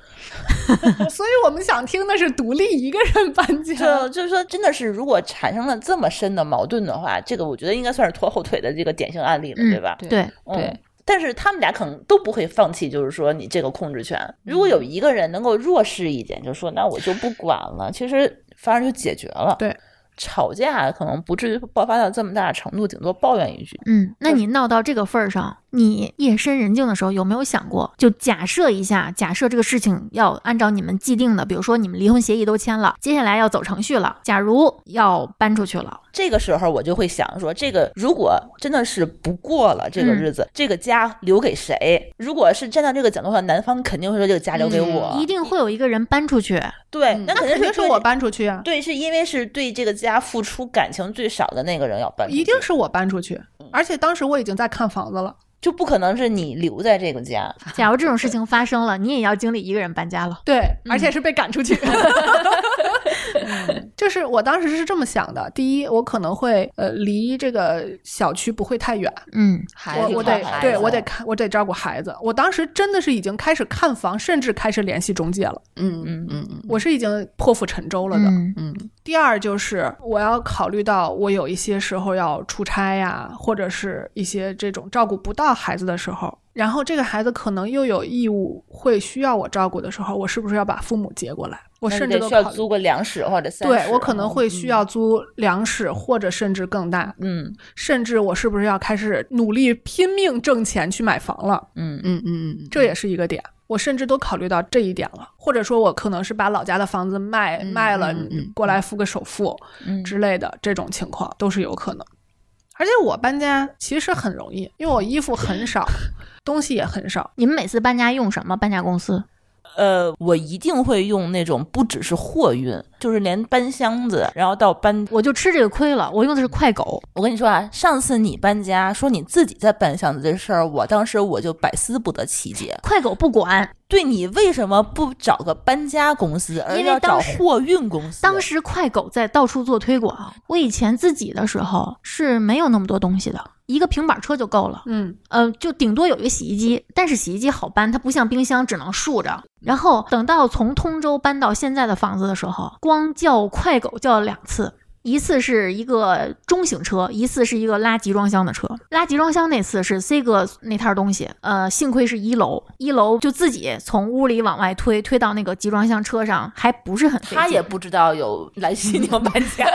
[SPEAKER 4] 所以我们想听的是独立一个人搬
[SPEAKER 5] 就
[SPEAKER 4] 家。
[SPEAKER 5] 就是说，真的是，如果产生了这么深的矛盾的话，这个我觉得应该算是拖后腿的这个典型案例了，
[SPEAKER 3] 嗯
[SPEAKER 5] 对吧？
[SPEAKER 2] 对
[SPEAKER 3] 对，
[SPEAKER 5] 嗯
[SPEAKER 2] 对
[SPEAKER 5] 但是他们俩可能都不会放弃，就是说你这个控制权。如果有一个人能够弱势一点，就说那我就不管了，其实反而就解决了。
[SPEAKER 4] 对，
[SPEAKER 5] 吵架可能不至于爆发到这么大的程度，顶多抱怨一句。
[SPEAKER 3] 嗯，那你闹到这个份儿上，你夜深人静的时候有没有想过，就假设一下，假设这个事情要按照你们既定的，比如说你们离婚协议都签了，接下来要走程序了，假如要搬出去了，
[SPEAKER 5] 这个时候我就会想说，这个如果真的是不过了
[SPEAKER 4] 嗯
[SPEAKER 5] 这个日子，这个家留给谁？如果是站到这个角度上，男方肯定会说这个家留给
[SPEAKER 4] 嗯
[SPEAKER 5] 我。
[SPEAKER 3] 一定会有一个人搬出去。
[SPEAKER 5] 对，
[SPEAKER 2] 嗯
[SPEAKER 5] 那肯
[SPEAKER 4] 肯
[SPEAKER 5] 定
[SPEAKER 4] 定
[SPEAKER 5] 是
[SPEAKER 4] 是
[SPEAKER 5] 对
[SPEAKER 4] 我。搬出去啊，
[SPEAKER 5] 对，是因为是对这个家付出感情最少的那个人要搬出去，
[SPEAKER 4] 一定是我搬出去。
[SPEAKER 5] 嗯
[SPEAKER 4] 而且当时我已经在看房子了。
[SPEAKER 5] 就不可能是你留在这个家。
[SPEAKER 3] 假如这种事情发生了，你也要经历一个人搬家了。
[SPEAKER 4] 对，
[SPEAKER 5] 嗯
[SPEAKER 4] 而且是被赶 出去。就是我当时是这么想的：第一，我可能会呃离这个小区不会太远，
[SPEAKER 3] 嗯，
[SPEAKER 2] 孩
[SPEAKER 4] 我
[SPEAKER 2] 子
[SPEAKER 4] 我
[SPEAKER 2] 靠
[SPEAKER 4] 得
[SPEAKER 2] 孩
[SPEAKER 4] 对
[SPEAKER 2] 子
[SPEAKER 4] 我得看我得照顾孩子。我当时真的是已经开始看房，甚至开始联系中介了，
[SPEAKER 2] 嗯
[SPEAKER 5] 嗯
[SPEAKER 2] 嗯嗯嗯
[SPEAKER 4] 我是已经破釜沉舟了的。
[SPEAKER 3] 嗯
[SPEAKER 2] 嗯
[SPEAKER 4] 第二就是我要考虑到我有一些时候要出差呀、或者是一些这种照顾不到孩子的时候，然后这个孩子可能又有义务会需要我照顾的时候，我是不是要把父母接过来？我
[SPEAKER 5] 那
[SPEAKER 4] 甚
[SPEAKER 5] 得
[SPEAKER 4] 至都
[SPEAKER 5] 需要
[SPEAKER 4] 考虑
[SPEAKER 5] 租个两室或者三室。哦
[SPEAKER 4] 对我可能会需要租两室或者甚至更大，
[SPEAKER 5] 嗯，
[SPEAKER 4] 甚至我是不是要开始努力拼命挣钱去买房了？
[SPEAKER 5] 嗯嗯，
[SPEAKER 2] 嗯嗯嗯，
[SPEAKER 4] 这也是一个点。我甚至都考虑到这一点了，或者说我可能是把老家的房子卖、
[SPEAKER 2] 嗯
[SPEAKER 4] 卖了
[SPEAKER 2] 嗯嗯，
[SPEAKER 4] 过来付个首付
[SPEAKER 5] 嗯
[SPEAKER 4] 之类的，这种情况都是有可能。而且我搬家其实很容易，因为我衣服很少，东西也很少。
[SPEAKER 3] 你们每次搬家用什么搬家公司？
[SPEAKER 5] 呃，我一定会用那种不只是货运，就是连搬箱子，然后到搬。
[SPEAKER 3] 我就吃这个亏了，我用的是快狗。
[SPEAKER 5] 我跟你说啊，上次你搬家说你自己在搬箱子这事儿，我当时我就百思不得其解。
[SPEAKER 3] 快狗不管，
[SPEAKER 5] 对你为什么不找个搬家公司，而
[SPEAKER 3] 因为
[SPEAKER 5] 要找
[SPEAKER 3] 当时
[SPEAKER 5] 货运公司？
[SPEAKER 3] 当时快狗在到处做推广。我以前自己的时候是没有那么多东西的，一个平板车就够了。
[SPEAKER 4] 嗯，
[SPEAKER 3] 嗯、就顶多有一个洗衣机，但是洗衣机好搬，它不像冰箱只能竖着。然后等到从通州搬到现在的房子的时候，光叫快狗叫了两次。一次是一个中型车，一次是一个拉集装箱的车。拉集装箱那次是 C 哥那摊儿东西，呃，幸亏是一楼，一楼就自己从屋里往外推，推到那个集装箱车上，还不是很费劲。
[SPEAKER 5] 他也不知道有来犀牛搬 家。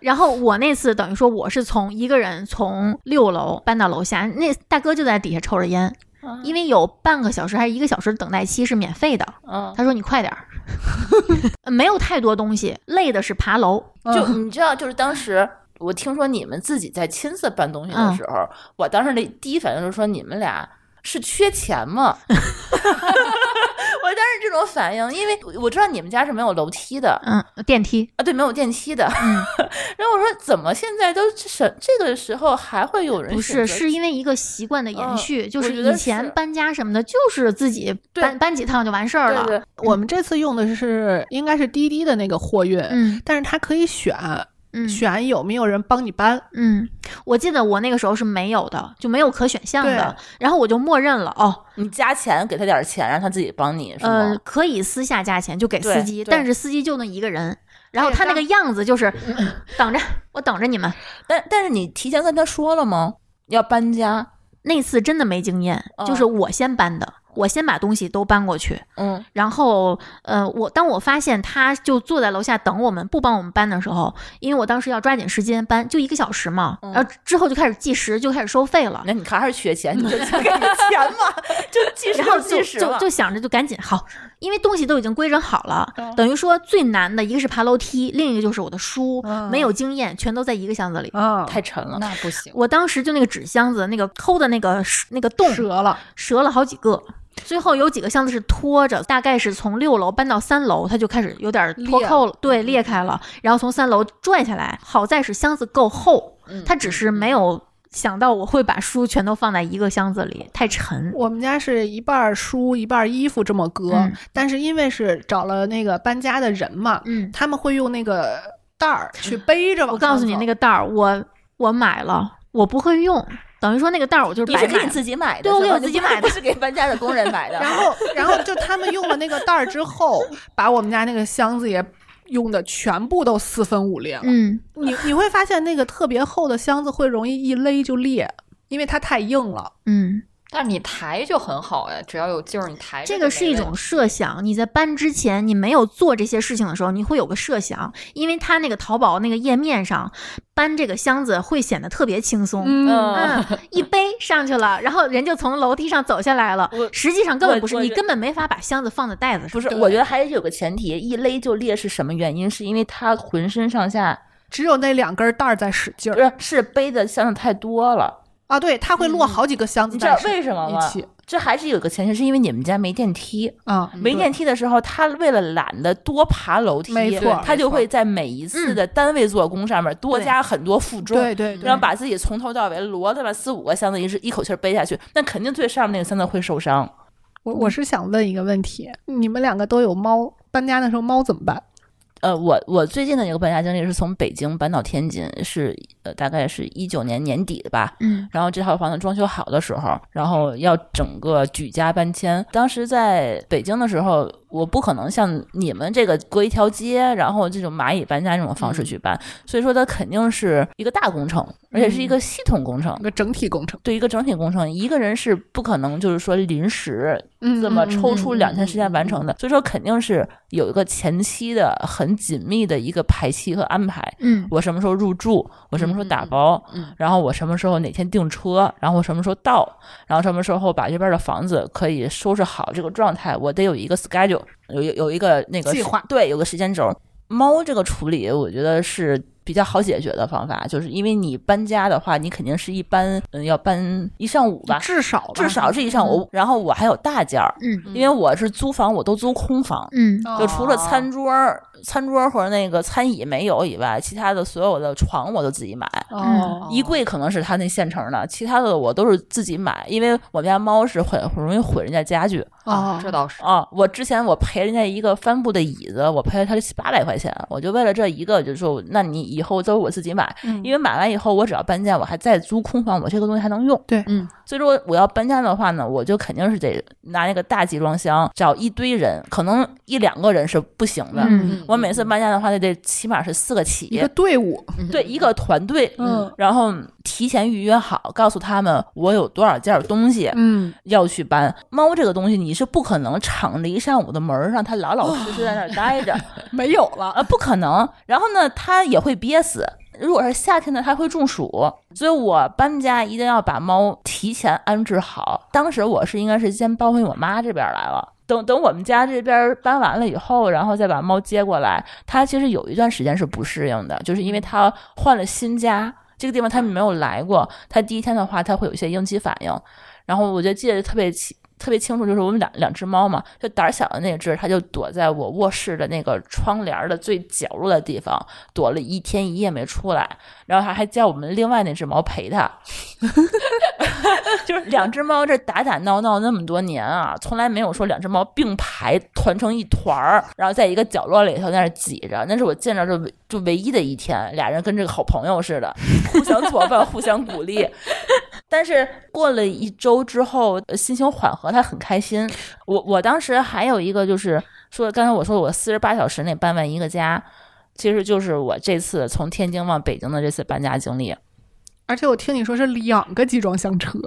[SPEAKER 3] 然后我那次等于说我是从一个人从六楼搬到楼下，那大哥就在底下抽着烟，
[SPEAKER 5] 嗯
[SPEAKER 3] 因为有半个小时还是一个小时的等待期是免费的。
[SPEAKER 5] 嗯，
[SPEAKER 3] 他说你快点 儿，没有太多东西，累的是爬楼。
[SPEAKER 5] 就
[SPEAKER 3] 嗯
[SPEAKER 5] 你知道，就是当时我听说你们自己在亲自搬东西
[SPEAKER 3] 嗯
[SPEAKER 5] 的时候，我当时的第一反应就是说你们俩。是缺 钱吗？我当时这种反应，因为我知道你们家是没有楼梯的
[SPEAKER 3] 嗯，电梯，嗯
[SPEAKER 5] 啊，对，没有电梯的。然后我说，怎么现在都什这个时候还会有人
[SPEAKER 3] 不
[SPEAKER 5] 选
[SPEAKER 3] 是，
[SPEAKER 5] 择
[SPEAKER 3] 是因为一个习惯的延
[SPEAKER 5] 嗯
[SPEAKER 3] 续，就
[SPEAKER 5] 我
[SPEAKER 3] 是
[SPEAKER 5] 觉得
[SPEAKER 3] 以前
[SPEAKER 5] 是
[SPEAKER 3] 搬家什么的，就是自己
[SPEAKER 5] 对
[SPEAKER 3] 搬搬几趟就完事儿了。
[SPEAKER 5] 对对
[SPEAKER 4] 我们这次用的是应该是滴滴的那个货运，
[SPEAKER 3] 嗯
[SPEAKER 4] 但是它可以选
[SPEAKER 3] 嗯
[SPEAKER 4] 选有没有人帮你搬。
[SPEAKER 3] 嗯，我记得我那个时候是没有的，就没有可选项
[SPEAKER 4] 对
[SPEAKER 3] 的，然后我就默认了哦，
[SPEAKER 5] 你加钱给他点钱，让他自己帮你，是
[SPEAKER 3] 呃
[SPEAKER 5] 吗？，
[SPEAKER 3] 可以私下加钱，就给司
[SPEAKER 5] 对
[SPEAKER 3] 机，
[SPEAKER 5] 对
[SPEAKER 3] 但是司机就那一个人，然后
[SPEAKER 4] 对
[SPEAKER 3] 他那
[SPEAKER 4] 当
[SPEAKER 3] 个样子 就是等着我等着你们。
[SPEAKER 5] 但但是你提前跟他说了吗？要搬家，
[SPEAKER 3] 那次真的没经验，
[SPEAKER 5] 哦
[SPEAKER 3] 就是我先搬的，我先把东西都搬过去，
[SPEAKER 5] 嗯，
[SPEAKER 3] 然后呃，我当我发现他就坐在楼下等我们，不帮我们搬的时候，因为我当时要抓紧时间搬，就一个小时嘛，
[SPEAKER 5] 嗯
[SPEAKER 3] 然后之后就开始计时，就开始收费了。
[SPEAKER 5] 那你看还是缺钱，你 就先给你钱嘛，就计时
[SPEAKER 3] 然后
[SPEAKER 5] 就
[SPEAKER 3] 就
[SPEAKER 5] 计时
[SPEAKER 3] 就
[SPEAKER 5] 了。
[SPEAKER 3] 就想着就赶紧好，因为东西都已经规整好了，等于说最难的一个是爬楼梯，另一个就是我的书，
[SPEAKER 4] 嗯
[SPEAKER 3] 没有经验，全都在一个箱子里。
[SPEAKER 4] 啊，
[SPEAKER 5] 太沉了，
[SPEAKER 2] 那不行。
[SPEAKER 3] 我当时就那个纸箱子，那个抠的那个是那个洞
[SPEAKER 4] 折了。
[SPEAKER 3] 折了好几个，最后有几个箱子是拖着，大概是从六楼搬到三楼，它就开始有点脱扣了，嗯对，裂开了，然后从三楼拽下来。好在是箱子够厚，它只是没有想到我会把书全都放在一个箱子里，太沉。
[SPEAKER 4] 我们家是一半儿书一半儿衣服这么搁，
[SPEAKER 3] 嗯
[SPEAKER 4] 但是因为是找了那个搬家的人嘛，
[SPEAKER 3] 嗯，
[SPEAKER 4] 他们会用那个袋儿去背着往
[SPEAKER 3] 我告诉
[SPEAKER 4] 上
[SPEAKER 3] 你，那
[SPEAKER 4] 走
[SPEAKER 3] 个袋儿我我买了，我不会用，等于说那个袋儿我就是
[SPEAKER 5] 你
[SPEAKER 3] 白
[SPEAKER 5] 是给
[SPEAKER 3] 买
[SPEAKER 5] 你
[SPEAKER 3] 了。
[SPEAKER 5] 自己买的，
[SPEAKER 3] 对我给我自己买的嗯
[SPEAKER 5] 的，不是给搬家的工人买的。
[SPEAKER 4] 然 后，然后就他们用了那个袋儿之后，把我们家那个箱子也用的全部都四分五裂了。
[SPEAKER 3] 嗯，
[SPEAKER 4] 你你会发现那个特别厚的箱子会容易一勒就裂，因为它太硬了。
[SPEAKER 3] 嗯，
[SPEAKER 2] 但是你抬就很好哎，只要有劲儿，你抬着
[SPEAKER 3] 这
[SPEAKER 2] 就
[SPEAKER 3] 个
[SPEAKER 2] 没
[SPEAKER 3] 是一
[SPEAKER 2] 问
[SPEAKER 3] 种
[SPEAKER 2] 题
[SPEAKER 3] 设想。你在搬之前，你没有做这些事情的时候，你会有个设想，因为它那个淘宝那个页面上搬这个箱子会显得特别轻松。
[SPEAKER 5] 嗯，
[SPEAKER 3] 嗯，一背上去了，然后人就从楼梯上走下来了
[SPEAKER 5] 我。
[SPEAKER 3] 实际上根本
[SPEAKER 5] 我
[SPEAKER 3] 不是，
[SPEAKER 5] 我
[SPEAKER 3] 你
[SPEAKER 5] 觉
[SPEAKER 3] 根本没法把箱子放在袋子上。
[SPEAKER 5] 不是，我觉得还是有个前提，一勒就裂是什么原因？是因为他浑身上下
[SPEAKER 4] 只有那两根袋儿在使劲
[SPEAKER 5] 不
[SPEAKER 4] 儿
[SPEAKER 5] 是是背的箱子太多了，
[SPEAKER 4] 啊，对，它会落好几个箱
[SPEAKER 5] 嗯
[SPEAKER 4] 子
[SPEAKER 5] 你知
[SPEAKER 4] 在
[SPEAKER 5] 道
[SPEAKER 4] 使
[SPEAKER 5] 为什么吗
[SPEAKER 4] 一起？
[SPEAKER 5] 这还是有个前提，是因为你们家没电梯。
[SPEAKER 4] 啊，
[SPEAKER 5] 没电
[SPEAKER 4] 梯
[SPEAKER 5] 梯的时候，他为了懒得多爬楼梯，
[SPEAKER 4] 没错嗯
[SPEAKER 5] 他就会在每一次的单位做工上面多加很多负重，
[SPEAKER 4] 对对对，
[SPEAKER 5] 然后把自己从头到尾摞着了四五个箱子，一是一口气儿背下去，那肯定最上面那个箱子会受伤。
[SPEAKER 4] 我我是想问一个问题，你们两个都有猫，搬家的时候猫怎么办？
[SPEAKER 5] 呃，我我最近的一个搬家经历是从北京搬到天津，是呃，大概是一九年年底的吧，
[SPEAKER 3] 嗯
[SPEAKER 5] 然后这套房子装修好的时候，然后要整个举家搬迁。当时在北京的时候，我不可能像你们这个隔一条街，然后这种蚂蚁搬家这种方式去搬，所以说它肯定是一个大工程，而且是一个系统工程。
[SPEAKER 4] 一个整体工程，
[SPEAKER 5] 对一个整体工程，一个人是不可能就是说临时
[SPEAKER 4] 嗯
[SPEAKER 5] 这么抽
[SPEAKER 3] 嗯
[SPEAKER 5] 出
[SPEAKER 3] 嗯
[SPEAKER 5] 两天时间完成的，所以说肯定是有一个前期的很紧密的一个排期和安排。
[SPEAKER 3] 嗯
[SPEAKER 5] 我什么时候入住，我什么时候打包，
[SPEAKER 2] 嗯嗯嗯
[SPEAKER 5] 然后我什么时候哪天订车，然后我什么时候到，然后什么时候把这边的房子可以收拾好这个状态，我得有一个 schedule，有有有一个那个
[SPEAKER 4] 计划
[SPEAKER 5] 时对，有个时间轴。猫这个处理，我觉得是。比较好解决的方法，就是因为你搬家的话，你肯定是一搬，嗯，要搬一上午吧，
[SPEAKER 4] 至少吧
[SPEAKER 5] 至少是一上午。然后我还有大件儿，
[SPEAKER 3] 嗯
[SPEAKER 5] 因为我是租房，我都租空房，
[SPEAKER 3] 嗯
[SPEAKER 5] 就除
[SPEAKER 2] 哦
[SPEAKER 5] 了餐桌儿、餐桌儿和那个餐椅没有以外，其他的所有的床我都自己买。
[SPEAKER 4] 哦，
[SPEAKER 5] 衣柜可能是他那现成的，其他的我都是自己买，因为我们家猫是很很容易毁人家家具
[SPEAKER 4] 哦，
[SPEAKER 2] 这倒是。
[SPEAKER 5] 啊。我之前我赔人家一个帆布的椅子，我赔了他七八百块钱，我就为了这一个，就说那你以后都是我自己买，
[SPEAKER 4] 嗯
[SPEAKER 5] 因为买完以后我只要搬家，我还再租空房，我这个东西还能用。
[SPEAKER 4] 对
[SPEAKER 2] 嗯，
[SPEAKER 5] 所以说我要搬家的话呢，我就肯定是得拿那个大集装箱找一堆人，可能一两个人是不行的。
[SPEAKER 3] 嗯
[SPEAKER 5] 我每次搬家的话，那得起码是四个起，
[SPEAKER 4] 一个队伍，
[SPEAKER 5] 对一个团队，
[SPEAKER 4] 嗯
[SPEAKER 5] 然后提前预约好，告诉他们我有多少件儿东西
[SPEAKER 4] 嗯，
[SPEAKER 5] 要去搬。猫这个东西你是不可能敞着一上午的门儿让它老老实实在那儿待着，
[SPEAKER 4] 没有了，
[SPEAKER 5] 呃，不可能。然后呢，它也会憋死。如果是夏天呢，它会中暑，所以我搬家一定要把猫提前安置好。当时我是应该是先搬回我妈这边来了，等等我们家这边搬完了以后，然后再把猫接过来。它其实有一段时间是不适应的，就是因为它换了新家，这个地方它没有来过。它第一天的话，它会有一些应激反应。然后我就记得特别清特别清楚，就是我们两两只猫嘛，就胆儿小的那只，它就躲在我卧室的那个窗帘儿的最角落的地方，躲了一天一夜没出来。然后它还叫我们另外那只猫陪它，就是两只猫这打打闹闹那么多年啊，从来没有说两只猫并排团成一团儿，然后在一个角落里头在那儿挤着。那是我见着就唯就唯一的一天，俩人跟这个好朋友似的，互相作伴，互相鼓励。但是过了一周之后，呃心情缓和，他很开心。我我当时还有一个就是说，刚才我说我四十八小时内搬完一个家，其实就是我这次从天津往北京的这次搬家经历。
[SPEAKER 4] 而且我听你说是两个集装箱车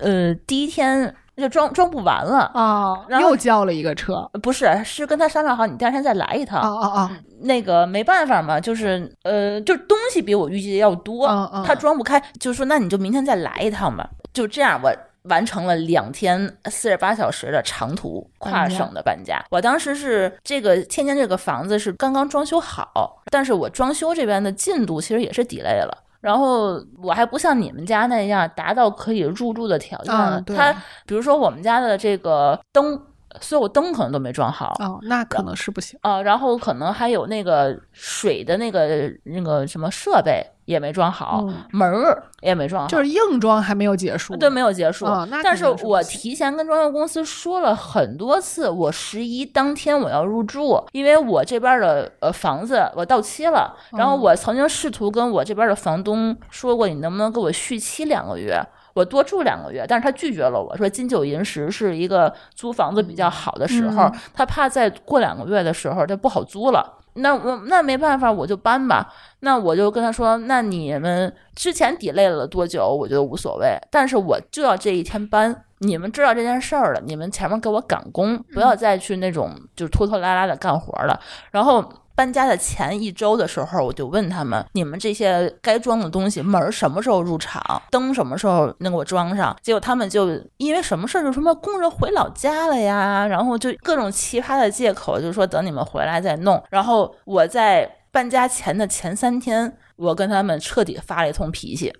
[SPEAKER 5] 呃，第一天就装装不完了，
[SPEAKER 4] 啊
[SPEAKER 5] 然后
[SPEAKER 4] 又叫了一个车，哦
[SPEAKER 5] 不是是跟他商量好，你第二天再来一趟。
[SPEAKER 4] 哦哦，
[SPEAKER 5] 那个没办法嘛，就是呃，就是东西比我预计的要多，
[SPEAKER 4] 嗯嗯
[SPEAKER 5] 他装不开，就说那你就明天再来一趟吧。就这样，我完成了两天四十八小时的长途跨省的搬家。我当时是这个天津这个房子是刚刚装修好，但是我装修这边的进度其实也是 delay 了。然后我还不像你们家那样达到可以入住的条件了。
[SPEAKER 4] 嗯对
[SPEAKER 5] 他比如说我们家的这个灯，所有灯可能都没装好，
[SPEAKER 4] 哦，那可能是不行，
[SPEAKER 5] 啊，然后可能还有那个水的那个那个什么设备也没装好，
[SPEAKER 4] 嗯
[SPEAKER 5] 门儿也没装好，
[SPEAKER 4] 就是硬装还没有结
[SPEAKER 5] 嗯
[SPEAKER 4] 束，
[SPEAKER 5] 啊对，没有结束。
[SPEAKER 4] 哦那
[SPEAKER 5] 但
[SPEAKER 4] 肯
[SPEAKER 5] 是
[SPEAKER 4] 定是不
[SPEAKER 5] 我
[SPEAKER 4] 行
[SPEAKER 5] 提前跟装修公司说了很多次，我十一当天我要入住，因为我这边的呃房子我到期了。然后
[SPEAKER 4] 嗯
[SPEAKER 5] 我曾经试图跟我这边的房东说过，你能不能给我续期两个月？我多住两个月，但是他拒绝了我，说金九银十是一个租房子比较好的时候，
[SPEAKER 4] 嗯
[SPEAKER 5] 他怕再过两个月的时候他不好租了。那我那没办法，我就搬吧。那我就跟他说，那你们之前 delay 了多久，我觉得无所谓，但是我就要这一天搬。你们知道这件事儿了，你们前面给我赶工，
[SPEAKER 4] 嗯
[SPEAKER 5] 不要再去那种就是拖拖拉拉的干活了。然后搬家的前一周的时候，我就问他们，你们这些该装的东西，门儿什么时候入场，灯什么时候能给我装上？结果他们就因为什么事儿，就什么工人回老家了呀，然后就各种奇葩的借口，就说等你们回来再弄。然后我在搬家前的前三天，我跟他们彻底发了一通脾气。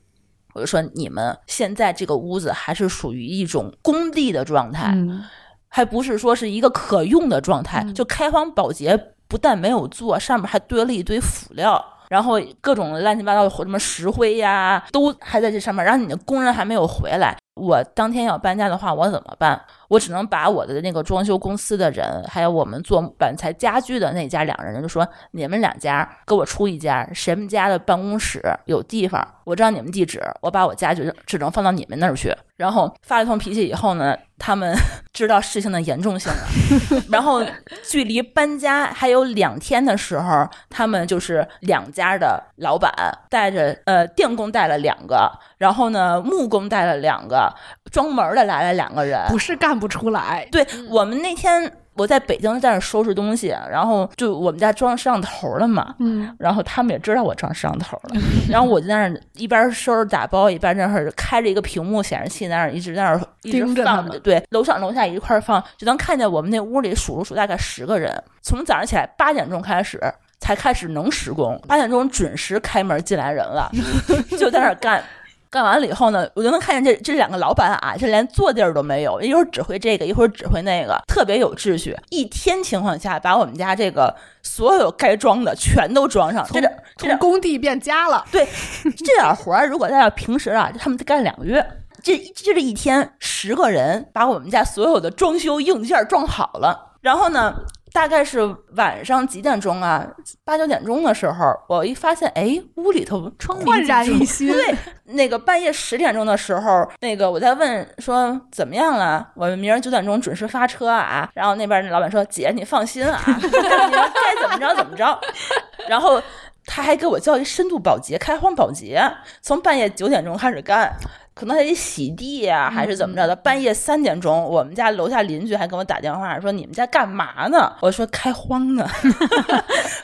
[SPEAKER 5] 我就说，你们现在这个屋子还是属于一种工地的状态，
[SPEAKER 4] 嗯
[SPEAKER 5] 还不是说是一个可用的状态，就开荒保洁不但没有做，上面还堆了一堆辅料。然后各种乱七八糟的什么石灰呀，都还在这上面，然后你的工人还没有回来，我当天要搬家的话，我怎么办？我只能把我的那个装修公司的人，还有我们做板材家具的那家两人，就说你们两家给我出一家，谁们家的办公室有地方，我知道你们地址，我把我家具只能放到你们那儿去。然后发了一通脾气以后呢，他们 知道事情的严重性了。 然后距离搬家还有两天的时候，他们就是两家的老板带着呃电工带了两个，然后呢木工带了两个，装门的来了两个人。
[SPEAKER 4] 不是干不出来，
[SPEAKER 5] 对我们那天我在北京在那收拾东西，然后就我们家装摄像头了嘛，
[SPEAKER 4] 嗯，
[SPEAKER 5] 然后他们也知道我装摄像头了，然后我就在那儿一边收拾打包，一边在那儿开着一个屏幕显示器，在那儿一直在那儿一直
[SPEAKER 4] 盯着他
[SPEAKER 5] 放
[SPEAKER 4] 们
[SPEAKER 5] 着，对，楼上楼下一块儿放，就能看见我们那屋里数了数大概十个人，从早上起来八点钟开始。才开始能施工，八点钟准时开门进来人了， 就在那儿干。干完了以后呢，我就能看见这这两个老板啊，这连坐地儿都没有，一会儿指挥这个，一会儿指挥那个，特别有秩序。一天情况下，把我们家这个所有该装的全都装上。这点儿这
[SPEAKER 4] 从
[SPEAKER 5] 点儿
[SPEAKER 4] 工地变家了，
[SPEAKER 5] 这点儿活儿，如果在平时啊，他们得干两个月。这这这一天，十个人把我们家所有的装修硬件儿装好了，然后呢，大概是晚上几点钟啊？八九点钟的时候，我一发现，哎，屋里头窗
[SPEAKER 4] 焕然一新。
[SPEAKER 5] 对，那个半夜十点钟的时候，那个我在问说怎么样了？我们明儿九点钟准时发车啊。然后那边那老板说：“姐，你放心啊，你要该怎么着怎么着。” 然后他还给我叫一深度保洁、开荒保洁，从半夜九点钟开始干。可能还得洗地啊，还是怎么着
[SPEAKER 4] 嗯
[SPEAKER 5] 的？半夜三点钟，我们家楼下邻居还给我打电话说：“你们家干嘛呢？”我说：“开荒 呢。”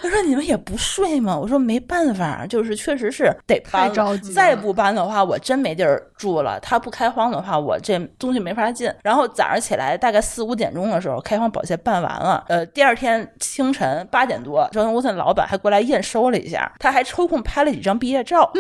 [SPEAKER 5] 我说：“你们也不睡吗？”我说：“没办法，就是确实是得搬
[SPEAKER 4] 太着急了
[SPEAKER 5] 再不搬的话，我真没地儿住了。他不开荒的话，我这东西没法进。然后早上起来大概四五点钟的时候，开荒保洁办完了。呃，第二天清晨八点多，装修公司的老板还过来验收了一下，他还抽空拍了几张毕业照。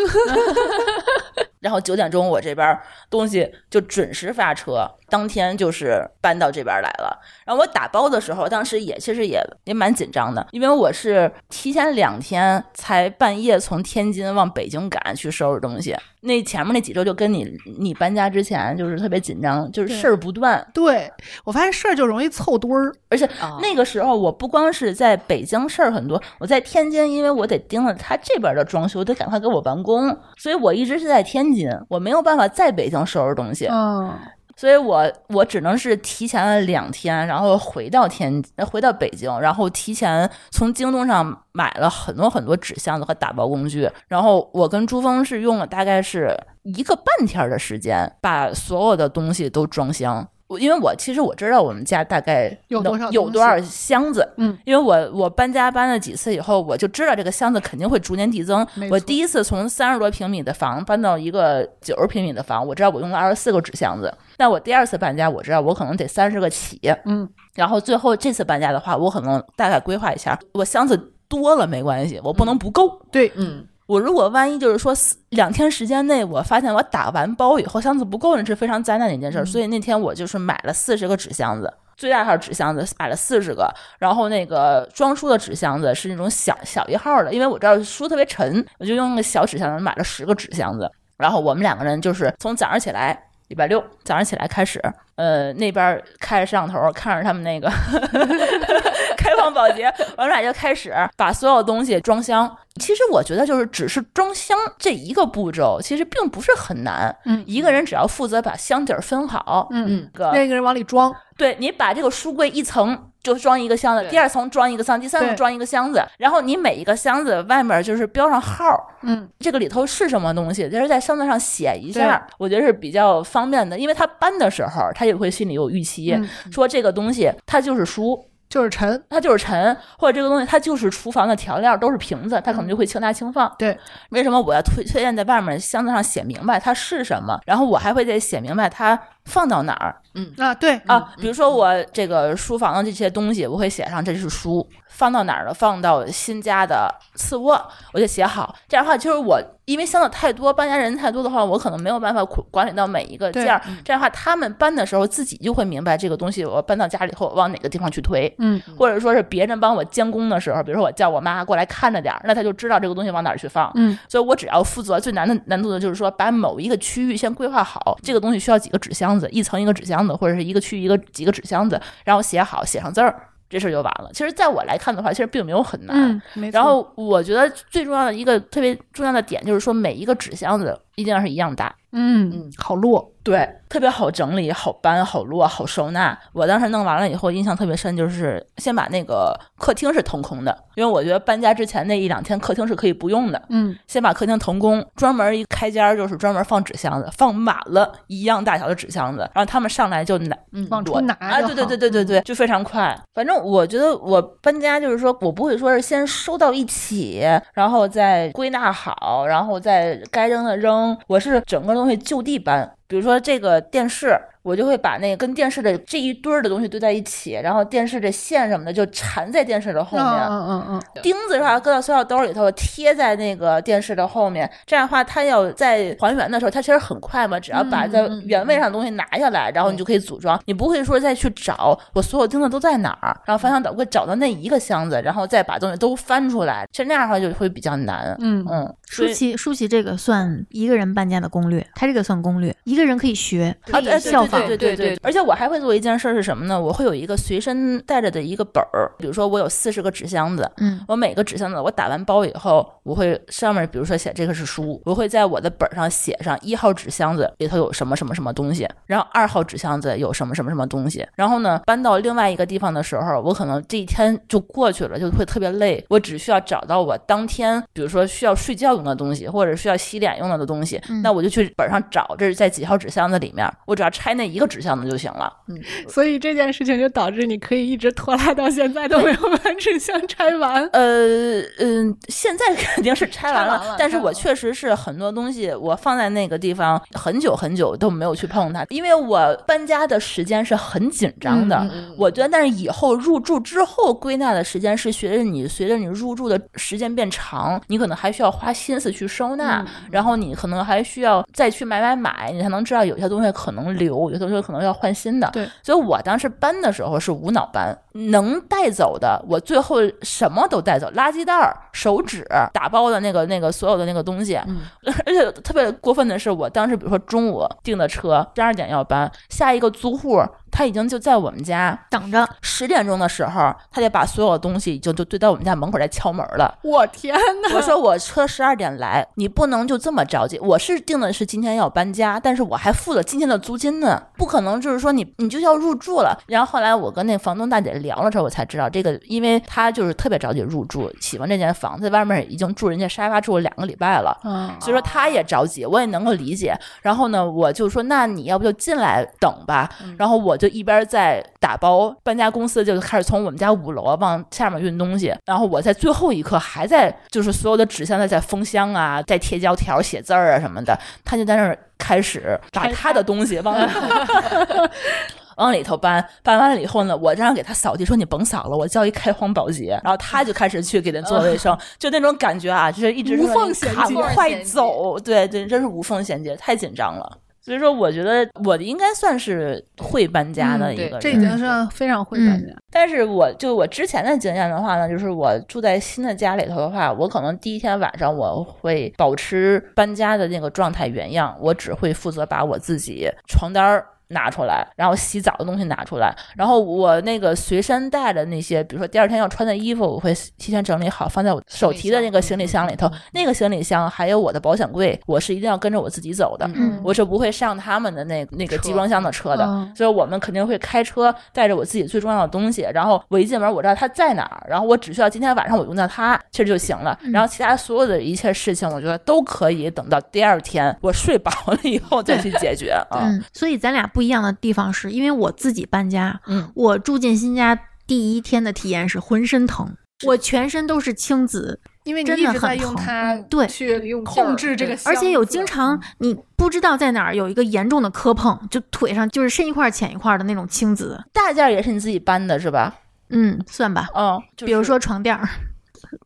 [SPEAKER 5] 然后九点钟我这边东西就准时发车，当天就是搬到这边来了。然后我打包的时候，当时也其实也也蛮紧张的，因为我是提前两天才半夜从天津往北京赶去收拾东西。那前面那几周就跟你你搬家之前就是特别紧张，就是事儿不断，
[SPEAKER 4] 对我发现事儿就容易凑堆儿，
[SPEAKER 5] 而且
[SPEAKER 2] 啊
[SPEAKER 5] 那个时候我不光是在北京事儿很多，我在天津，因为我得盯着他这边的装修，得赶快给我完工，所以我一直是在天津，我没有办法在北京收拾东西，
[SPEAKER 4] 嗯，
[SPEAKER 5] 所以我我只能是提前了两天，然后回到天呃回到北京，然后提前从京东上买了很多很多纸箱子和打包工具，然后我跟朱峰是用了大概是一个半天儿的时间，把所有的东西都装箱。我因为我其实我知道我们家大概
[SPEAKER 4] 有
[SPEAKER 5] 能
[SPEAKER 4] 多少
[SPEAKER 5] 有
[SPEAKER 4] 东
[SPEAKER 5] 多少
[SPEAKER 4] 西
[SPEAKER 5] 箱子，
[SPEAKER 4] 嗯，
[SPEAKER 5] 因为我我搬家搬了几次以后，我就知道这个箱子肯定会逐年递增
[SPEAKER 4] 没。错
[SPEAKER 5] 我第一次从三十多平米的房搬到一个九十平米的房，我知道我用了二十四个纸箱子。那我第二次搬家，我知道我可能得三十个起，
[SPEAKER 4] 嗯，
[SPEAKER 5] 然后最后这次搬家的话，我可能大概规划一下，我箱子多了没关系，我不能不够。
[SPEAKER 4] 对，
[SPEAKER 2] 嗯，
[SPEAKER 5] 我如果万一就是说四两天时间内，我发现我打完包以后箱子不够，那是非常灾难的一件事儿。
[SPEAKER 4] 嗯
[SPEAKER 5] 所以那天我就是买了四十个纸箱子，最大号纸箱子买了四十个，然后那个装书的纸箱子是那种小小一号的，因为我知道书特别沉，我就用那个小纸箱子买了十个纸箱子。然后我们两个人就是从早上起来，礼拜六早上起来开始，呃，那边开着摄像头看着他们那 个 开放保洁，我们俩就开始把所有东西装箱。其实我觉得就是只是装箱这一个步骤，其实并不是很难。
[SPEAKER 4] 嗯
[SPEAKER 5] 一个人只要负责把箱底儿分好，
[SPEAKER 4] 嗯，
[SPEAKER 2] 嗯
[SPEAKER 5] 个
[SPEAKER 4] 那个人往里装，
[SPEAKER 5] 对你把这个书柜一层就装一个箱子，
[SPEAKER 2] 对
[SPEAKER 5] 第二层装一个箱，第三层
[SPEAKER 4] 对
[SPEAKER 5] 装一个箱子，然后你每一个箱子外面就是标上号儿，
[SPEAKER 4] 嗯，
[SPEAKER 5] 这个里头是什么东西，就是在箱子上写一下，我觉得是比较方便的，因为他搬的时候他也会心里有预期，
[SPEAKER 4] 嗯
[SPEAKER 5] 说这个东西它就是书，
[SPEAKER 4] 就是沉，
[SPEAKER 5] 它就是沉，或者这个东西它就是厨房的调料，都是瓶子，它可能就会轻拿轻放。
[SPEAKER 4] 嗯对，
[SPEAKER 5] 为什么我要推推荐在外面箱子上写明白它是什么？然后我还会再写明白它放到哪儿
[SPEAKER 4] 啊，对，
[SPEAKER 5] 啊。比如说我这个书房的这些东西，我会写上这是书，放到哪儿了？放到新家的次卧，我就写好。这样的话，就是我因为箱子太多，搬家人太多的话，我可能没有办法管管理到每一个
[SPEAKER 4] 对嗯
[SPEAKER 5] 件儿。这样的话，他们搬的时候自己就会明白这个东西，我搬到家里后我往哪个地方去推。
[SPEAKER 4] 嗯，
[SPEAKER 5] 或者说是别人帮我监工的时候，比如说我叫我妈过来看着点儿，那她就知道这个东西往哪儿去放。
[SPEAKER 4] 嗯，
[SPEAKER 5] 所以我只要负责最难的难度的就是说，把某一个区域先规划好，这个东西需要几个纸箱子，一层一个纸箱子，或者是一个区域一个几个纸箱子，然后写好，写上字儿，这事儿就完了。其实，在我来看的话，其实并没有很难。
[SPEAKER 4] 嗯，没错。
[SPEAKER 5] 然后我觉得最重要的一个特别重要的点就是说，每一个纸箱子一定要是一样大，
[SPEAKER 4] 嗯，好落，
[SPEAKER 5] 对，特别好整理、好搬、好落、好收纳。我当时弄完了以后，印象特别深，就是先把那个客厅是腾空的，因为我觉得搬家之前那一两天客厅是可以不用的，
[SPEAKER 4] 嗯，
[SPEAKER 5] 先把客厅腾空，专门一开间儿就是专门放纸箱子，放满了一样大小的纸箱子，然后他们上来就拿
[SPEAKER 2] 嗯
[SPEAKER 4] 往出
[SPEAKER 5] 我
[SPEAKER 4] 拿
[SPEAKER 5] 啊，
[SPEAKER 4] 就
[SPEAKER 5] 对对
[SPEAKER 4] 好嗯
[SPEAKER 5] 对对对对，就非常快。反正我觉得我搬家就是说我不会说是先收到一起，然后再归纳好，然后再该扔的扔，我是整个东西就地搬。比如说这个电视，我就会把那个跟电视的这一堆儿的东西堆在一起，然后电视的线什么的就缠在电视的后面，啊
[SPEAKER 4] 嗯嗯嗯
[SPEAKER 5] 钉子的话搁到塑料兜里头，贴在那个电视的后面，这样的话，它要在还原的时候，它其实很快嘛，只要把在原位上的东西拿下来，然后你就可以组装，你不会说再去找我所有钉子都在哪儿，然后翻箱倒柜找到那一个箱子，然后再把东西都翻出来，其实那样的话就会比较难。
[SPEAKER 4] 嗯嗯，
[SPEAKER 5] 嗯，
[SPEAKER 3] 舒
[SPEAKER 5] 对
[SPEAKER 3] 淇，舒淇这个算一个人搬家的攻略，她这个算攻略，一个人可以学，
[SPEAKER 5] 啊，
[SPEAKER 3] 可
[SPEAKER 5] 对
[SPEAKER 3] 以效仿。
[SPEAKER 5] 对对
[SPEAKER 2] 对
[SPEAKER 5] 对
[SPEAKER 2] 对
[SPEAKER 5] 而且我还会做一件事儿是什么呢？我会有一个随身带着的一个本儿，比如说我有四十个纸箱子，
[SPEAKER 3] 嗯，
[SPEAKER 5] 我每个纸箱子我打完包以后，我会上面比如说写这个是书，我会在我的本儿上写上一号纸箱子里头有什么什么什么东西，然后二号纸箱子有什么什么什么东西，然后呢搬到另外一个地方的时候，我可能这一天就过去了，就会特别累，我只需要找到我当天比如说需要睡觉用的东西，或者需要洗脸用的东西，
[SPEAKER 3] 嗯
[SPEAKER 5] 那我就去本上找这是在几号纸箱子里面，我只要拆那一个纸箱子就行了。
[SPEAKER 4] 所以这件事情就导致你可以一直拖拉到现在都没有把纸箱拆完。
[SPEAKER 5] 呃嗯，现在肯定是拆完了，
[SPEAKER 4] 拆完了
[SPEAKER 5] 但是
[SPEAKER 4] 拆完
[SPEAKER 5] 我
[SPEAKER 4] 了
[SPEAKER 5] 确实是很多东西我放在那个地方很久很久都没有去碰它，因为我搬家的时间是很紧张
[SPEAKER 4] 嗯
[SPEAKER 2] 嗯
[SPEAKER 5] 的。我觉得，但是以后入住之后归纳的时间是随着你随着你入住的时间变长，你可能还需要花心思去收纳，然后你可能还需要再去买买买，你才能知道有些东西可能留，有些东西可能要换新的。
[SPEAKER 4] 对，
[SPEAKER 5] 所以我当时搬的时候是无脑搬，能带走的我最后什么都带走，垃圾袋儿、手纸、打包的那个那个所有的那个东西。
[SPEAKER 2] 嗯
[SPEAKER 5] 而且特别过分的是，我当时比如说中午订的车，十二点要搬，下一个租户他已经就在我们家。
[SPEAKER 3] 等着，
[SPEAKER 5] 十点钟的时候，他得把所有的东西已经就堆到我们家门口来敲门了。
[SPEAKER 4] 我天呐，
[SPEAKER 5] 我说我车十二点来，你不能就这么着急。我是定的是今天要搬家，但是我还付了今天的租金呢，不可能就是说你你就要入住了。然后后来我跟那房东大姐聊了之后，我才知道这个，因为她就是特别着急入住，喜欢这间房子，外面已经住人家沙发住了两个礼拜了。
[SPEAKER 4] 嗯
[SPEAKER 2] 啊
[SPEAKER 5] 所以说她也着急，我也能够理解。然后呢，我就说那你要不就进来等吧。然后我就一边在打包，搬家公司就开始从我们家五楼往下面运东西。然后我在最后一刻还在就是所有的纸箱在在封箱啊，在贴胶条、写字儿啊什么的。他就在那儿开始把他的东西 往里头往里头搬，搬完了以后呢，我让给他扫地，说你甭扫了，我叫一开荒保洁，然后他就开始去给人做卫生，就那种感觉啊，就是一直
[SPEAKER 4] 嗯无缝衔接
[SPEAKER 5] 赶
[SPEAKER 4] 无缝
[SPEAKER 5] 快
[SPEAKER 2] 衔接
[SPEAKER 5] 走，对对，真是无缝衔接，太紧张了。所以说，我觉得我应该算是会搬家的
[SPEAKER 4] 嗯
[SPEAKER 5] 一
[SPEAKER 2] 对
[SPEAKER 5] 个人，
[SPEAKER 4] 这已经是非常
[SPEAKER 3] 嗯
[SPEAKER 4] 会搬家。
[SPEAKER 5] 但是我就我之前的经验的话呢，就是我住在新的家里头的话，我可能第一天晚上我会保持搬家的那个状态原样，我只会负责把我自己床单儿。拿出来，然后洗澡的东西拿出来，然后我那个随身带的那些，比如说第二天要穿的衣服，我会提前整理好，放在我手提的那个行李箱里头。那个行李箱还有我的保险柜，我是一定要跟着我自己走的。
[SPEAKER 3] 嗯
[SPEAKER 5] 我是不会上他们的那那个集
[SPEAKER 2] 车
[SPEAKER 5] 装箱的车的，
[SPEAKER 4] 嗯
[SPEAKER 5] 所以我们肯定会开车带着我自己最重要的东西，然后我一进门我知道它在哪儿，然后我只需要今天晚上我用到它，其实就行了。
[SPEAKER 3] 嗯
[SPEAKER 5] 然后其他所有的一切事情，我觉得都可以等到第二天我睡饱了以后再去解决啊。
[SPEAKER 3] 嗯，所以咱俩不一样的地方是因为我自己搬家，
[SPEAKER 5] 嗯，
[SPEAKER 3] 我住进新家第一天的体验是浑身疼，我全身都是青紫。
[SPEAKER 4] 因为你
[SPEAKER 3] 真
[SPEAKER 4] 一
[SPEAKER 3] 的
[SPEAKER 4] 直在
[SPEAKER 3] 很
[SPEAKER 4] 用
[SPEAKER 3] 疼嗯
[SPEAKER 4] 它
[SPEAKER 3] 对
[SPEAKER 4] 去
[SPEAKER 2] 用劲儿
[SPEAKER 4] 控制这个箱子，
[SPEAKER 3] 而且有经常你不知道在哪儿有一个严重的磕碰，就腿上就是深一块儿浅一块儿的那种青紫，
[SPEAKER 5] 大件儿也是你自己搬的是吧？
[SPEAKER 3] 嗯，算吧。
[SPEAKER 5] 嗯，就是
[SPEAKER 3] 比如说床垫儿，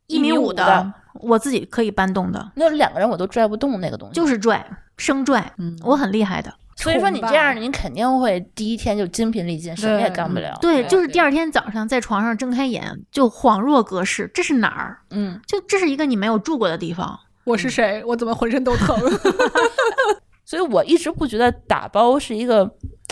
[SPEAKER 5] 一
[SPEAKER 3] 米
[SPEAKER 5] 米
[SPEAKER 3] 五
[SPEAKER 5] 五的，
[SPEAKER 3] 我自己可以搬动的，
[SPEAKER 5] 那两个人我都拽不动那个东西，
[SPEAKER 3] 就是拽，生拽，
[SPEAKER 5] 嗯
[SPEAKER 3] 我很厉害的。
[SPEAKER 5] 所以说你
[SPEAKER 4] 崇拜
[SPEAKER 5] 这样，你肯定会第一天就精疲力尽，什么也干不了。
[SPEAKER 3] 对，就是
[SPEAKER 2] 对
[SPEAKER 3] 第二天早上在床上睁开眼就恍若隔世，这是哪儿？
[SPEAKER 5] 嗯，
[SPEAKER 3] 就这是一个你没有住过的地方。
[SPEAKER 4] 我是谁，我怎么浑身都疼？
[SPEAKER 3] 嗯
[SPEAKER 5] 所以我一直不觉得打包是一个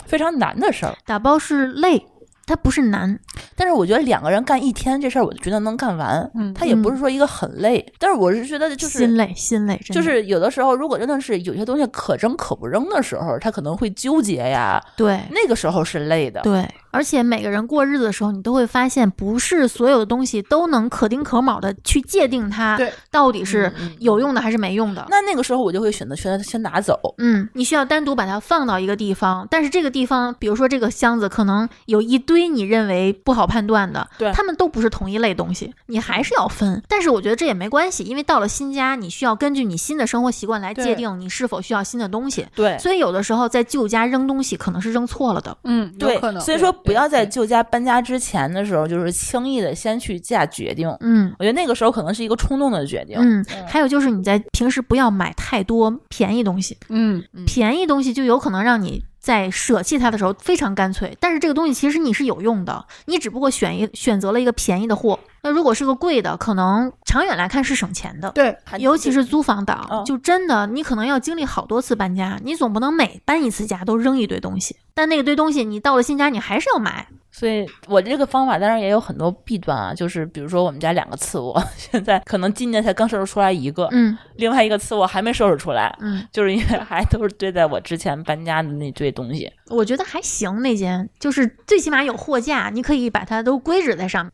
[SPEAKER 5] 非常难的事儿，
[SPEAKER 3] 打包是累，它不是难。
[SPEAKER 5] 但是我觉得两个人干一天这事儿，我就觉得能干完。
[SPEAKER 4] 嗯
[SPEAKER 5] 他也不是说一个很累，但是我是觉得就是
[SPEAKER 3] 心累，心累，真的
[SPEAKER 5] 就是有的时候，如果真的是有些东西可扔可不扔的时候，他可能会纠结呀，
[SPEAKER 3] 对。
[SPEAKER 5] 那个时候是累的。
[SPEAKER 3] 对，而且每个人过日子的时候，你都会发现，不是所有的东西都能可丁可卯的去界定它
[SPEAKER 4] 对
[SPEAKER 3] 到底是
[SPEAKER 5] 嗯嗯
[SPEAKER 3] 有用的还是没用的。
[SPEAKER 5] 那那个时候我就会选择先先拿走。
[SPEAKER 3] 嗯，你需要单独把它放到一个地方，但是这个地方，比如说这个箱子，可能有一堆你认为不好判断的，
[SPEAKER 5] 对
[SPEAKER 3] 他们都不是同一类东西，你还是要分。但是我觉得这也没关系，因为到了新家，你需要根据你新的生活习惯来界
[SPEAKER 4] 对
[SPEAKER 3] 定你是否需要新的东西。
[SPEAKER 5] 对
[SPEAKER 3] 所以有的时候在旧家扔东西，可能是扔错了的。
[SPEAKER 4] 嗯，有
[SPEAKER 5] 对
[SPEAKER 4] 可，能。
[SPEAKER 5] 所以说不
[SPEAKER 4] 对
[SPEAKER 5] 要在
[SPEAKER 4] 对
[SPEAKER 5] 旧家搬家之前的时候，就是轻易的先去下决定。
[SPEAKER 3] 嗯
[SPEAKER 5] 我觉得那个时候可能是一个冲动的决定。
[SPEAKER 3] 嗯，还有就是你在平时不要买太多便宜东西，
[SPEAKER 4] 嗯，
[SPEAKER 3] 便宜东西就有可能让你在舍弃它的时候非常干脆，但是这个东西其实你是有用的，你只不过选一选择了一个便宜的货。那如果是个贵的，可能长远来看是省钱的。
[SPEAKER 4] 对，
[SPEAKER 5] 还
[SPEAKER 3] 尤其是租房党，
[SPEAKER 5] 嗯
[SPEAKER 3] 就真的你可能要经历好多次搬家，你总不能每搬一次家都扔一堆东西。但那个堆东西，你到了新家你还是要买。
[SPEAKER 5] 所以我这个方法当然也有很多弊端啊，就是比如说我们家两个次卧， 现在可能今年才刚收拾出来一个，
[SPEAKER 3] 嗯
[SPEAKER 5] 另外一个次卧还没收拾出来，
[SPEAKER 3] 嗯，
[SPEAKER 5] 就是因为还都是堆在我之前搬家的那堆东西。
[SPEAKER 3] 我觉得还行，那间就是最起码有货架，你可以把它都归置在上面。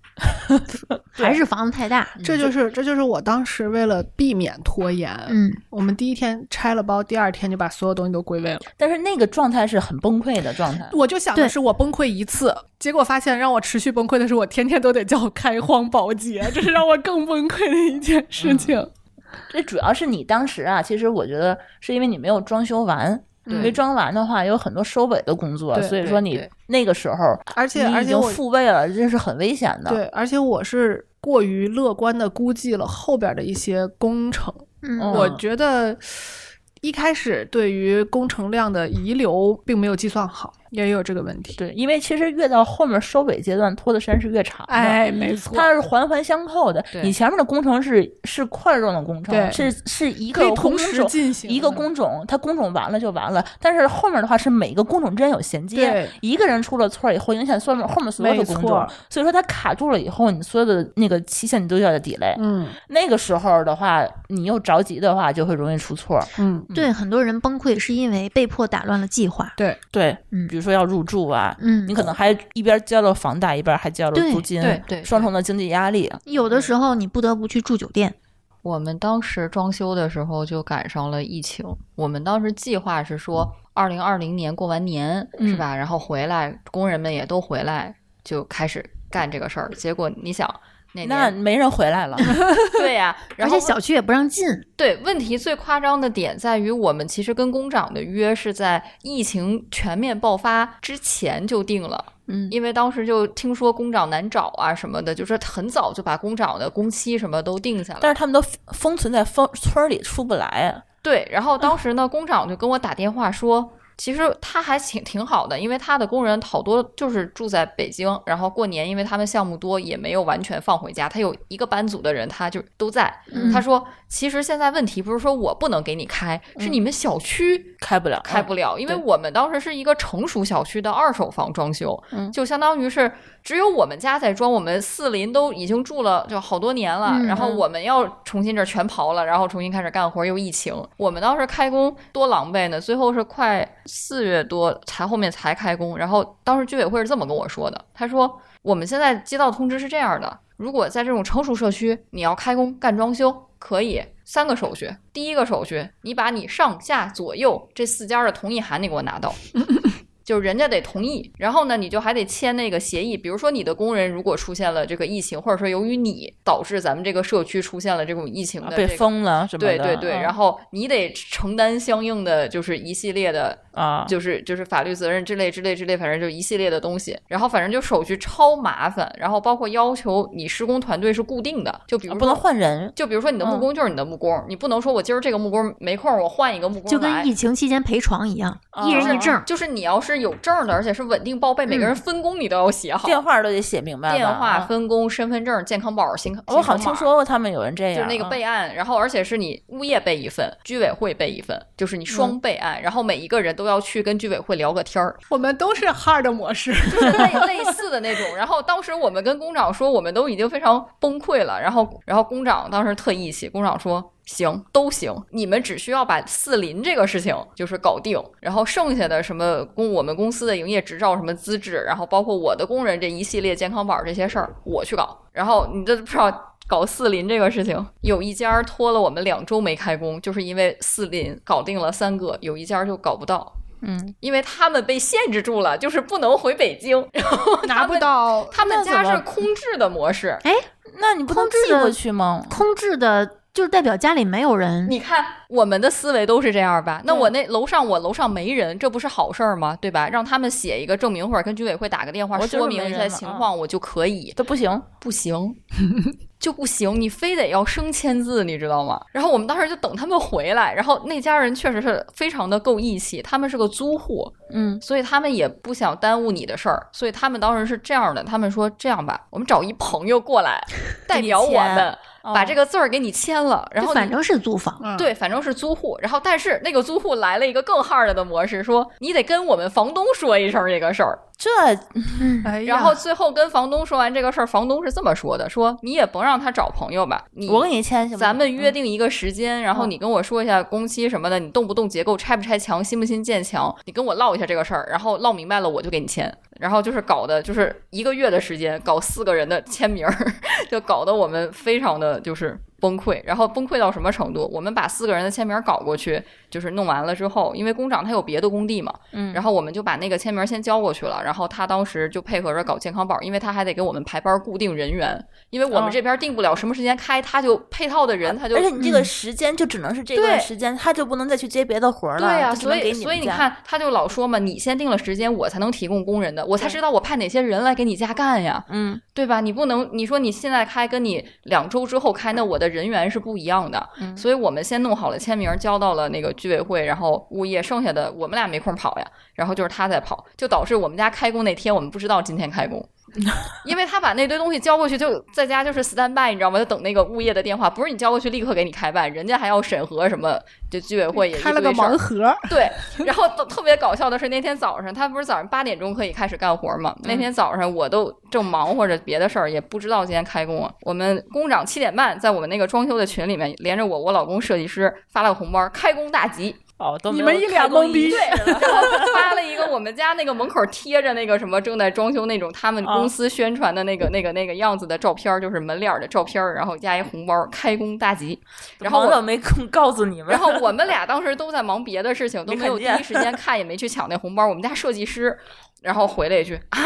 [SPEAKER 3] 还是房子太大。
[SPEAKER 4] 这就是这就是我当时为了避免拖延，
[SPEAKER 3] 嗯，
[SPEAKER 4] 我们第一天拆了包，第二天就把所有东西都归位了。
[SPEAKER 5] 但是那个状态是很崩溃的状态。
[SPEAKER 4] 我就想
[SPEAKER 3] 对
[SPEAKER 4] 的是我崩溃一次，结果发现让我持续崩溃的是我天天都得叫开荒保洁，这是让我更崩溃的一件
[SPEAKER 3] 嗯
[SPEAKER 4] 事情。
[SPEAKER 5] 这主要是你当时啊，其实我觉得是因为你没有装修完，
[SPEAKER 4] 对
[SPEAKER 5] 嗯没装完的话有很多收尾的工作，
[SPEAKER 4] 对
[SPEAKER 5] 所以说
[SPEAKER 4] 对
[SPEAKER 5] 你
[SPEAKER 4] 对
[SPEAKER 5] 那个时候
[SPEAKER 4] 而且
[SPEAKER 5] 你
[SPEAKER 4] 而
[SPEAKER 5] 已
[SPEAKER 4] 且
[SPEAKER 5] 经
[SPEAKER 4] 我
[SPEAKER 5] 复位了，这是很危险的。
[SPEAKER 4] 对，而且我是过于乐观的估计了后边的一些工程，
[SPEAKER 3] 嗯
[SPEAKER 5] 嗯
[SPEAKER 4] 我觉得。一开始对于工程量的遗留并没有计算好，也有这个问题。
[SPEAKER 5] 对因为其实越到后面收尾阶段，拖的时间是越长的。
[SPEAKER 4] 哎，没错，
[SPEAKER 5] 它是环环相扣的，
[SPEAKER 2] 对
[SPEAKER 5] 你前面的工程是是块状的工程，
[SPEAKER 4] 对
[SPEAKER 5] 是是一
[SPEAKER 4] 可
[SPEAKER 5] 个
[SPEAKER 4] 以同
[SPEAKER 5] 工
[SPEAKER 4] 时
[SPEAKER 5] 种，
[SPEAKER 4] 进行
[SPEAKER 5] 一个
[SPEAKER 4] 的
[SPEAKER 5] 工种，它工种完了就完了。但是后面的话是每一个工种之间有衔接
[SPEAKER 4] 对，
[SPEAKER 5] 一个人出了错儿以后，影响后面后面所有的
[SPEAKER 4] 没
[SPEAKER 5] 工种
[SPEAKER 4] 错，
[SPEAKER 5] 所以说它卡住了以后，你所有的那个期限你都要 delay。
[SPEAKER 4] 嗯
[SPEAKER 5] 那个时候的话，你又着急的话，就会容易出错。
[SPEAKER 4] 嗯，
[SPEAKER 3] 对，很多人崩溃是因为被迫打乱了计划。
[SPEAKER 4] 对，
[SPEAKER 5] 对，
[SPEAKER 3] 嗯
[SPEAKER 5] 比如说要入住啊，
[SPEAKER 3] 嗯，
[SPEAKER 5] 你可能还一边交了房贷，一边还交了
[SPEAKER 3] 对
[SPEAKER 5] 租金，
[SPEAKER 2] 对对
[SPEAKER 5] 双重的经济压力。
[SPEAKER 2] 嗯
[SPEAKER 3] 有的时候你不得不去住酒店。
[SPEAKER 2] 我们当时装修的时候就赶上了疫情，我们当时计划是说，二零二零年过完年、
[SPEAKER 5] 嗯
[SPEAKER 2] 是吧？然后回来，工人们也都回来，就开始干这个事儿。结果你想，那
[SPEAKER 5] 那
[SPEAKER 2] 年
[SPEAKER 5] 没人回来了，
[SPEAKER 2] 对呀、
[SPEAKER 3] 而
[SPEAKER 2] 然后
[SPEAKER 3] 且小区也不让进，
[SPEAKER 2] 对问题最夸张的点在于，我们其实跟工长的约是在疫情全面爆发之前就定了。
[SPEAKER 5] 嗯，
[SPEAKER 2] 因为当时就听说工长难找啊什么的，就是很早就把工长的工期什么都定下来。
[SPEAKER 5] 但是他们都封存在封村里出不来。
[SPEAKER 2] 对，然后当时呢，工长就跟我打电话说，其实他还挺挺好的，因为他的工人好多就是住在北京，然后过年因为他们项目多，也没有完全放回家，他有一个班组的人，他就都在。
[SPEAKER 3] 嗯
[SPEAKER 2] 他说，其实现在问题不是说我不能给你开，是你们小区。
[SPEAKER 5] 开不了，
[SPEAKER 2] 开不了，因为
[SPEAKER 5] 对
[SPEAKER 2] 我们当时是一个成熟小区的二手房装修，
[SPEAKER 5] 嗯
[SPEAKER 2] 就相当于是只有我们家在装，我们四邻都已经住了就好多年了，
[SPEAKER 3] 嗯
[SPEAKER 2] 然后我们要重新这儿全刨了，然后重新开始干活，又疫情，我们当时开工多狼狈呢，最后是快四月多才后面才开工，然后当时居委会是这么跟我说的，他说我们现在接到通知是这样的，如果在这种成熟社区你要开工干装修，可以三个手续， 第一个手续你把你上下左右这四家的同意函你给我拿到。就是人家得同意，然后呢，你就还得签那个协议。比如说，你的工人如果出现了这个疫情，或者说由于你导致咱们这个社区出现了这种疫情的、这
[SPEAKER 5] 啊被
[SPEAKER 2] 个
[SPEAKER 5] 封了什么
[SPEAKER 2] 对
[SPEAKER 5] 的，嗯
[SPEAKER 2] 对对，然
[SPEAKER 5] 后
[SPEAKER 2] 后你得承担相应的就是一系列的，
[SPEAKER 5] 啊，
[SPEAKER 2] 就是就是法律责任之类之类之类，反正就一系列的东西。然后反正就手续超麻烦，然后包括要求你施工团队是固定的，就比如
[SPEAKER 5] 啊不
[SPEAKER 2] 说。
[SPEAKER 5] 能换人，
[SPEAKER 2] 就比如说你的木
[SPEAKER 5] 嗯
[SPEAKER 2] 工就是你的木工，你不能说我今儿这个木工没空，我换一个木工
[SPEAKER 3] 就
[SPEAKER 2] 来哦
[SPEAKER 3] 跟疫情期间陪床一样，
[SPEAKER 5] 啊
[SPEAKER 3] 一人一证。
[SPEAKER 2] 就是你要是有证儿的，而且是稳定报备，每个人分工你都要写好，
[SPEAKER 5] 嗯电话都得写明白吧，
[SPEAKER 2] 电话
[SPEAKER 5] 啊
[SPEAKER 2] 分工、身份证、健康宝、新
[SPEAKER 5] 我好像
[SPEAKER 2] 新
[SPEAKER 5] 听
[SPEAKER 2] 康
[SPEAKER 5] 说过他们有人这
[SPEAKER 2] 码
[SPEAKER 5] 样，
[SPEAKER 2] 就是那个
[SPEAKER 5] 啊
[SPEAKER 2] 备案，然后而且是你物业备一份，居委会备一份，就是你
[SPEAKER 5] 嗯
[SPEAKER 2] 双备案，然后每一个人都要去跟居委会聊个天儿，
[SPEAKER 4] 我们都是 hard 模式，
[SPEAKER 2] 就是类类似的那种。然后当时我们跟工长说，我们都已经非常崩溃了。然后，然后工长当时特意气，工长说。行，都行，你们只需要把四邻这个事情就是搞定，然后剩下的什么公我们公司的营业执照、什么资质，然后包括我的工人这一系列健康宝这些事儿，我去搞。然后你这不知道搞四邻这个事情，有一家拖了我们两周没开工，就是因为四邻搞定了三个，有一家就搞不到，
[SPEAKER 5] 嗯，
[SPEAKER 2] 因为他们被限制住了，就是不能回北京，然后他
[SPEAKER 4] 拿不
[SPEAKER 2] 们。
[SPEAKER 4] 到
[SPEAKER 2] 他们
[SPEAKER 5] 那
[SPEAKER 2] 家
[SPEAKER 5] 怎么
[SPEAKER 2] 是空置的模式，
[SPEAKER 5] 那你不能
[SPEAKER 3] 控制
[SPEAKER 5] 寄
[SPEAKER 3] 的
[SPEAKER 5] 过去吗？
[SPEAKER 3] 空置的，就是代表家里没有人。
[SPEAKER 2] 你看我们的思维都是这样吧？那
[SPEAKER 5] 对
[SPEAKER 2] 我那楼上我楼上没人，这不是好事儿吗？对吧？让他们写一个证明或者跟居委会打个电话
[SPEAKER 5] 我就是
[SPEAKER 2] 说明
[SPEAKER 5] 没
[SPEAKER 2] 一
[SPEAKER 5] 人
[SPEAKER 2] 下
[SPEAKER 5] 了
[SPEAKER 2] 情
[SPEAKER 5] 啊
[SPEAKER 2] 况，我就可以。
[SPEAKER 5] 都不行，
[SPEAKER 2] 不行， 就不行，你非得要生签字，你知道吗？然后我们当时就等他们回来，然后那家人确实是非常的够义气，他们是个租户，
[SPEAKER 5] 嗯，
[SPEAKER 2] 所以他们也不想耽误你的事儿，所以他们当时是这样的，他们说这样吧，我们找一朋友过来代表我们，把这
[SPEAKER 5] 个
[SPEAKER 2] 个字儿给你签了，然后你
[SPEAKER 3] 就反正是租房，
[SPEAKER 4] 嗯
[SPEAKER 2] 对，反正是租户。然后，但是那个租户来了一个更 hard 的模式，说你得跟我们房东说一声这个事儿。
[SPEAKER 5] 这
[SPEAKER 4] 哎呀
[SPEAKER 2] 然后最后跟房东说完这个事儿，房东是这么说的：说你也甭让他找朋友吧，你
[SPEAKER 5] 我给你签行吗？
[SPEAKER 2] 咱们约定一个时间，然后你跟我说一下工期什么的，你动不动结构，拆不拆墙，新不新建墙，你跟我唠一下这个事儿，然后唠明白了我就给你签。然后就是搞的，就是一个月的时间，搞四个人的签名儿， 就搞得我们非常的就是崩溃。然后崩溃到什么程度？我们把四个人的签名儿搞过去，就是弄完了之后，因为工长他有别的工地嘛，
[SPEAKER 5] 嗯
[SPEAKER 2] 然后我们就把那个签名先交过去了，然后他当时就配合着搞健康宝，因为他还得给我们排班固定人员，因为我
[SPEAKER 5] 哦
[SPEAKER 2] 们这边定不了什么时间开，他就配套的人他就
[SPEAKER 5] 而且你这个时间就只能是这段
[SPEAKER 2] 嗯对
[SPEAKER 5] 时间，他就不能再去接别的活儿了。
[SPEAKER 2] 对呀、
[SPEAKER 5] 就只能
[SPEAKER 2] 所以
[SPEAKER 5] 给你
[SPEAKER 2] 所以
[SPEAKER 5] 们
[SPEAKER 2] 你
[SPEAKER 5] 家，
[SPEAKER 2] 看，他就老说嘛，你先定了时间，我才能提供工人的，我才
[SPEAKER 5] 对
[SPEAKER 2] 知道我派哪些人来给你家干呀，
[SPEAKER 5] 嗯
[SPEAKER 2] 对吧？你不能你说你现在开，跟你两周之后开，那我的人员是不一样的。
[SPEAKER 5] 嗯
[SPEAKER 2] 所以我们先弄好了签名，交到了那个居委会，然后物业，剩下的我们俩没空跑呀，然后就是他在跑，就导致我们家开工那天我们不知道今天开 工。因为他把那堆东西交过去，就在家就是 stand by，你知道吗？就等那个物业的电话，不是你交过去立刻给你开办，人家还要审核什么，就居委会也一
[SPEAKER 4] 开了个
[SPEAKER 2] 堆事儿
[SPEAKER 4] 盲盒，
[SPEAKER 2] 对，然后特特别搞笑的是，那天早上他不是早上八点钟可以开始干活嘛？那天早上我都正忙活着别的事儿，也不知道今天开工啊。我们工长七点半在我们那个装修的群里面，连着我我老公设计师发了个红包，开工大吉。
[SPEAKER 5] 哦，都
[SPEAKER 4] 你
[SPEAKER 5] 没有
[SPEAKER 4] 们一脸
[SPEAKER 5] 开工
[SPEAKER 4] 懵逼
[SPEAKER 5] 仪式了
[SPEAKER 2] 然后发了一个我们家那个门口贴着那个什么正在装修那种他们公司宣传的那个那个那个样子的照片儿，就是门脸儿的照片儿，然后加一红包，开工大吉。然后
[SPEAKER 5] 网
[SPEAKER 2] 我
[SPEAKER 5] 友没空告诉 你们，
[SPEAKER 2] 然后我们俩当时都在忙别的事情，都
[SPEAKER 5] 没
[SPEAKER 2] 没有
[SPEAKER 5] 看
[SPEAKER 2] 第
[SPEAKER 5] 见
[SPEAKER 2] 一时间看，也没去抢那红包。我们家设计师，然后回了一句啊，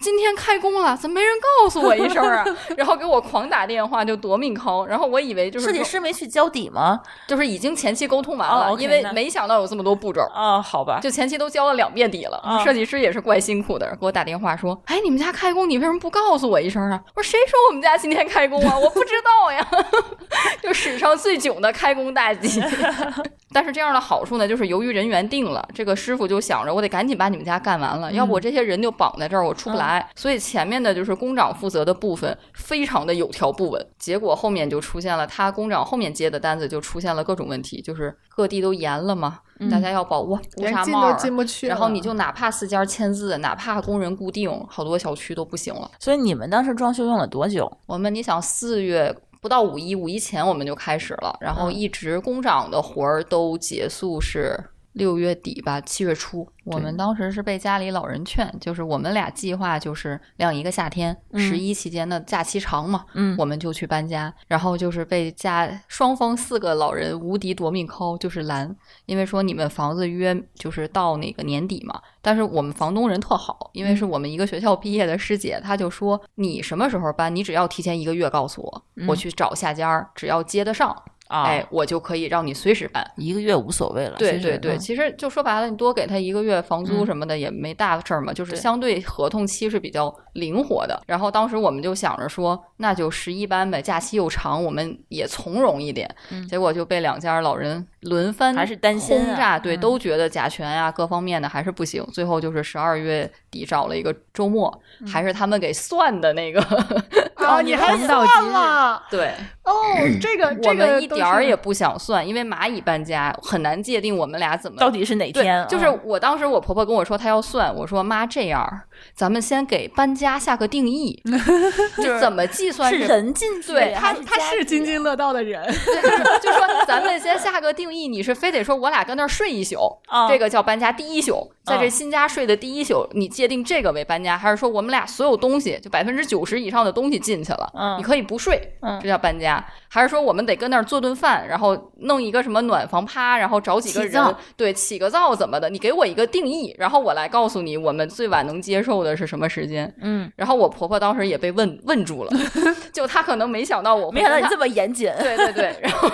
[SPEAKER 2] 今天开工了，怎么没人告诉我一声啊？ 然后给我狂打电话，就夺命 call。然后我以为就是
[SPEAKER 5] 设计
[SPEAKER 2] 说
[SPEAKER 5] 师没去交底吗？
[SPEAKER 2] 就是已经前期沟通完
[SPEAKER 5] 哦
[SPEAKER 2] 了，
[SPEAKER 5] ，OK，
[SPEAKER 2] 因为
[SPEAKER 5] 那
[SPEAKER 2] 没想到有这么多步骤。
[SPEAKER 5] 啊，好吧，
[SPEAKER 2] 就前期都交了两遍底了，
[SPEAKER 5] 啊
[SPEAKER 2] 设计师也是怪辛苦的，给我打电话说：“哎，你们家开工，你为什么不告诉我一声啊？”我说：“谁说我们家今天开工啊？我不知道呀。” 就史上最囧的开工大吉。但是这样的好处呢，就是由于人员定了，这个师傅就想着我得赶紧把你们家干完了，要不我这些人就绑在这儿，我出不来。所以前面的就是工长负责的部分非常的有条不紊，结果后面就出现了他工长后面接的单子就出现了各种问题，就是各地都严了嘛，大家要保护乌
[SPEAKER 4] 连
[SPEAKER 2] 纱
[SPEAKER 4] 进
[SPEAKER 2] 帽
[SPEAKER 4] 都
[SPEAKER 2] 儿。啊
[SPEAKER 4] 进不去了，
[SPEAKER 2] 然后你就哪怕四家签字，哪怕工人固定，好多小区都不行了。
[SPEAKER 5] 所以你们当时装修用了多久？
[SPEAKER 2] 我们你想四月不到五一，五一前我们就开始了，然后一直工长的活儿都结束是六月底吧，七月初，我们当时是被家里老人劝，就是我们俩计划就是晾一个夏天，
[SPEAKER 5] 嗯
[SPEAKER 2] 十一期间的假期长嘛，
[SPEAKER 5] 嗯
[SPEAKER 2] 我们就去搬家，然后就是被家双方四个老人无敌夺命 call，就是拦，因为说你们房子约就是到那个年底嘛，但是我们房东人特好，因
[SPEAKER 5] 嗯
[SPEAKER 2] 为是我们一个学校毕业的师姐，她就说你什么时候搬，你只要提前一个月告诉我，我
[SPEAKER 5] 嗯
[SPEAKER 2] 去找下家儿，只要接得上，
[SPEAKER 5] 啊，
[SPEAKER 2] 哎，我就可以让你随时搬。
[SPEAKER 5] 一个月无所谓了。
[SPEAKER 2] 对
[SPEAKER 5] 其实
[SPEAKER 2] 对对，
[SPEAKER 5] 嗯
[SPEAKER 2] 其实就说白了，你多给他一个月房租
[SPEAKER 5] 嗯
[SPEAKER 2] 什么的也没大事儿嘛，就是
[SPEAKER 5] 对
[SPEAKER 2] 相对合同期是比较灵活的。然后当时我们就想着说，那就十一班呗，假期又长，我们也从容一点。
[SPEAKER 5] 嗯
[SPEAKER 2] 结果就被两家老人轮番
[SPEAKER 5] 还是担心啊
[SPEAKER 2] 轰炸，对，
[SPEAKER 5] 嗯
[SPEAKER 2] 都觉得甲醛呀、各方面的还是不行。最后就是十二月底找了一个周末，还是他们给算的那个，哦
[SPEAKER 4] 啊，你还
[SPEAKER 3] 黄道
[SPEAKER 4] 算
[SPEAKER 3] 吉日
[SPEAKER 4] 了
[SPEAKER 2] 对。
[SPEAKER 4] 哦，这个
[SPEAKER 2] 我
[SPEAKER 4] 这个
[SPEAKER 2] 们一
[SPEAKER 4] 都
[SPEAKER 2] 点儿
[SPEAKER 4] 是
[SPEAKER 2] 也不想算，因为蚂蚁搬家很难界定我们俩怎么
[SPEAKER 5] 到底是哪
[SPEAKER 2] 对
[SPEAKER 5] 天啊？
[SPEAKER 2] 就是我当时我婆婆跟我说她要算，我说妈这样儿，咱们先给搬家下个定 义，就怎么计算
[SPEAKER 5] 是
[SPEAKER 2] 这
[SPEAKER 5] 人进去，
[SPEAKER 2] 对
[SPEAKER 5] 还
[SPEAKER 4] 他
[SPEAKER 5] 是
[SPEAKER 4] 他
[SPEAKER 5] 家
[SPEAKER 4] 是
[SPEAKER 5] 具
[SPEAKER 4] 津津乐道的人，
[SPEAKER 2] 对， 就是就说咱们先下个定义，你是非得说我俩跟那儿睡一宿，
[SPEAKER 5] 啊，
[SPEAKER 2] 这个叫搬家第一宿，在这
[SPEAKER 5] 嗯
[SPEAKER 2] 新家睡的第一宿，你界定这个为搬家，还是说我们俩所有东西就百分之九十以上的东西进去了，
[SPEAKER 5] 嗯
[SPEAKER 2] 你可以不睡，
[SPEAKER 5] 嗯
[SPEAKER 2] 这叫搬家？还是说我们得跟那儿做顿饭，然后弄一个什么暖房趴，然后找几个
[SPEAKER 3] 起灶
[SPEAKER 2] 人，对，起个灶怎么的？你给我一个定义，然后我来告诉你我们最晚能接受的是什么时间。
[SPEAKER 5] 嗯，
[SPEAKER 2] 然后我婆婆当时也被问问 住了，就她可能没想到我会
[SPEAKER 5] 没想到
[SPEAKER 2] 跟嗯
[SPEAKER 5] 你
[SPEAKER 2] 她
[SPEAKER 5] 这么严谨。
[SPEAKER 2] 对对对，然后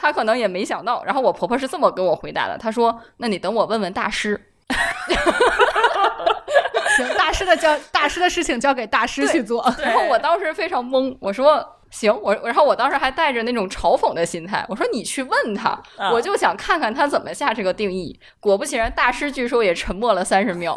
[SPEAKER 2] 他可能也没想到，然后我婆婆是这么跟我回答的，她说：“那你等我问问大师。
[SPEAKER 4] 行，大师的交大师的事情交给大师去做。”
[SPEAKER 2] 然后我当时非常懵，我说。行，我然后我当时还带着那种嘲讽的心态，我说你去问他，
[SPEAKER 5] 啊
[SPEAKER 2] 我就想看看他怎么下这个定义。果不其然，大师据说也沉默了三十 秒，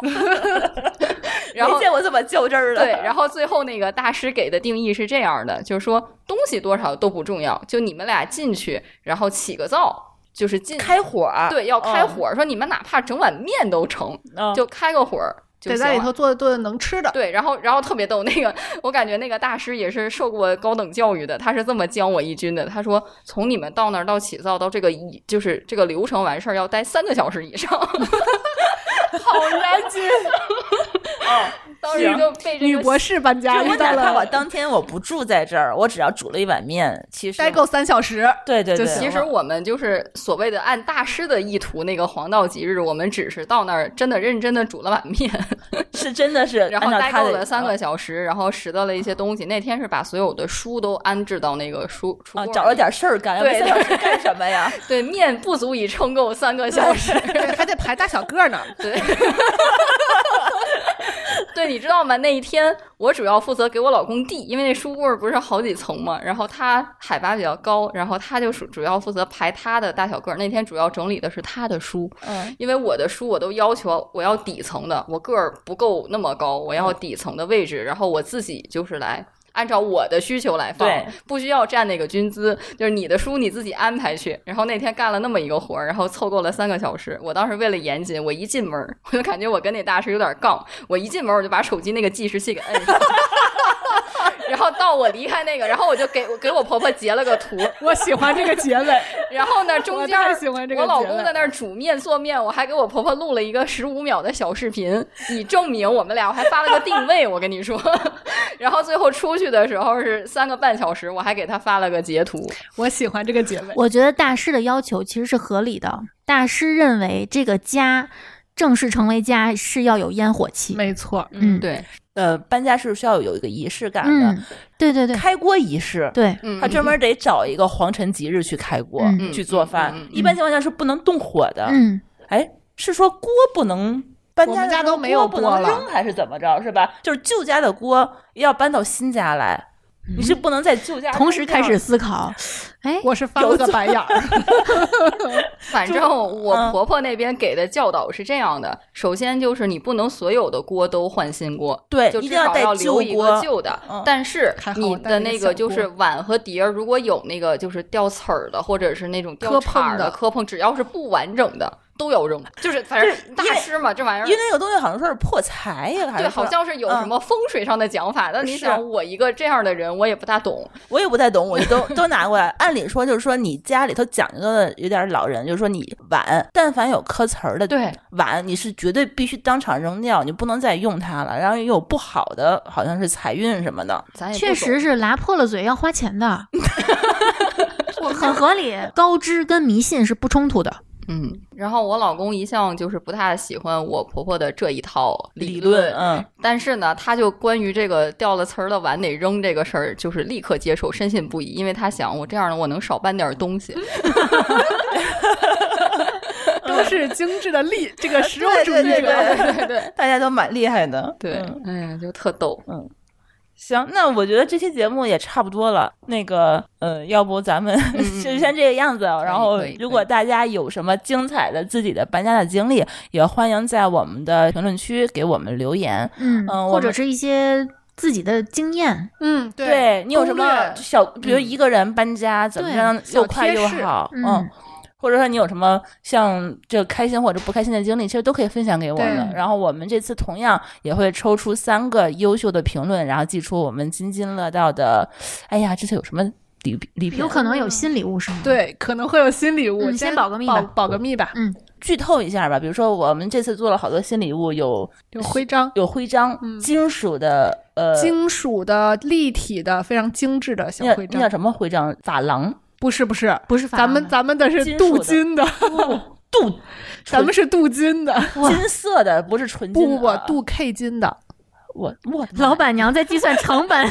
[SPEAKER 2] 然后
[SPEAKER 5] 没见过这么较真儿的。啊
[SPEAKER 2] 对，然后最后那个大师给的定义是这样的，就是说东西多少都不重要，就你们俩进去，然后起个灶，就是进
[SPEAKER 5] 开火
[SPEAKER 4] 啊
[SPEAKER 5] 儿，
[SPEAKER 2] 对，要
[SPEAKER 4] 嗯
[SPEAKER 2] 开火儿，说你们哪怕整碗面都成，
[SPEAKER 5] 嗯，
[SPEAKER 2] 就开个火儿就
[SPEAKER 4] 得
[SPEAKER 2] 行
[SPEAKER 4] 在里
[SPEAKER 2] 了。
[SPEAKER 4] 头做顿能吃的。
[SPEAKER 2] 对，然后然后特别逗，那个我感觉那个大师也是受过高等教育的，他是这么教我一军的。他说，从你们到那儿到起灶到这个一就是这个流程完事儿要待三个小时以上， 好严谨。哦，当时
[SPEAKER 5] 行
[SPEAKER 2] 就被这
[SPEAKER 4] 女
[SPEAKER 2] 个
[SPEAKER 4] 博士搬
[SPEAKER 5] 就
[SPEAKER 2] 哦
[SPEAKER 4] 家
[SPEAKER 5] 我
[SPEAKER 4] 遇
[SPEAKER 5] 哪
[SPEAKER 4] 到
[SPEAKER 5] 怕我
[SPEAKER 4] 了，
[SPEAKER 5] 当天我不住在这儿，我只要煮了一碗面，其实
[SPEAKER 4] 待够三小 时，
[SPEAKER 5] 对对
[SPEAKER 4] 就
[SPEAKER 5] 对，
[SPEAKER 4] 行
[SPEAKER 2] 其实我们就是所谓的按大师的意图，那个黄道吉日，我们只是到那儿真的认真的煮了碗面，
[SPEAKER 5] 是真的是
[SPEAKER 2] 然后
[SPEAKER 5] 按照
[SPEAKER 2] 待
[SPEAKER 5] 他
[SPEAKER 2] 够
[SPEAKER 5] 的
[SPEAKER 2] 了三
[SPEAKER 5] 啊
[SPEAKER 2] 个小时，然后拾掇了一些东西。那天是把所有的书都安置到那个书橱
[SPEAKER 5] 啊，
[SPEAKER 2] 柜
[SPEAKER 5] 找
[SPEAKER 2] 里
[SPEAKER 5] 了点事儿干，要不
[SPEAKER 2] 对
[SPEAKER 5] 三小时干什么 呀？
[SPEAKER 2] 对面不足以撑够三个小时。
[SPEAKER 4] 对，还得排大小个儿呢。
[SPEAKER 2] 对，对，你知道吗？那一天我主要负责给我老公递，因为那书柜儿不是好几层嘛，然后他海拔比较高，然后他就主主要负责排他的大小个儿。那天主要整理的是他的书，
[SPEAKER 5] 嗯，
[SPEAKER 2] 因为我的书我都要求我要底层的，我个儿不够那么高，我要底层的位置，然后我自己就是来。按照我的需求来放
[SPEAKER 5] 对，
[SPEAKER 2] 不需要占那个军资，就是你的书你自己安排去。然后那天干了那么一个活儿，然后凑够了三个小时。我当时为了严谨，我一进门儿 我就感觉我跟那大师有点杠，我一进门儿我就把手机那个计时器给摁上， 然后到我离开那个，然后我就给我给我婆婆截了个图，
[SPEAKER 4] 我喜欢这个结尾，
[SPEAKER 2] 然后 呢，中间
[SPEAKER 4] 太喜欢这个
[SPEAKER 2] 我老
[SPEAKER 4] 节
[SPEAKER 2] 公
[SPEAKER 4] 了
[SPEAKER 2] 在那儿煮面做面，我还给我婆婆录了一个十五秒的小视频，以证明我们俩。我还发了个定位，我跟你说。 然后最后出去的时候是三个半小时，我还给他发了个截图。
[SPEAKER 4] 我喜欢这个结尾。
[SPEAKER 3] 我觉得大师的要求其实是合理的。大师认为这个家正式成为家是要有烟火气。
[SPEAKER 4] 没错，
[SPEAKER 3] 嗯，
[SPEAKER 2] 对，
[SPEAKER 5] 呃，搬家是需要有一个仪式感的，
[SPEAKER 3] 嗯，对对对
[SPEAKER 5] 开锅仪式，
[SPEAKER 3] 对，
[SPEAKER 2] 嗯，
[SPEAKER 5] 他专门得找一个黄晨吉日去开锅、
[SPEAKER 3] 嗯
[SPEAKER 5] 去做饭、
[SPEAKER 2] 嗯嗯嗯
[SPEAKER 5] 一般情况下是不能动火的。
[SPEAKER 3] 嗯，
[SPEAKER 5] 哎，是说锅不能搬家的
[SPEAKER 4] 我们
[SPEAKER 5] 时候
[SPEAKER 4] 家都没有
[SPEAKER 5] 锅不
[SPEAKER 4] 锅
[SPEAKER 5] 能
[SPEAKER 4] 了
[SPEAKER 5] 扔还是怎么着是吧？就是旧家的锅要搬到新家来，
[SPEAKER 2] 嗯
[SPEAKER 5] 你是不能在旧家
[SPEAKER 3] 同时开始
[SPEAKER 5] 扔掉
[SPEAKER 3] 思考，哎，
[SPEAKER 4] 我是翻了个白眼儿。
[SPEAKER 2] 反正我婆婆那边给的教导是这样的：首先就是你不能所有的锅都换新锅，
[SPEAKER 5] 对，
[SPEAKER 2] 就
[SPEAKER 5] 一
[SPEAKER 2] 至
[SPEAKER 5] 定要
[SPEAKER 2] 少
[SPEAKER 5] 带
[SPEAKER 2] 要
[SPEAKER 5] 旧
[SPEAKER 2] 留一个
[SPEAKER 5] 锅。
[SPEAKER 2] 旧的
[SPEAKER 5] 嗯，
[SPEAKER 2] 但是
[SPEAKER 4] 还好我
[SPEAKER 2] 你
[SPEAKER 4] 带
[SPEAKER 2] 的
[SPEAKER 4] 了一个
[SPEAKER 2] 那
[SPEAKER 4] 小
[SPEAKER 2] 个就是
[SPEAKER 4] 锅
[SPEAKER 2] 碗和碟儿，如果有那个就是掉刺儿的，或者是那种掉
[SPEAKER 4] 磕
[SPEAKER 2] 茬儿
[SPEAKER 4] 碰的
[SPEAKER 2] 的磕碰，只要是不完整的。都要扔，就是反正大师嘛，这玩意儿
[SPEAKER 5] 因。为有东西好像说是破财呀，还
[SPEAKER 2] 对，
[SPEAKER 5] 是
[SPEAKER 2] 好
[SPEAKER 5] 说
[SPEAKER 2] 像是有什么风水上的讲法，但你
[SPEAKER 5] 是
[SPEAKER 2] 想，我一个这样的人，我也不大懂。
[SPEAKER 5] 我也不太懂，我就都都拿过来。按理说就是说你家里头讲究的有点老人，就是说你碗，但凡有磕瓷儿的
[SPEAKER 2] 对
[SPEAKER 5] 碗，你是绝对必须当场扔掉，你不能再用它了。然后又有不好的，好像是财运什么的。
[SPEAKER 2] 咱哎也不
[SPEAKER 3] 确
[SPEAKER 2] 懂
[SPEAKER 3] 实是拉破了嘴要花钱的，我很合理。高知跟迷信是不冲突的，
[SPEAKER 2] 嗯，然后我老公一向就是不太喜欢我婆婆的这一套理
[SPEAKER 5] 论，嗯，
[SPEAKER 2] 但是呢，他就关于这个掉了瓷儿的碗得扔这个事儿，就是立刻接受，深信不疑，因为他想我这样呢，我能少搬点东西。
[SPEAKER 4] 都是精致的利，这个实用主
[SPEAKER 5] 对
[SPEAKER 4] 义
[SPEAKER 5] 对
[SPEAKER 4] 者。
[SPEAKER 5] 对
[SPEAKER 2] 对对
[SPEAKER 5] 大家都蛮厉害的。
[SPEAKER 2] 对，
[SPEAKER 5] 嗯
[SPEAKER 2] 哎呀，就特逗。
[SPEAKER 5] 行，那我觉得这期节目也差不多了。那个，呃，要不咱们 就先这个样子。然后
[SPEAKER 2] 可以，
[SPEAKER 5] 如果大家有什么精彩的自己的搬家的经历，也欢迎在我们的评论区给我们留言。
[SPEAKER 3] 嗯，
[SPEAKER 5] 嗯我
[SPEAKER 3] 或者
[SPEAKER 5] 们
[SPEAKER 3] 是一些自己的经验，
[SPEAKER 4] 嗯，
[SPEAKER 5] 对你有什
[SPEAKER 4] 攻略嗯
[SPEAKER 5] 么小，比如一个人搬家、怎么
[SPEAKER 3] 对
[SPEAKER 5] 样
[SPEAKER 4] 小
[SPEAKER 5] 又快
[SPEAKER 4] 贴
[SPEAKER 5] 又
[SPEAKER 4] 士
[SPEAKER 5] 好，
[SPEAKER 3] 嗯
[SPEAKER 5] 或者说你有什么像这开心或者不开心的经历，其实都可以分享给我们。
[SPEAKER 4] 对
[SPEAKER 5] 然后我们这次同样也会抽出三个优秀的评论，然后寄出我们津津乐道的。哎呀，这次有什么礼礼品？
[SPEAKER 3] 有可能有新礼物是吗？，
[SPEAKER 4] 对，可能会有新礼物，
[SPEAKER 3] 嗯先保个密吧
[SPEAKER 4] 保保个密吧，
[SPEAKER 5] 剧透一下吧，比如说我们这次做了好多新礼物，有
[SPEAKER 4] 有徽章。
[SPEAKER 5] 有徽章，金属的，呃，
[SPEAKER 4] 嗯金属的、立体的、非常精致的小
[SPEAKER 5] 那
[SPEAKER 4] 徽
[SPEAKER 5] 那叫
[SPEAKER 4] 章，
[SPEAKER 5] 什么徽章？珐琅、
[SPEAKER 4] 不是不是，
[SPEAKER 3] 不是法
[SPEAKER 4] 咱们咱们的是
[SPEAKER 5] 金属
[SPEAKER 4] 镀
[SPEAKER 5] 的
[SPEAKER 4] 金的，
[SPEAKER 5] 镀
[SPEAKER 4] 咱们是镀金的，
[SPEAKER 5] 金色的，不是纯
[SPEAKER 4] 不
[SPEAKER 5] 金的
[SPEAKER 4] 不不
[SPEAKER 5] 啊。，
[SPEAKER 4] 镀 K 金的，
[SPEAKER 5] 我我的妈呀
[SPEAKER 3] 老板娘在计算成本，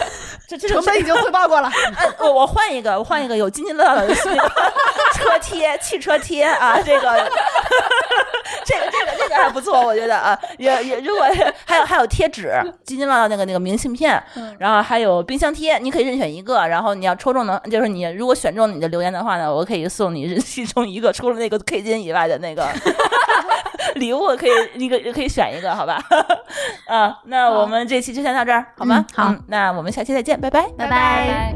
[SPEAKER 5] 这这
[SPEAKER 4] 成本已经汇报过了。
[SPEAKER 5] 按呃我我换一个，我换一个有津津乐道的新的车贴、汽车贴啊，这个这个这个这个还不错，我觉得啊，也也如果还有还有贴纸，津津乐道那个那个明信片，
[SPEAKER 3] 嗯
[SPEAKER 5] 然后还有冰箱贴，你可以任选一个，然后你要抽中能，就是你如果选中你的留言的话呢，我可以送你其中一个，除了那个 K 金以外的那个 礼物，可以你可可以选一个，好吧？ 啊，那我们这期就先到这儿，好吗？
[SPEAKER 3] 嗯好
[SPEAKER 5] 那我们下期再见，拜拜。
[SPEAKER 3] 拜
[SPEAKER 2] 拜
[SPEAKER 3] 拜。
[SPEAKER 2] 拜。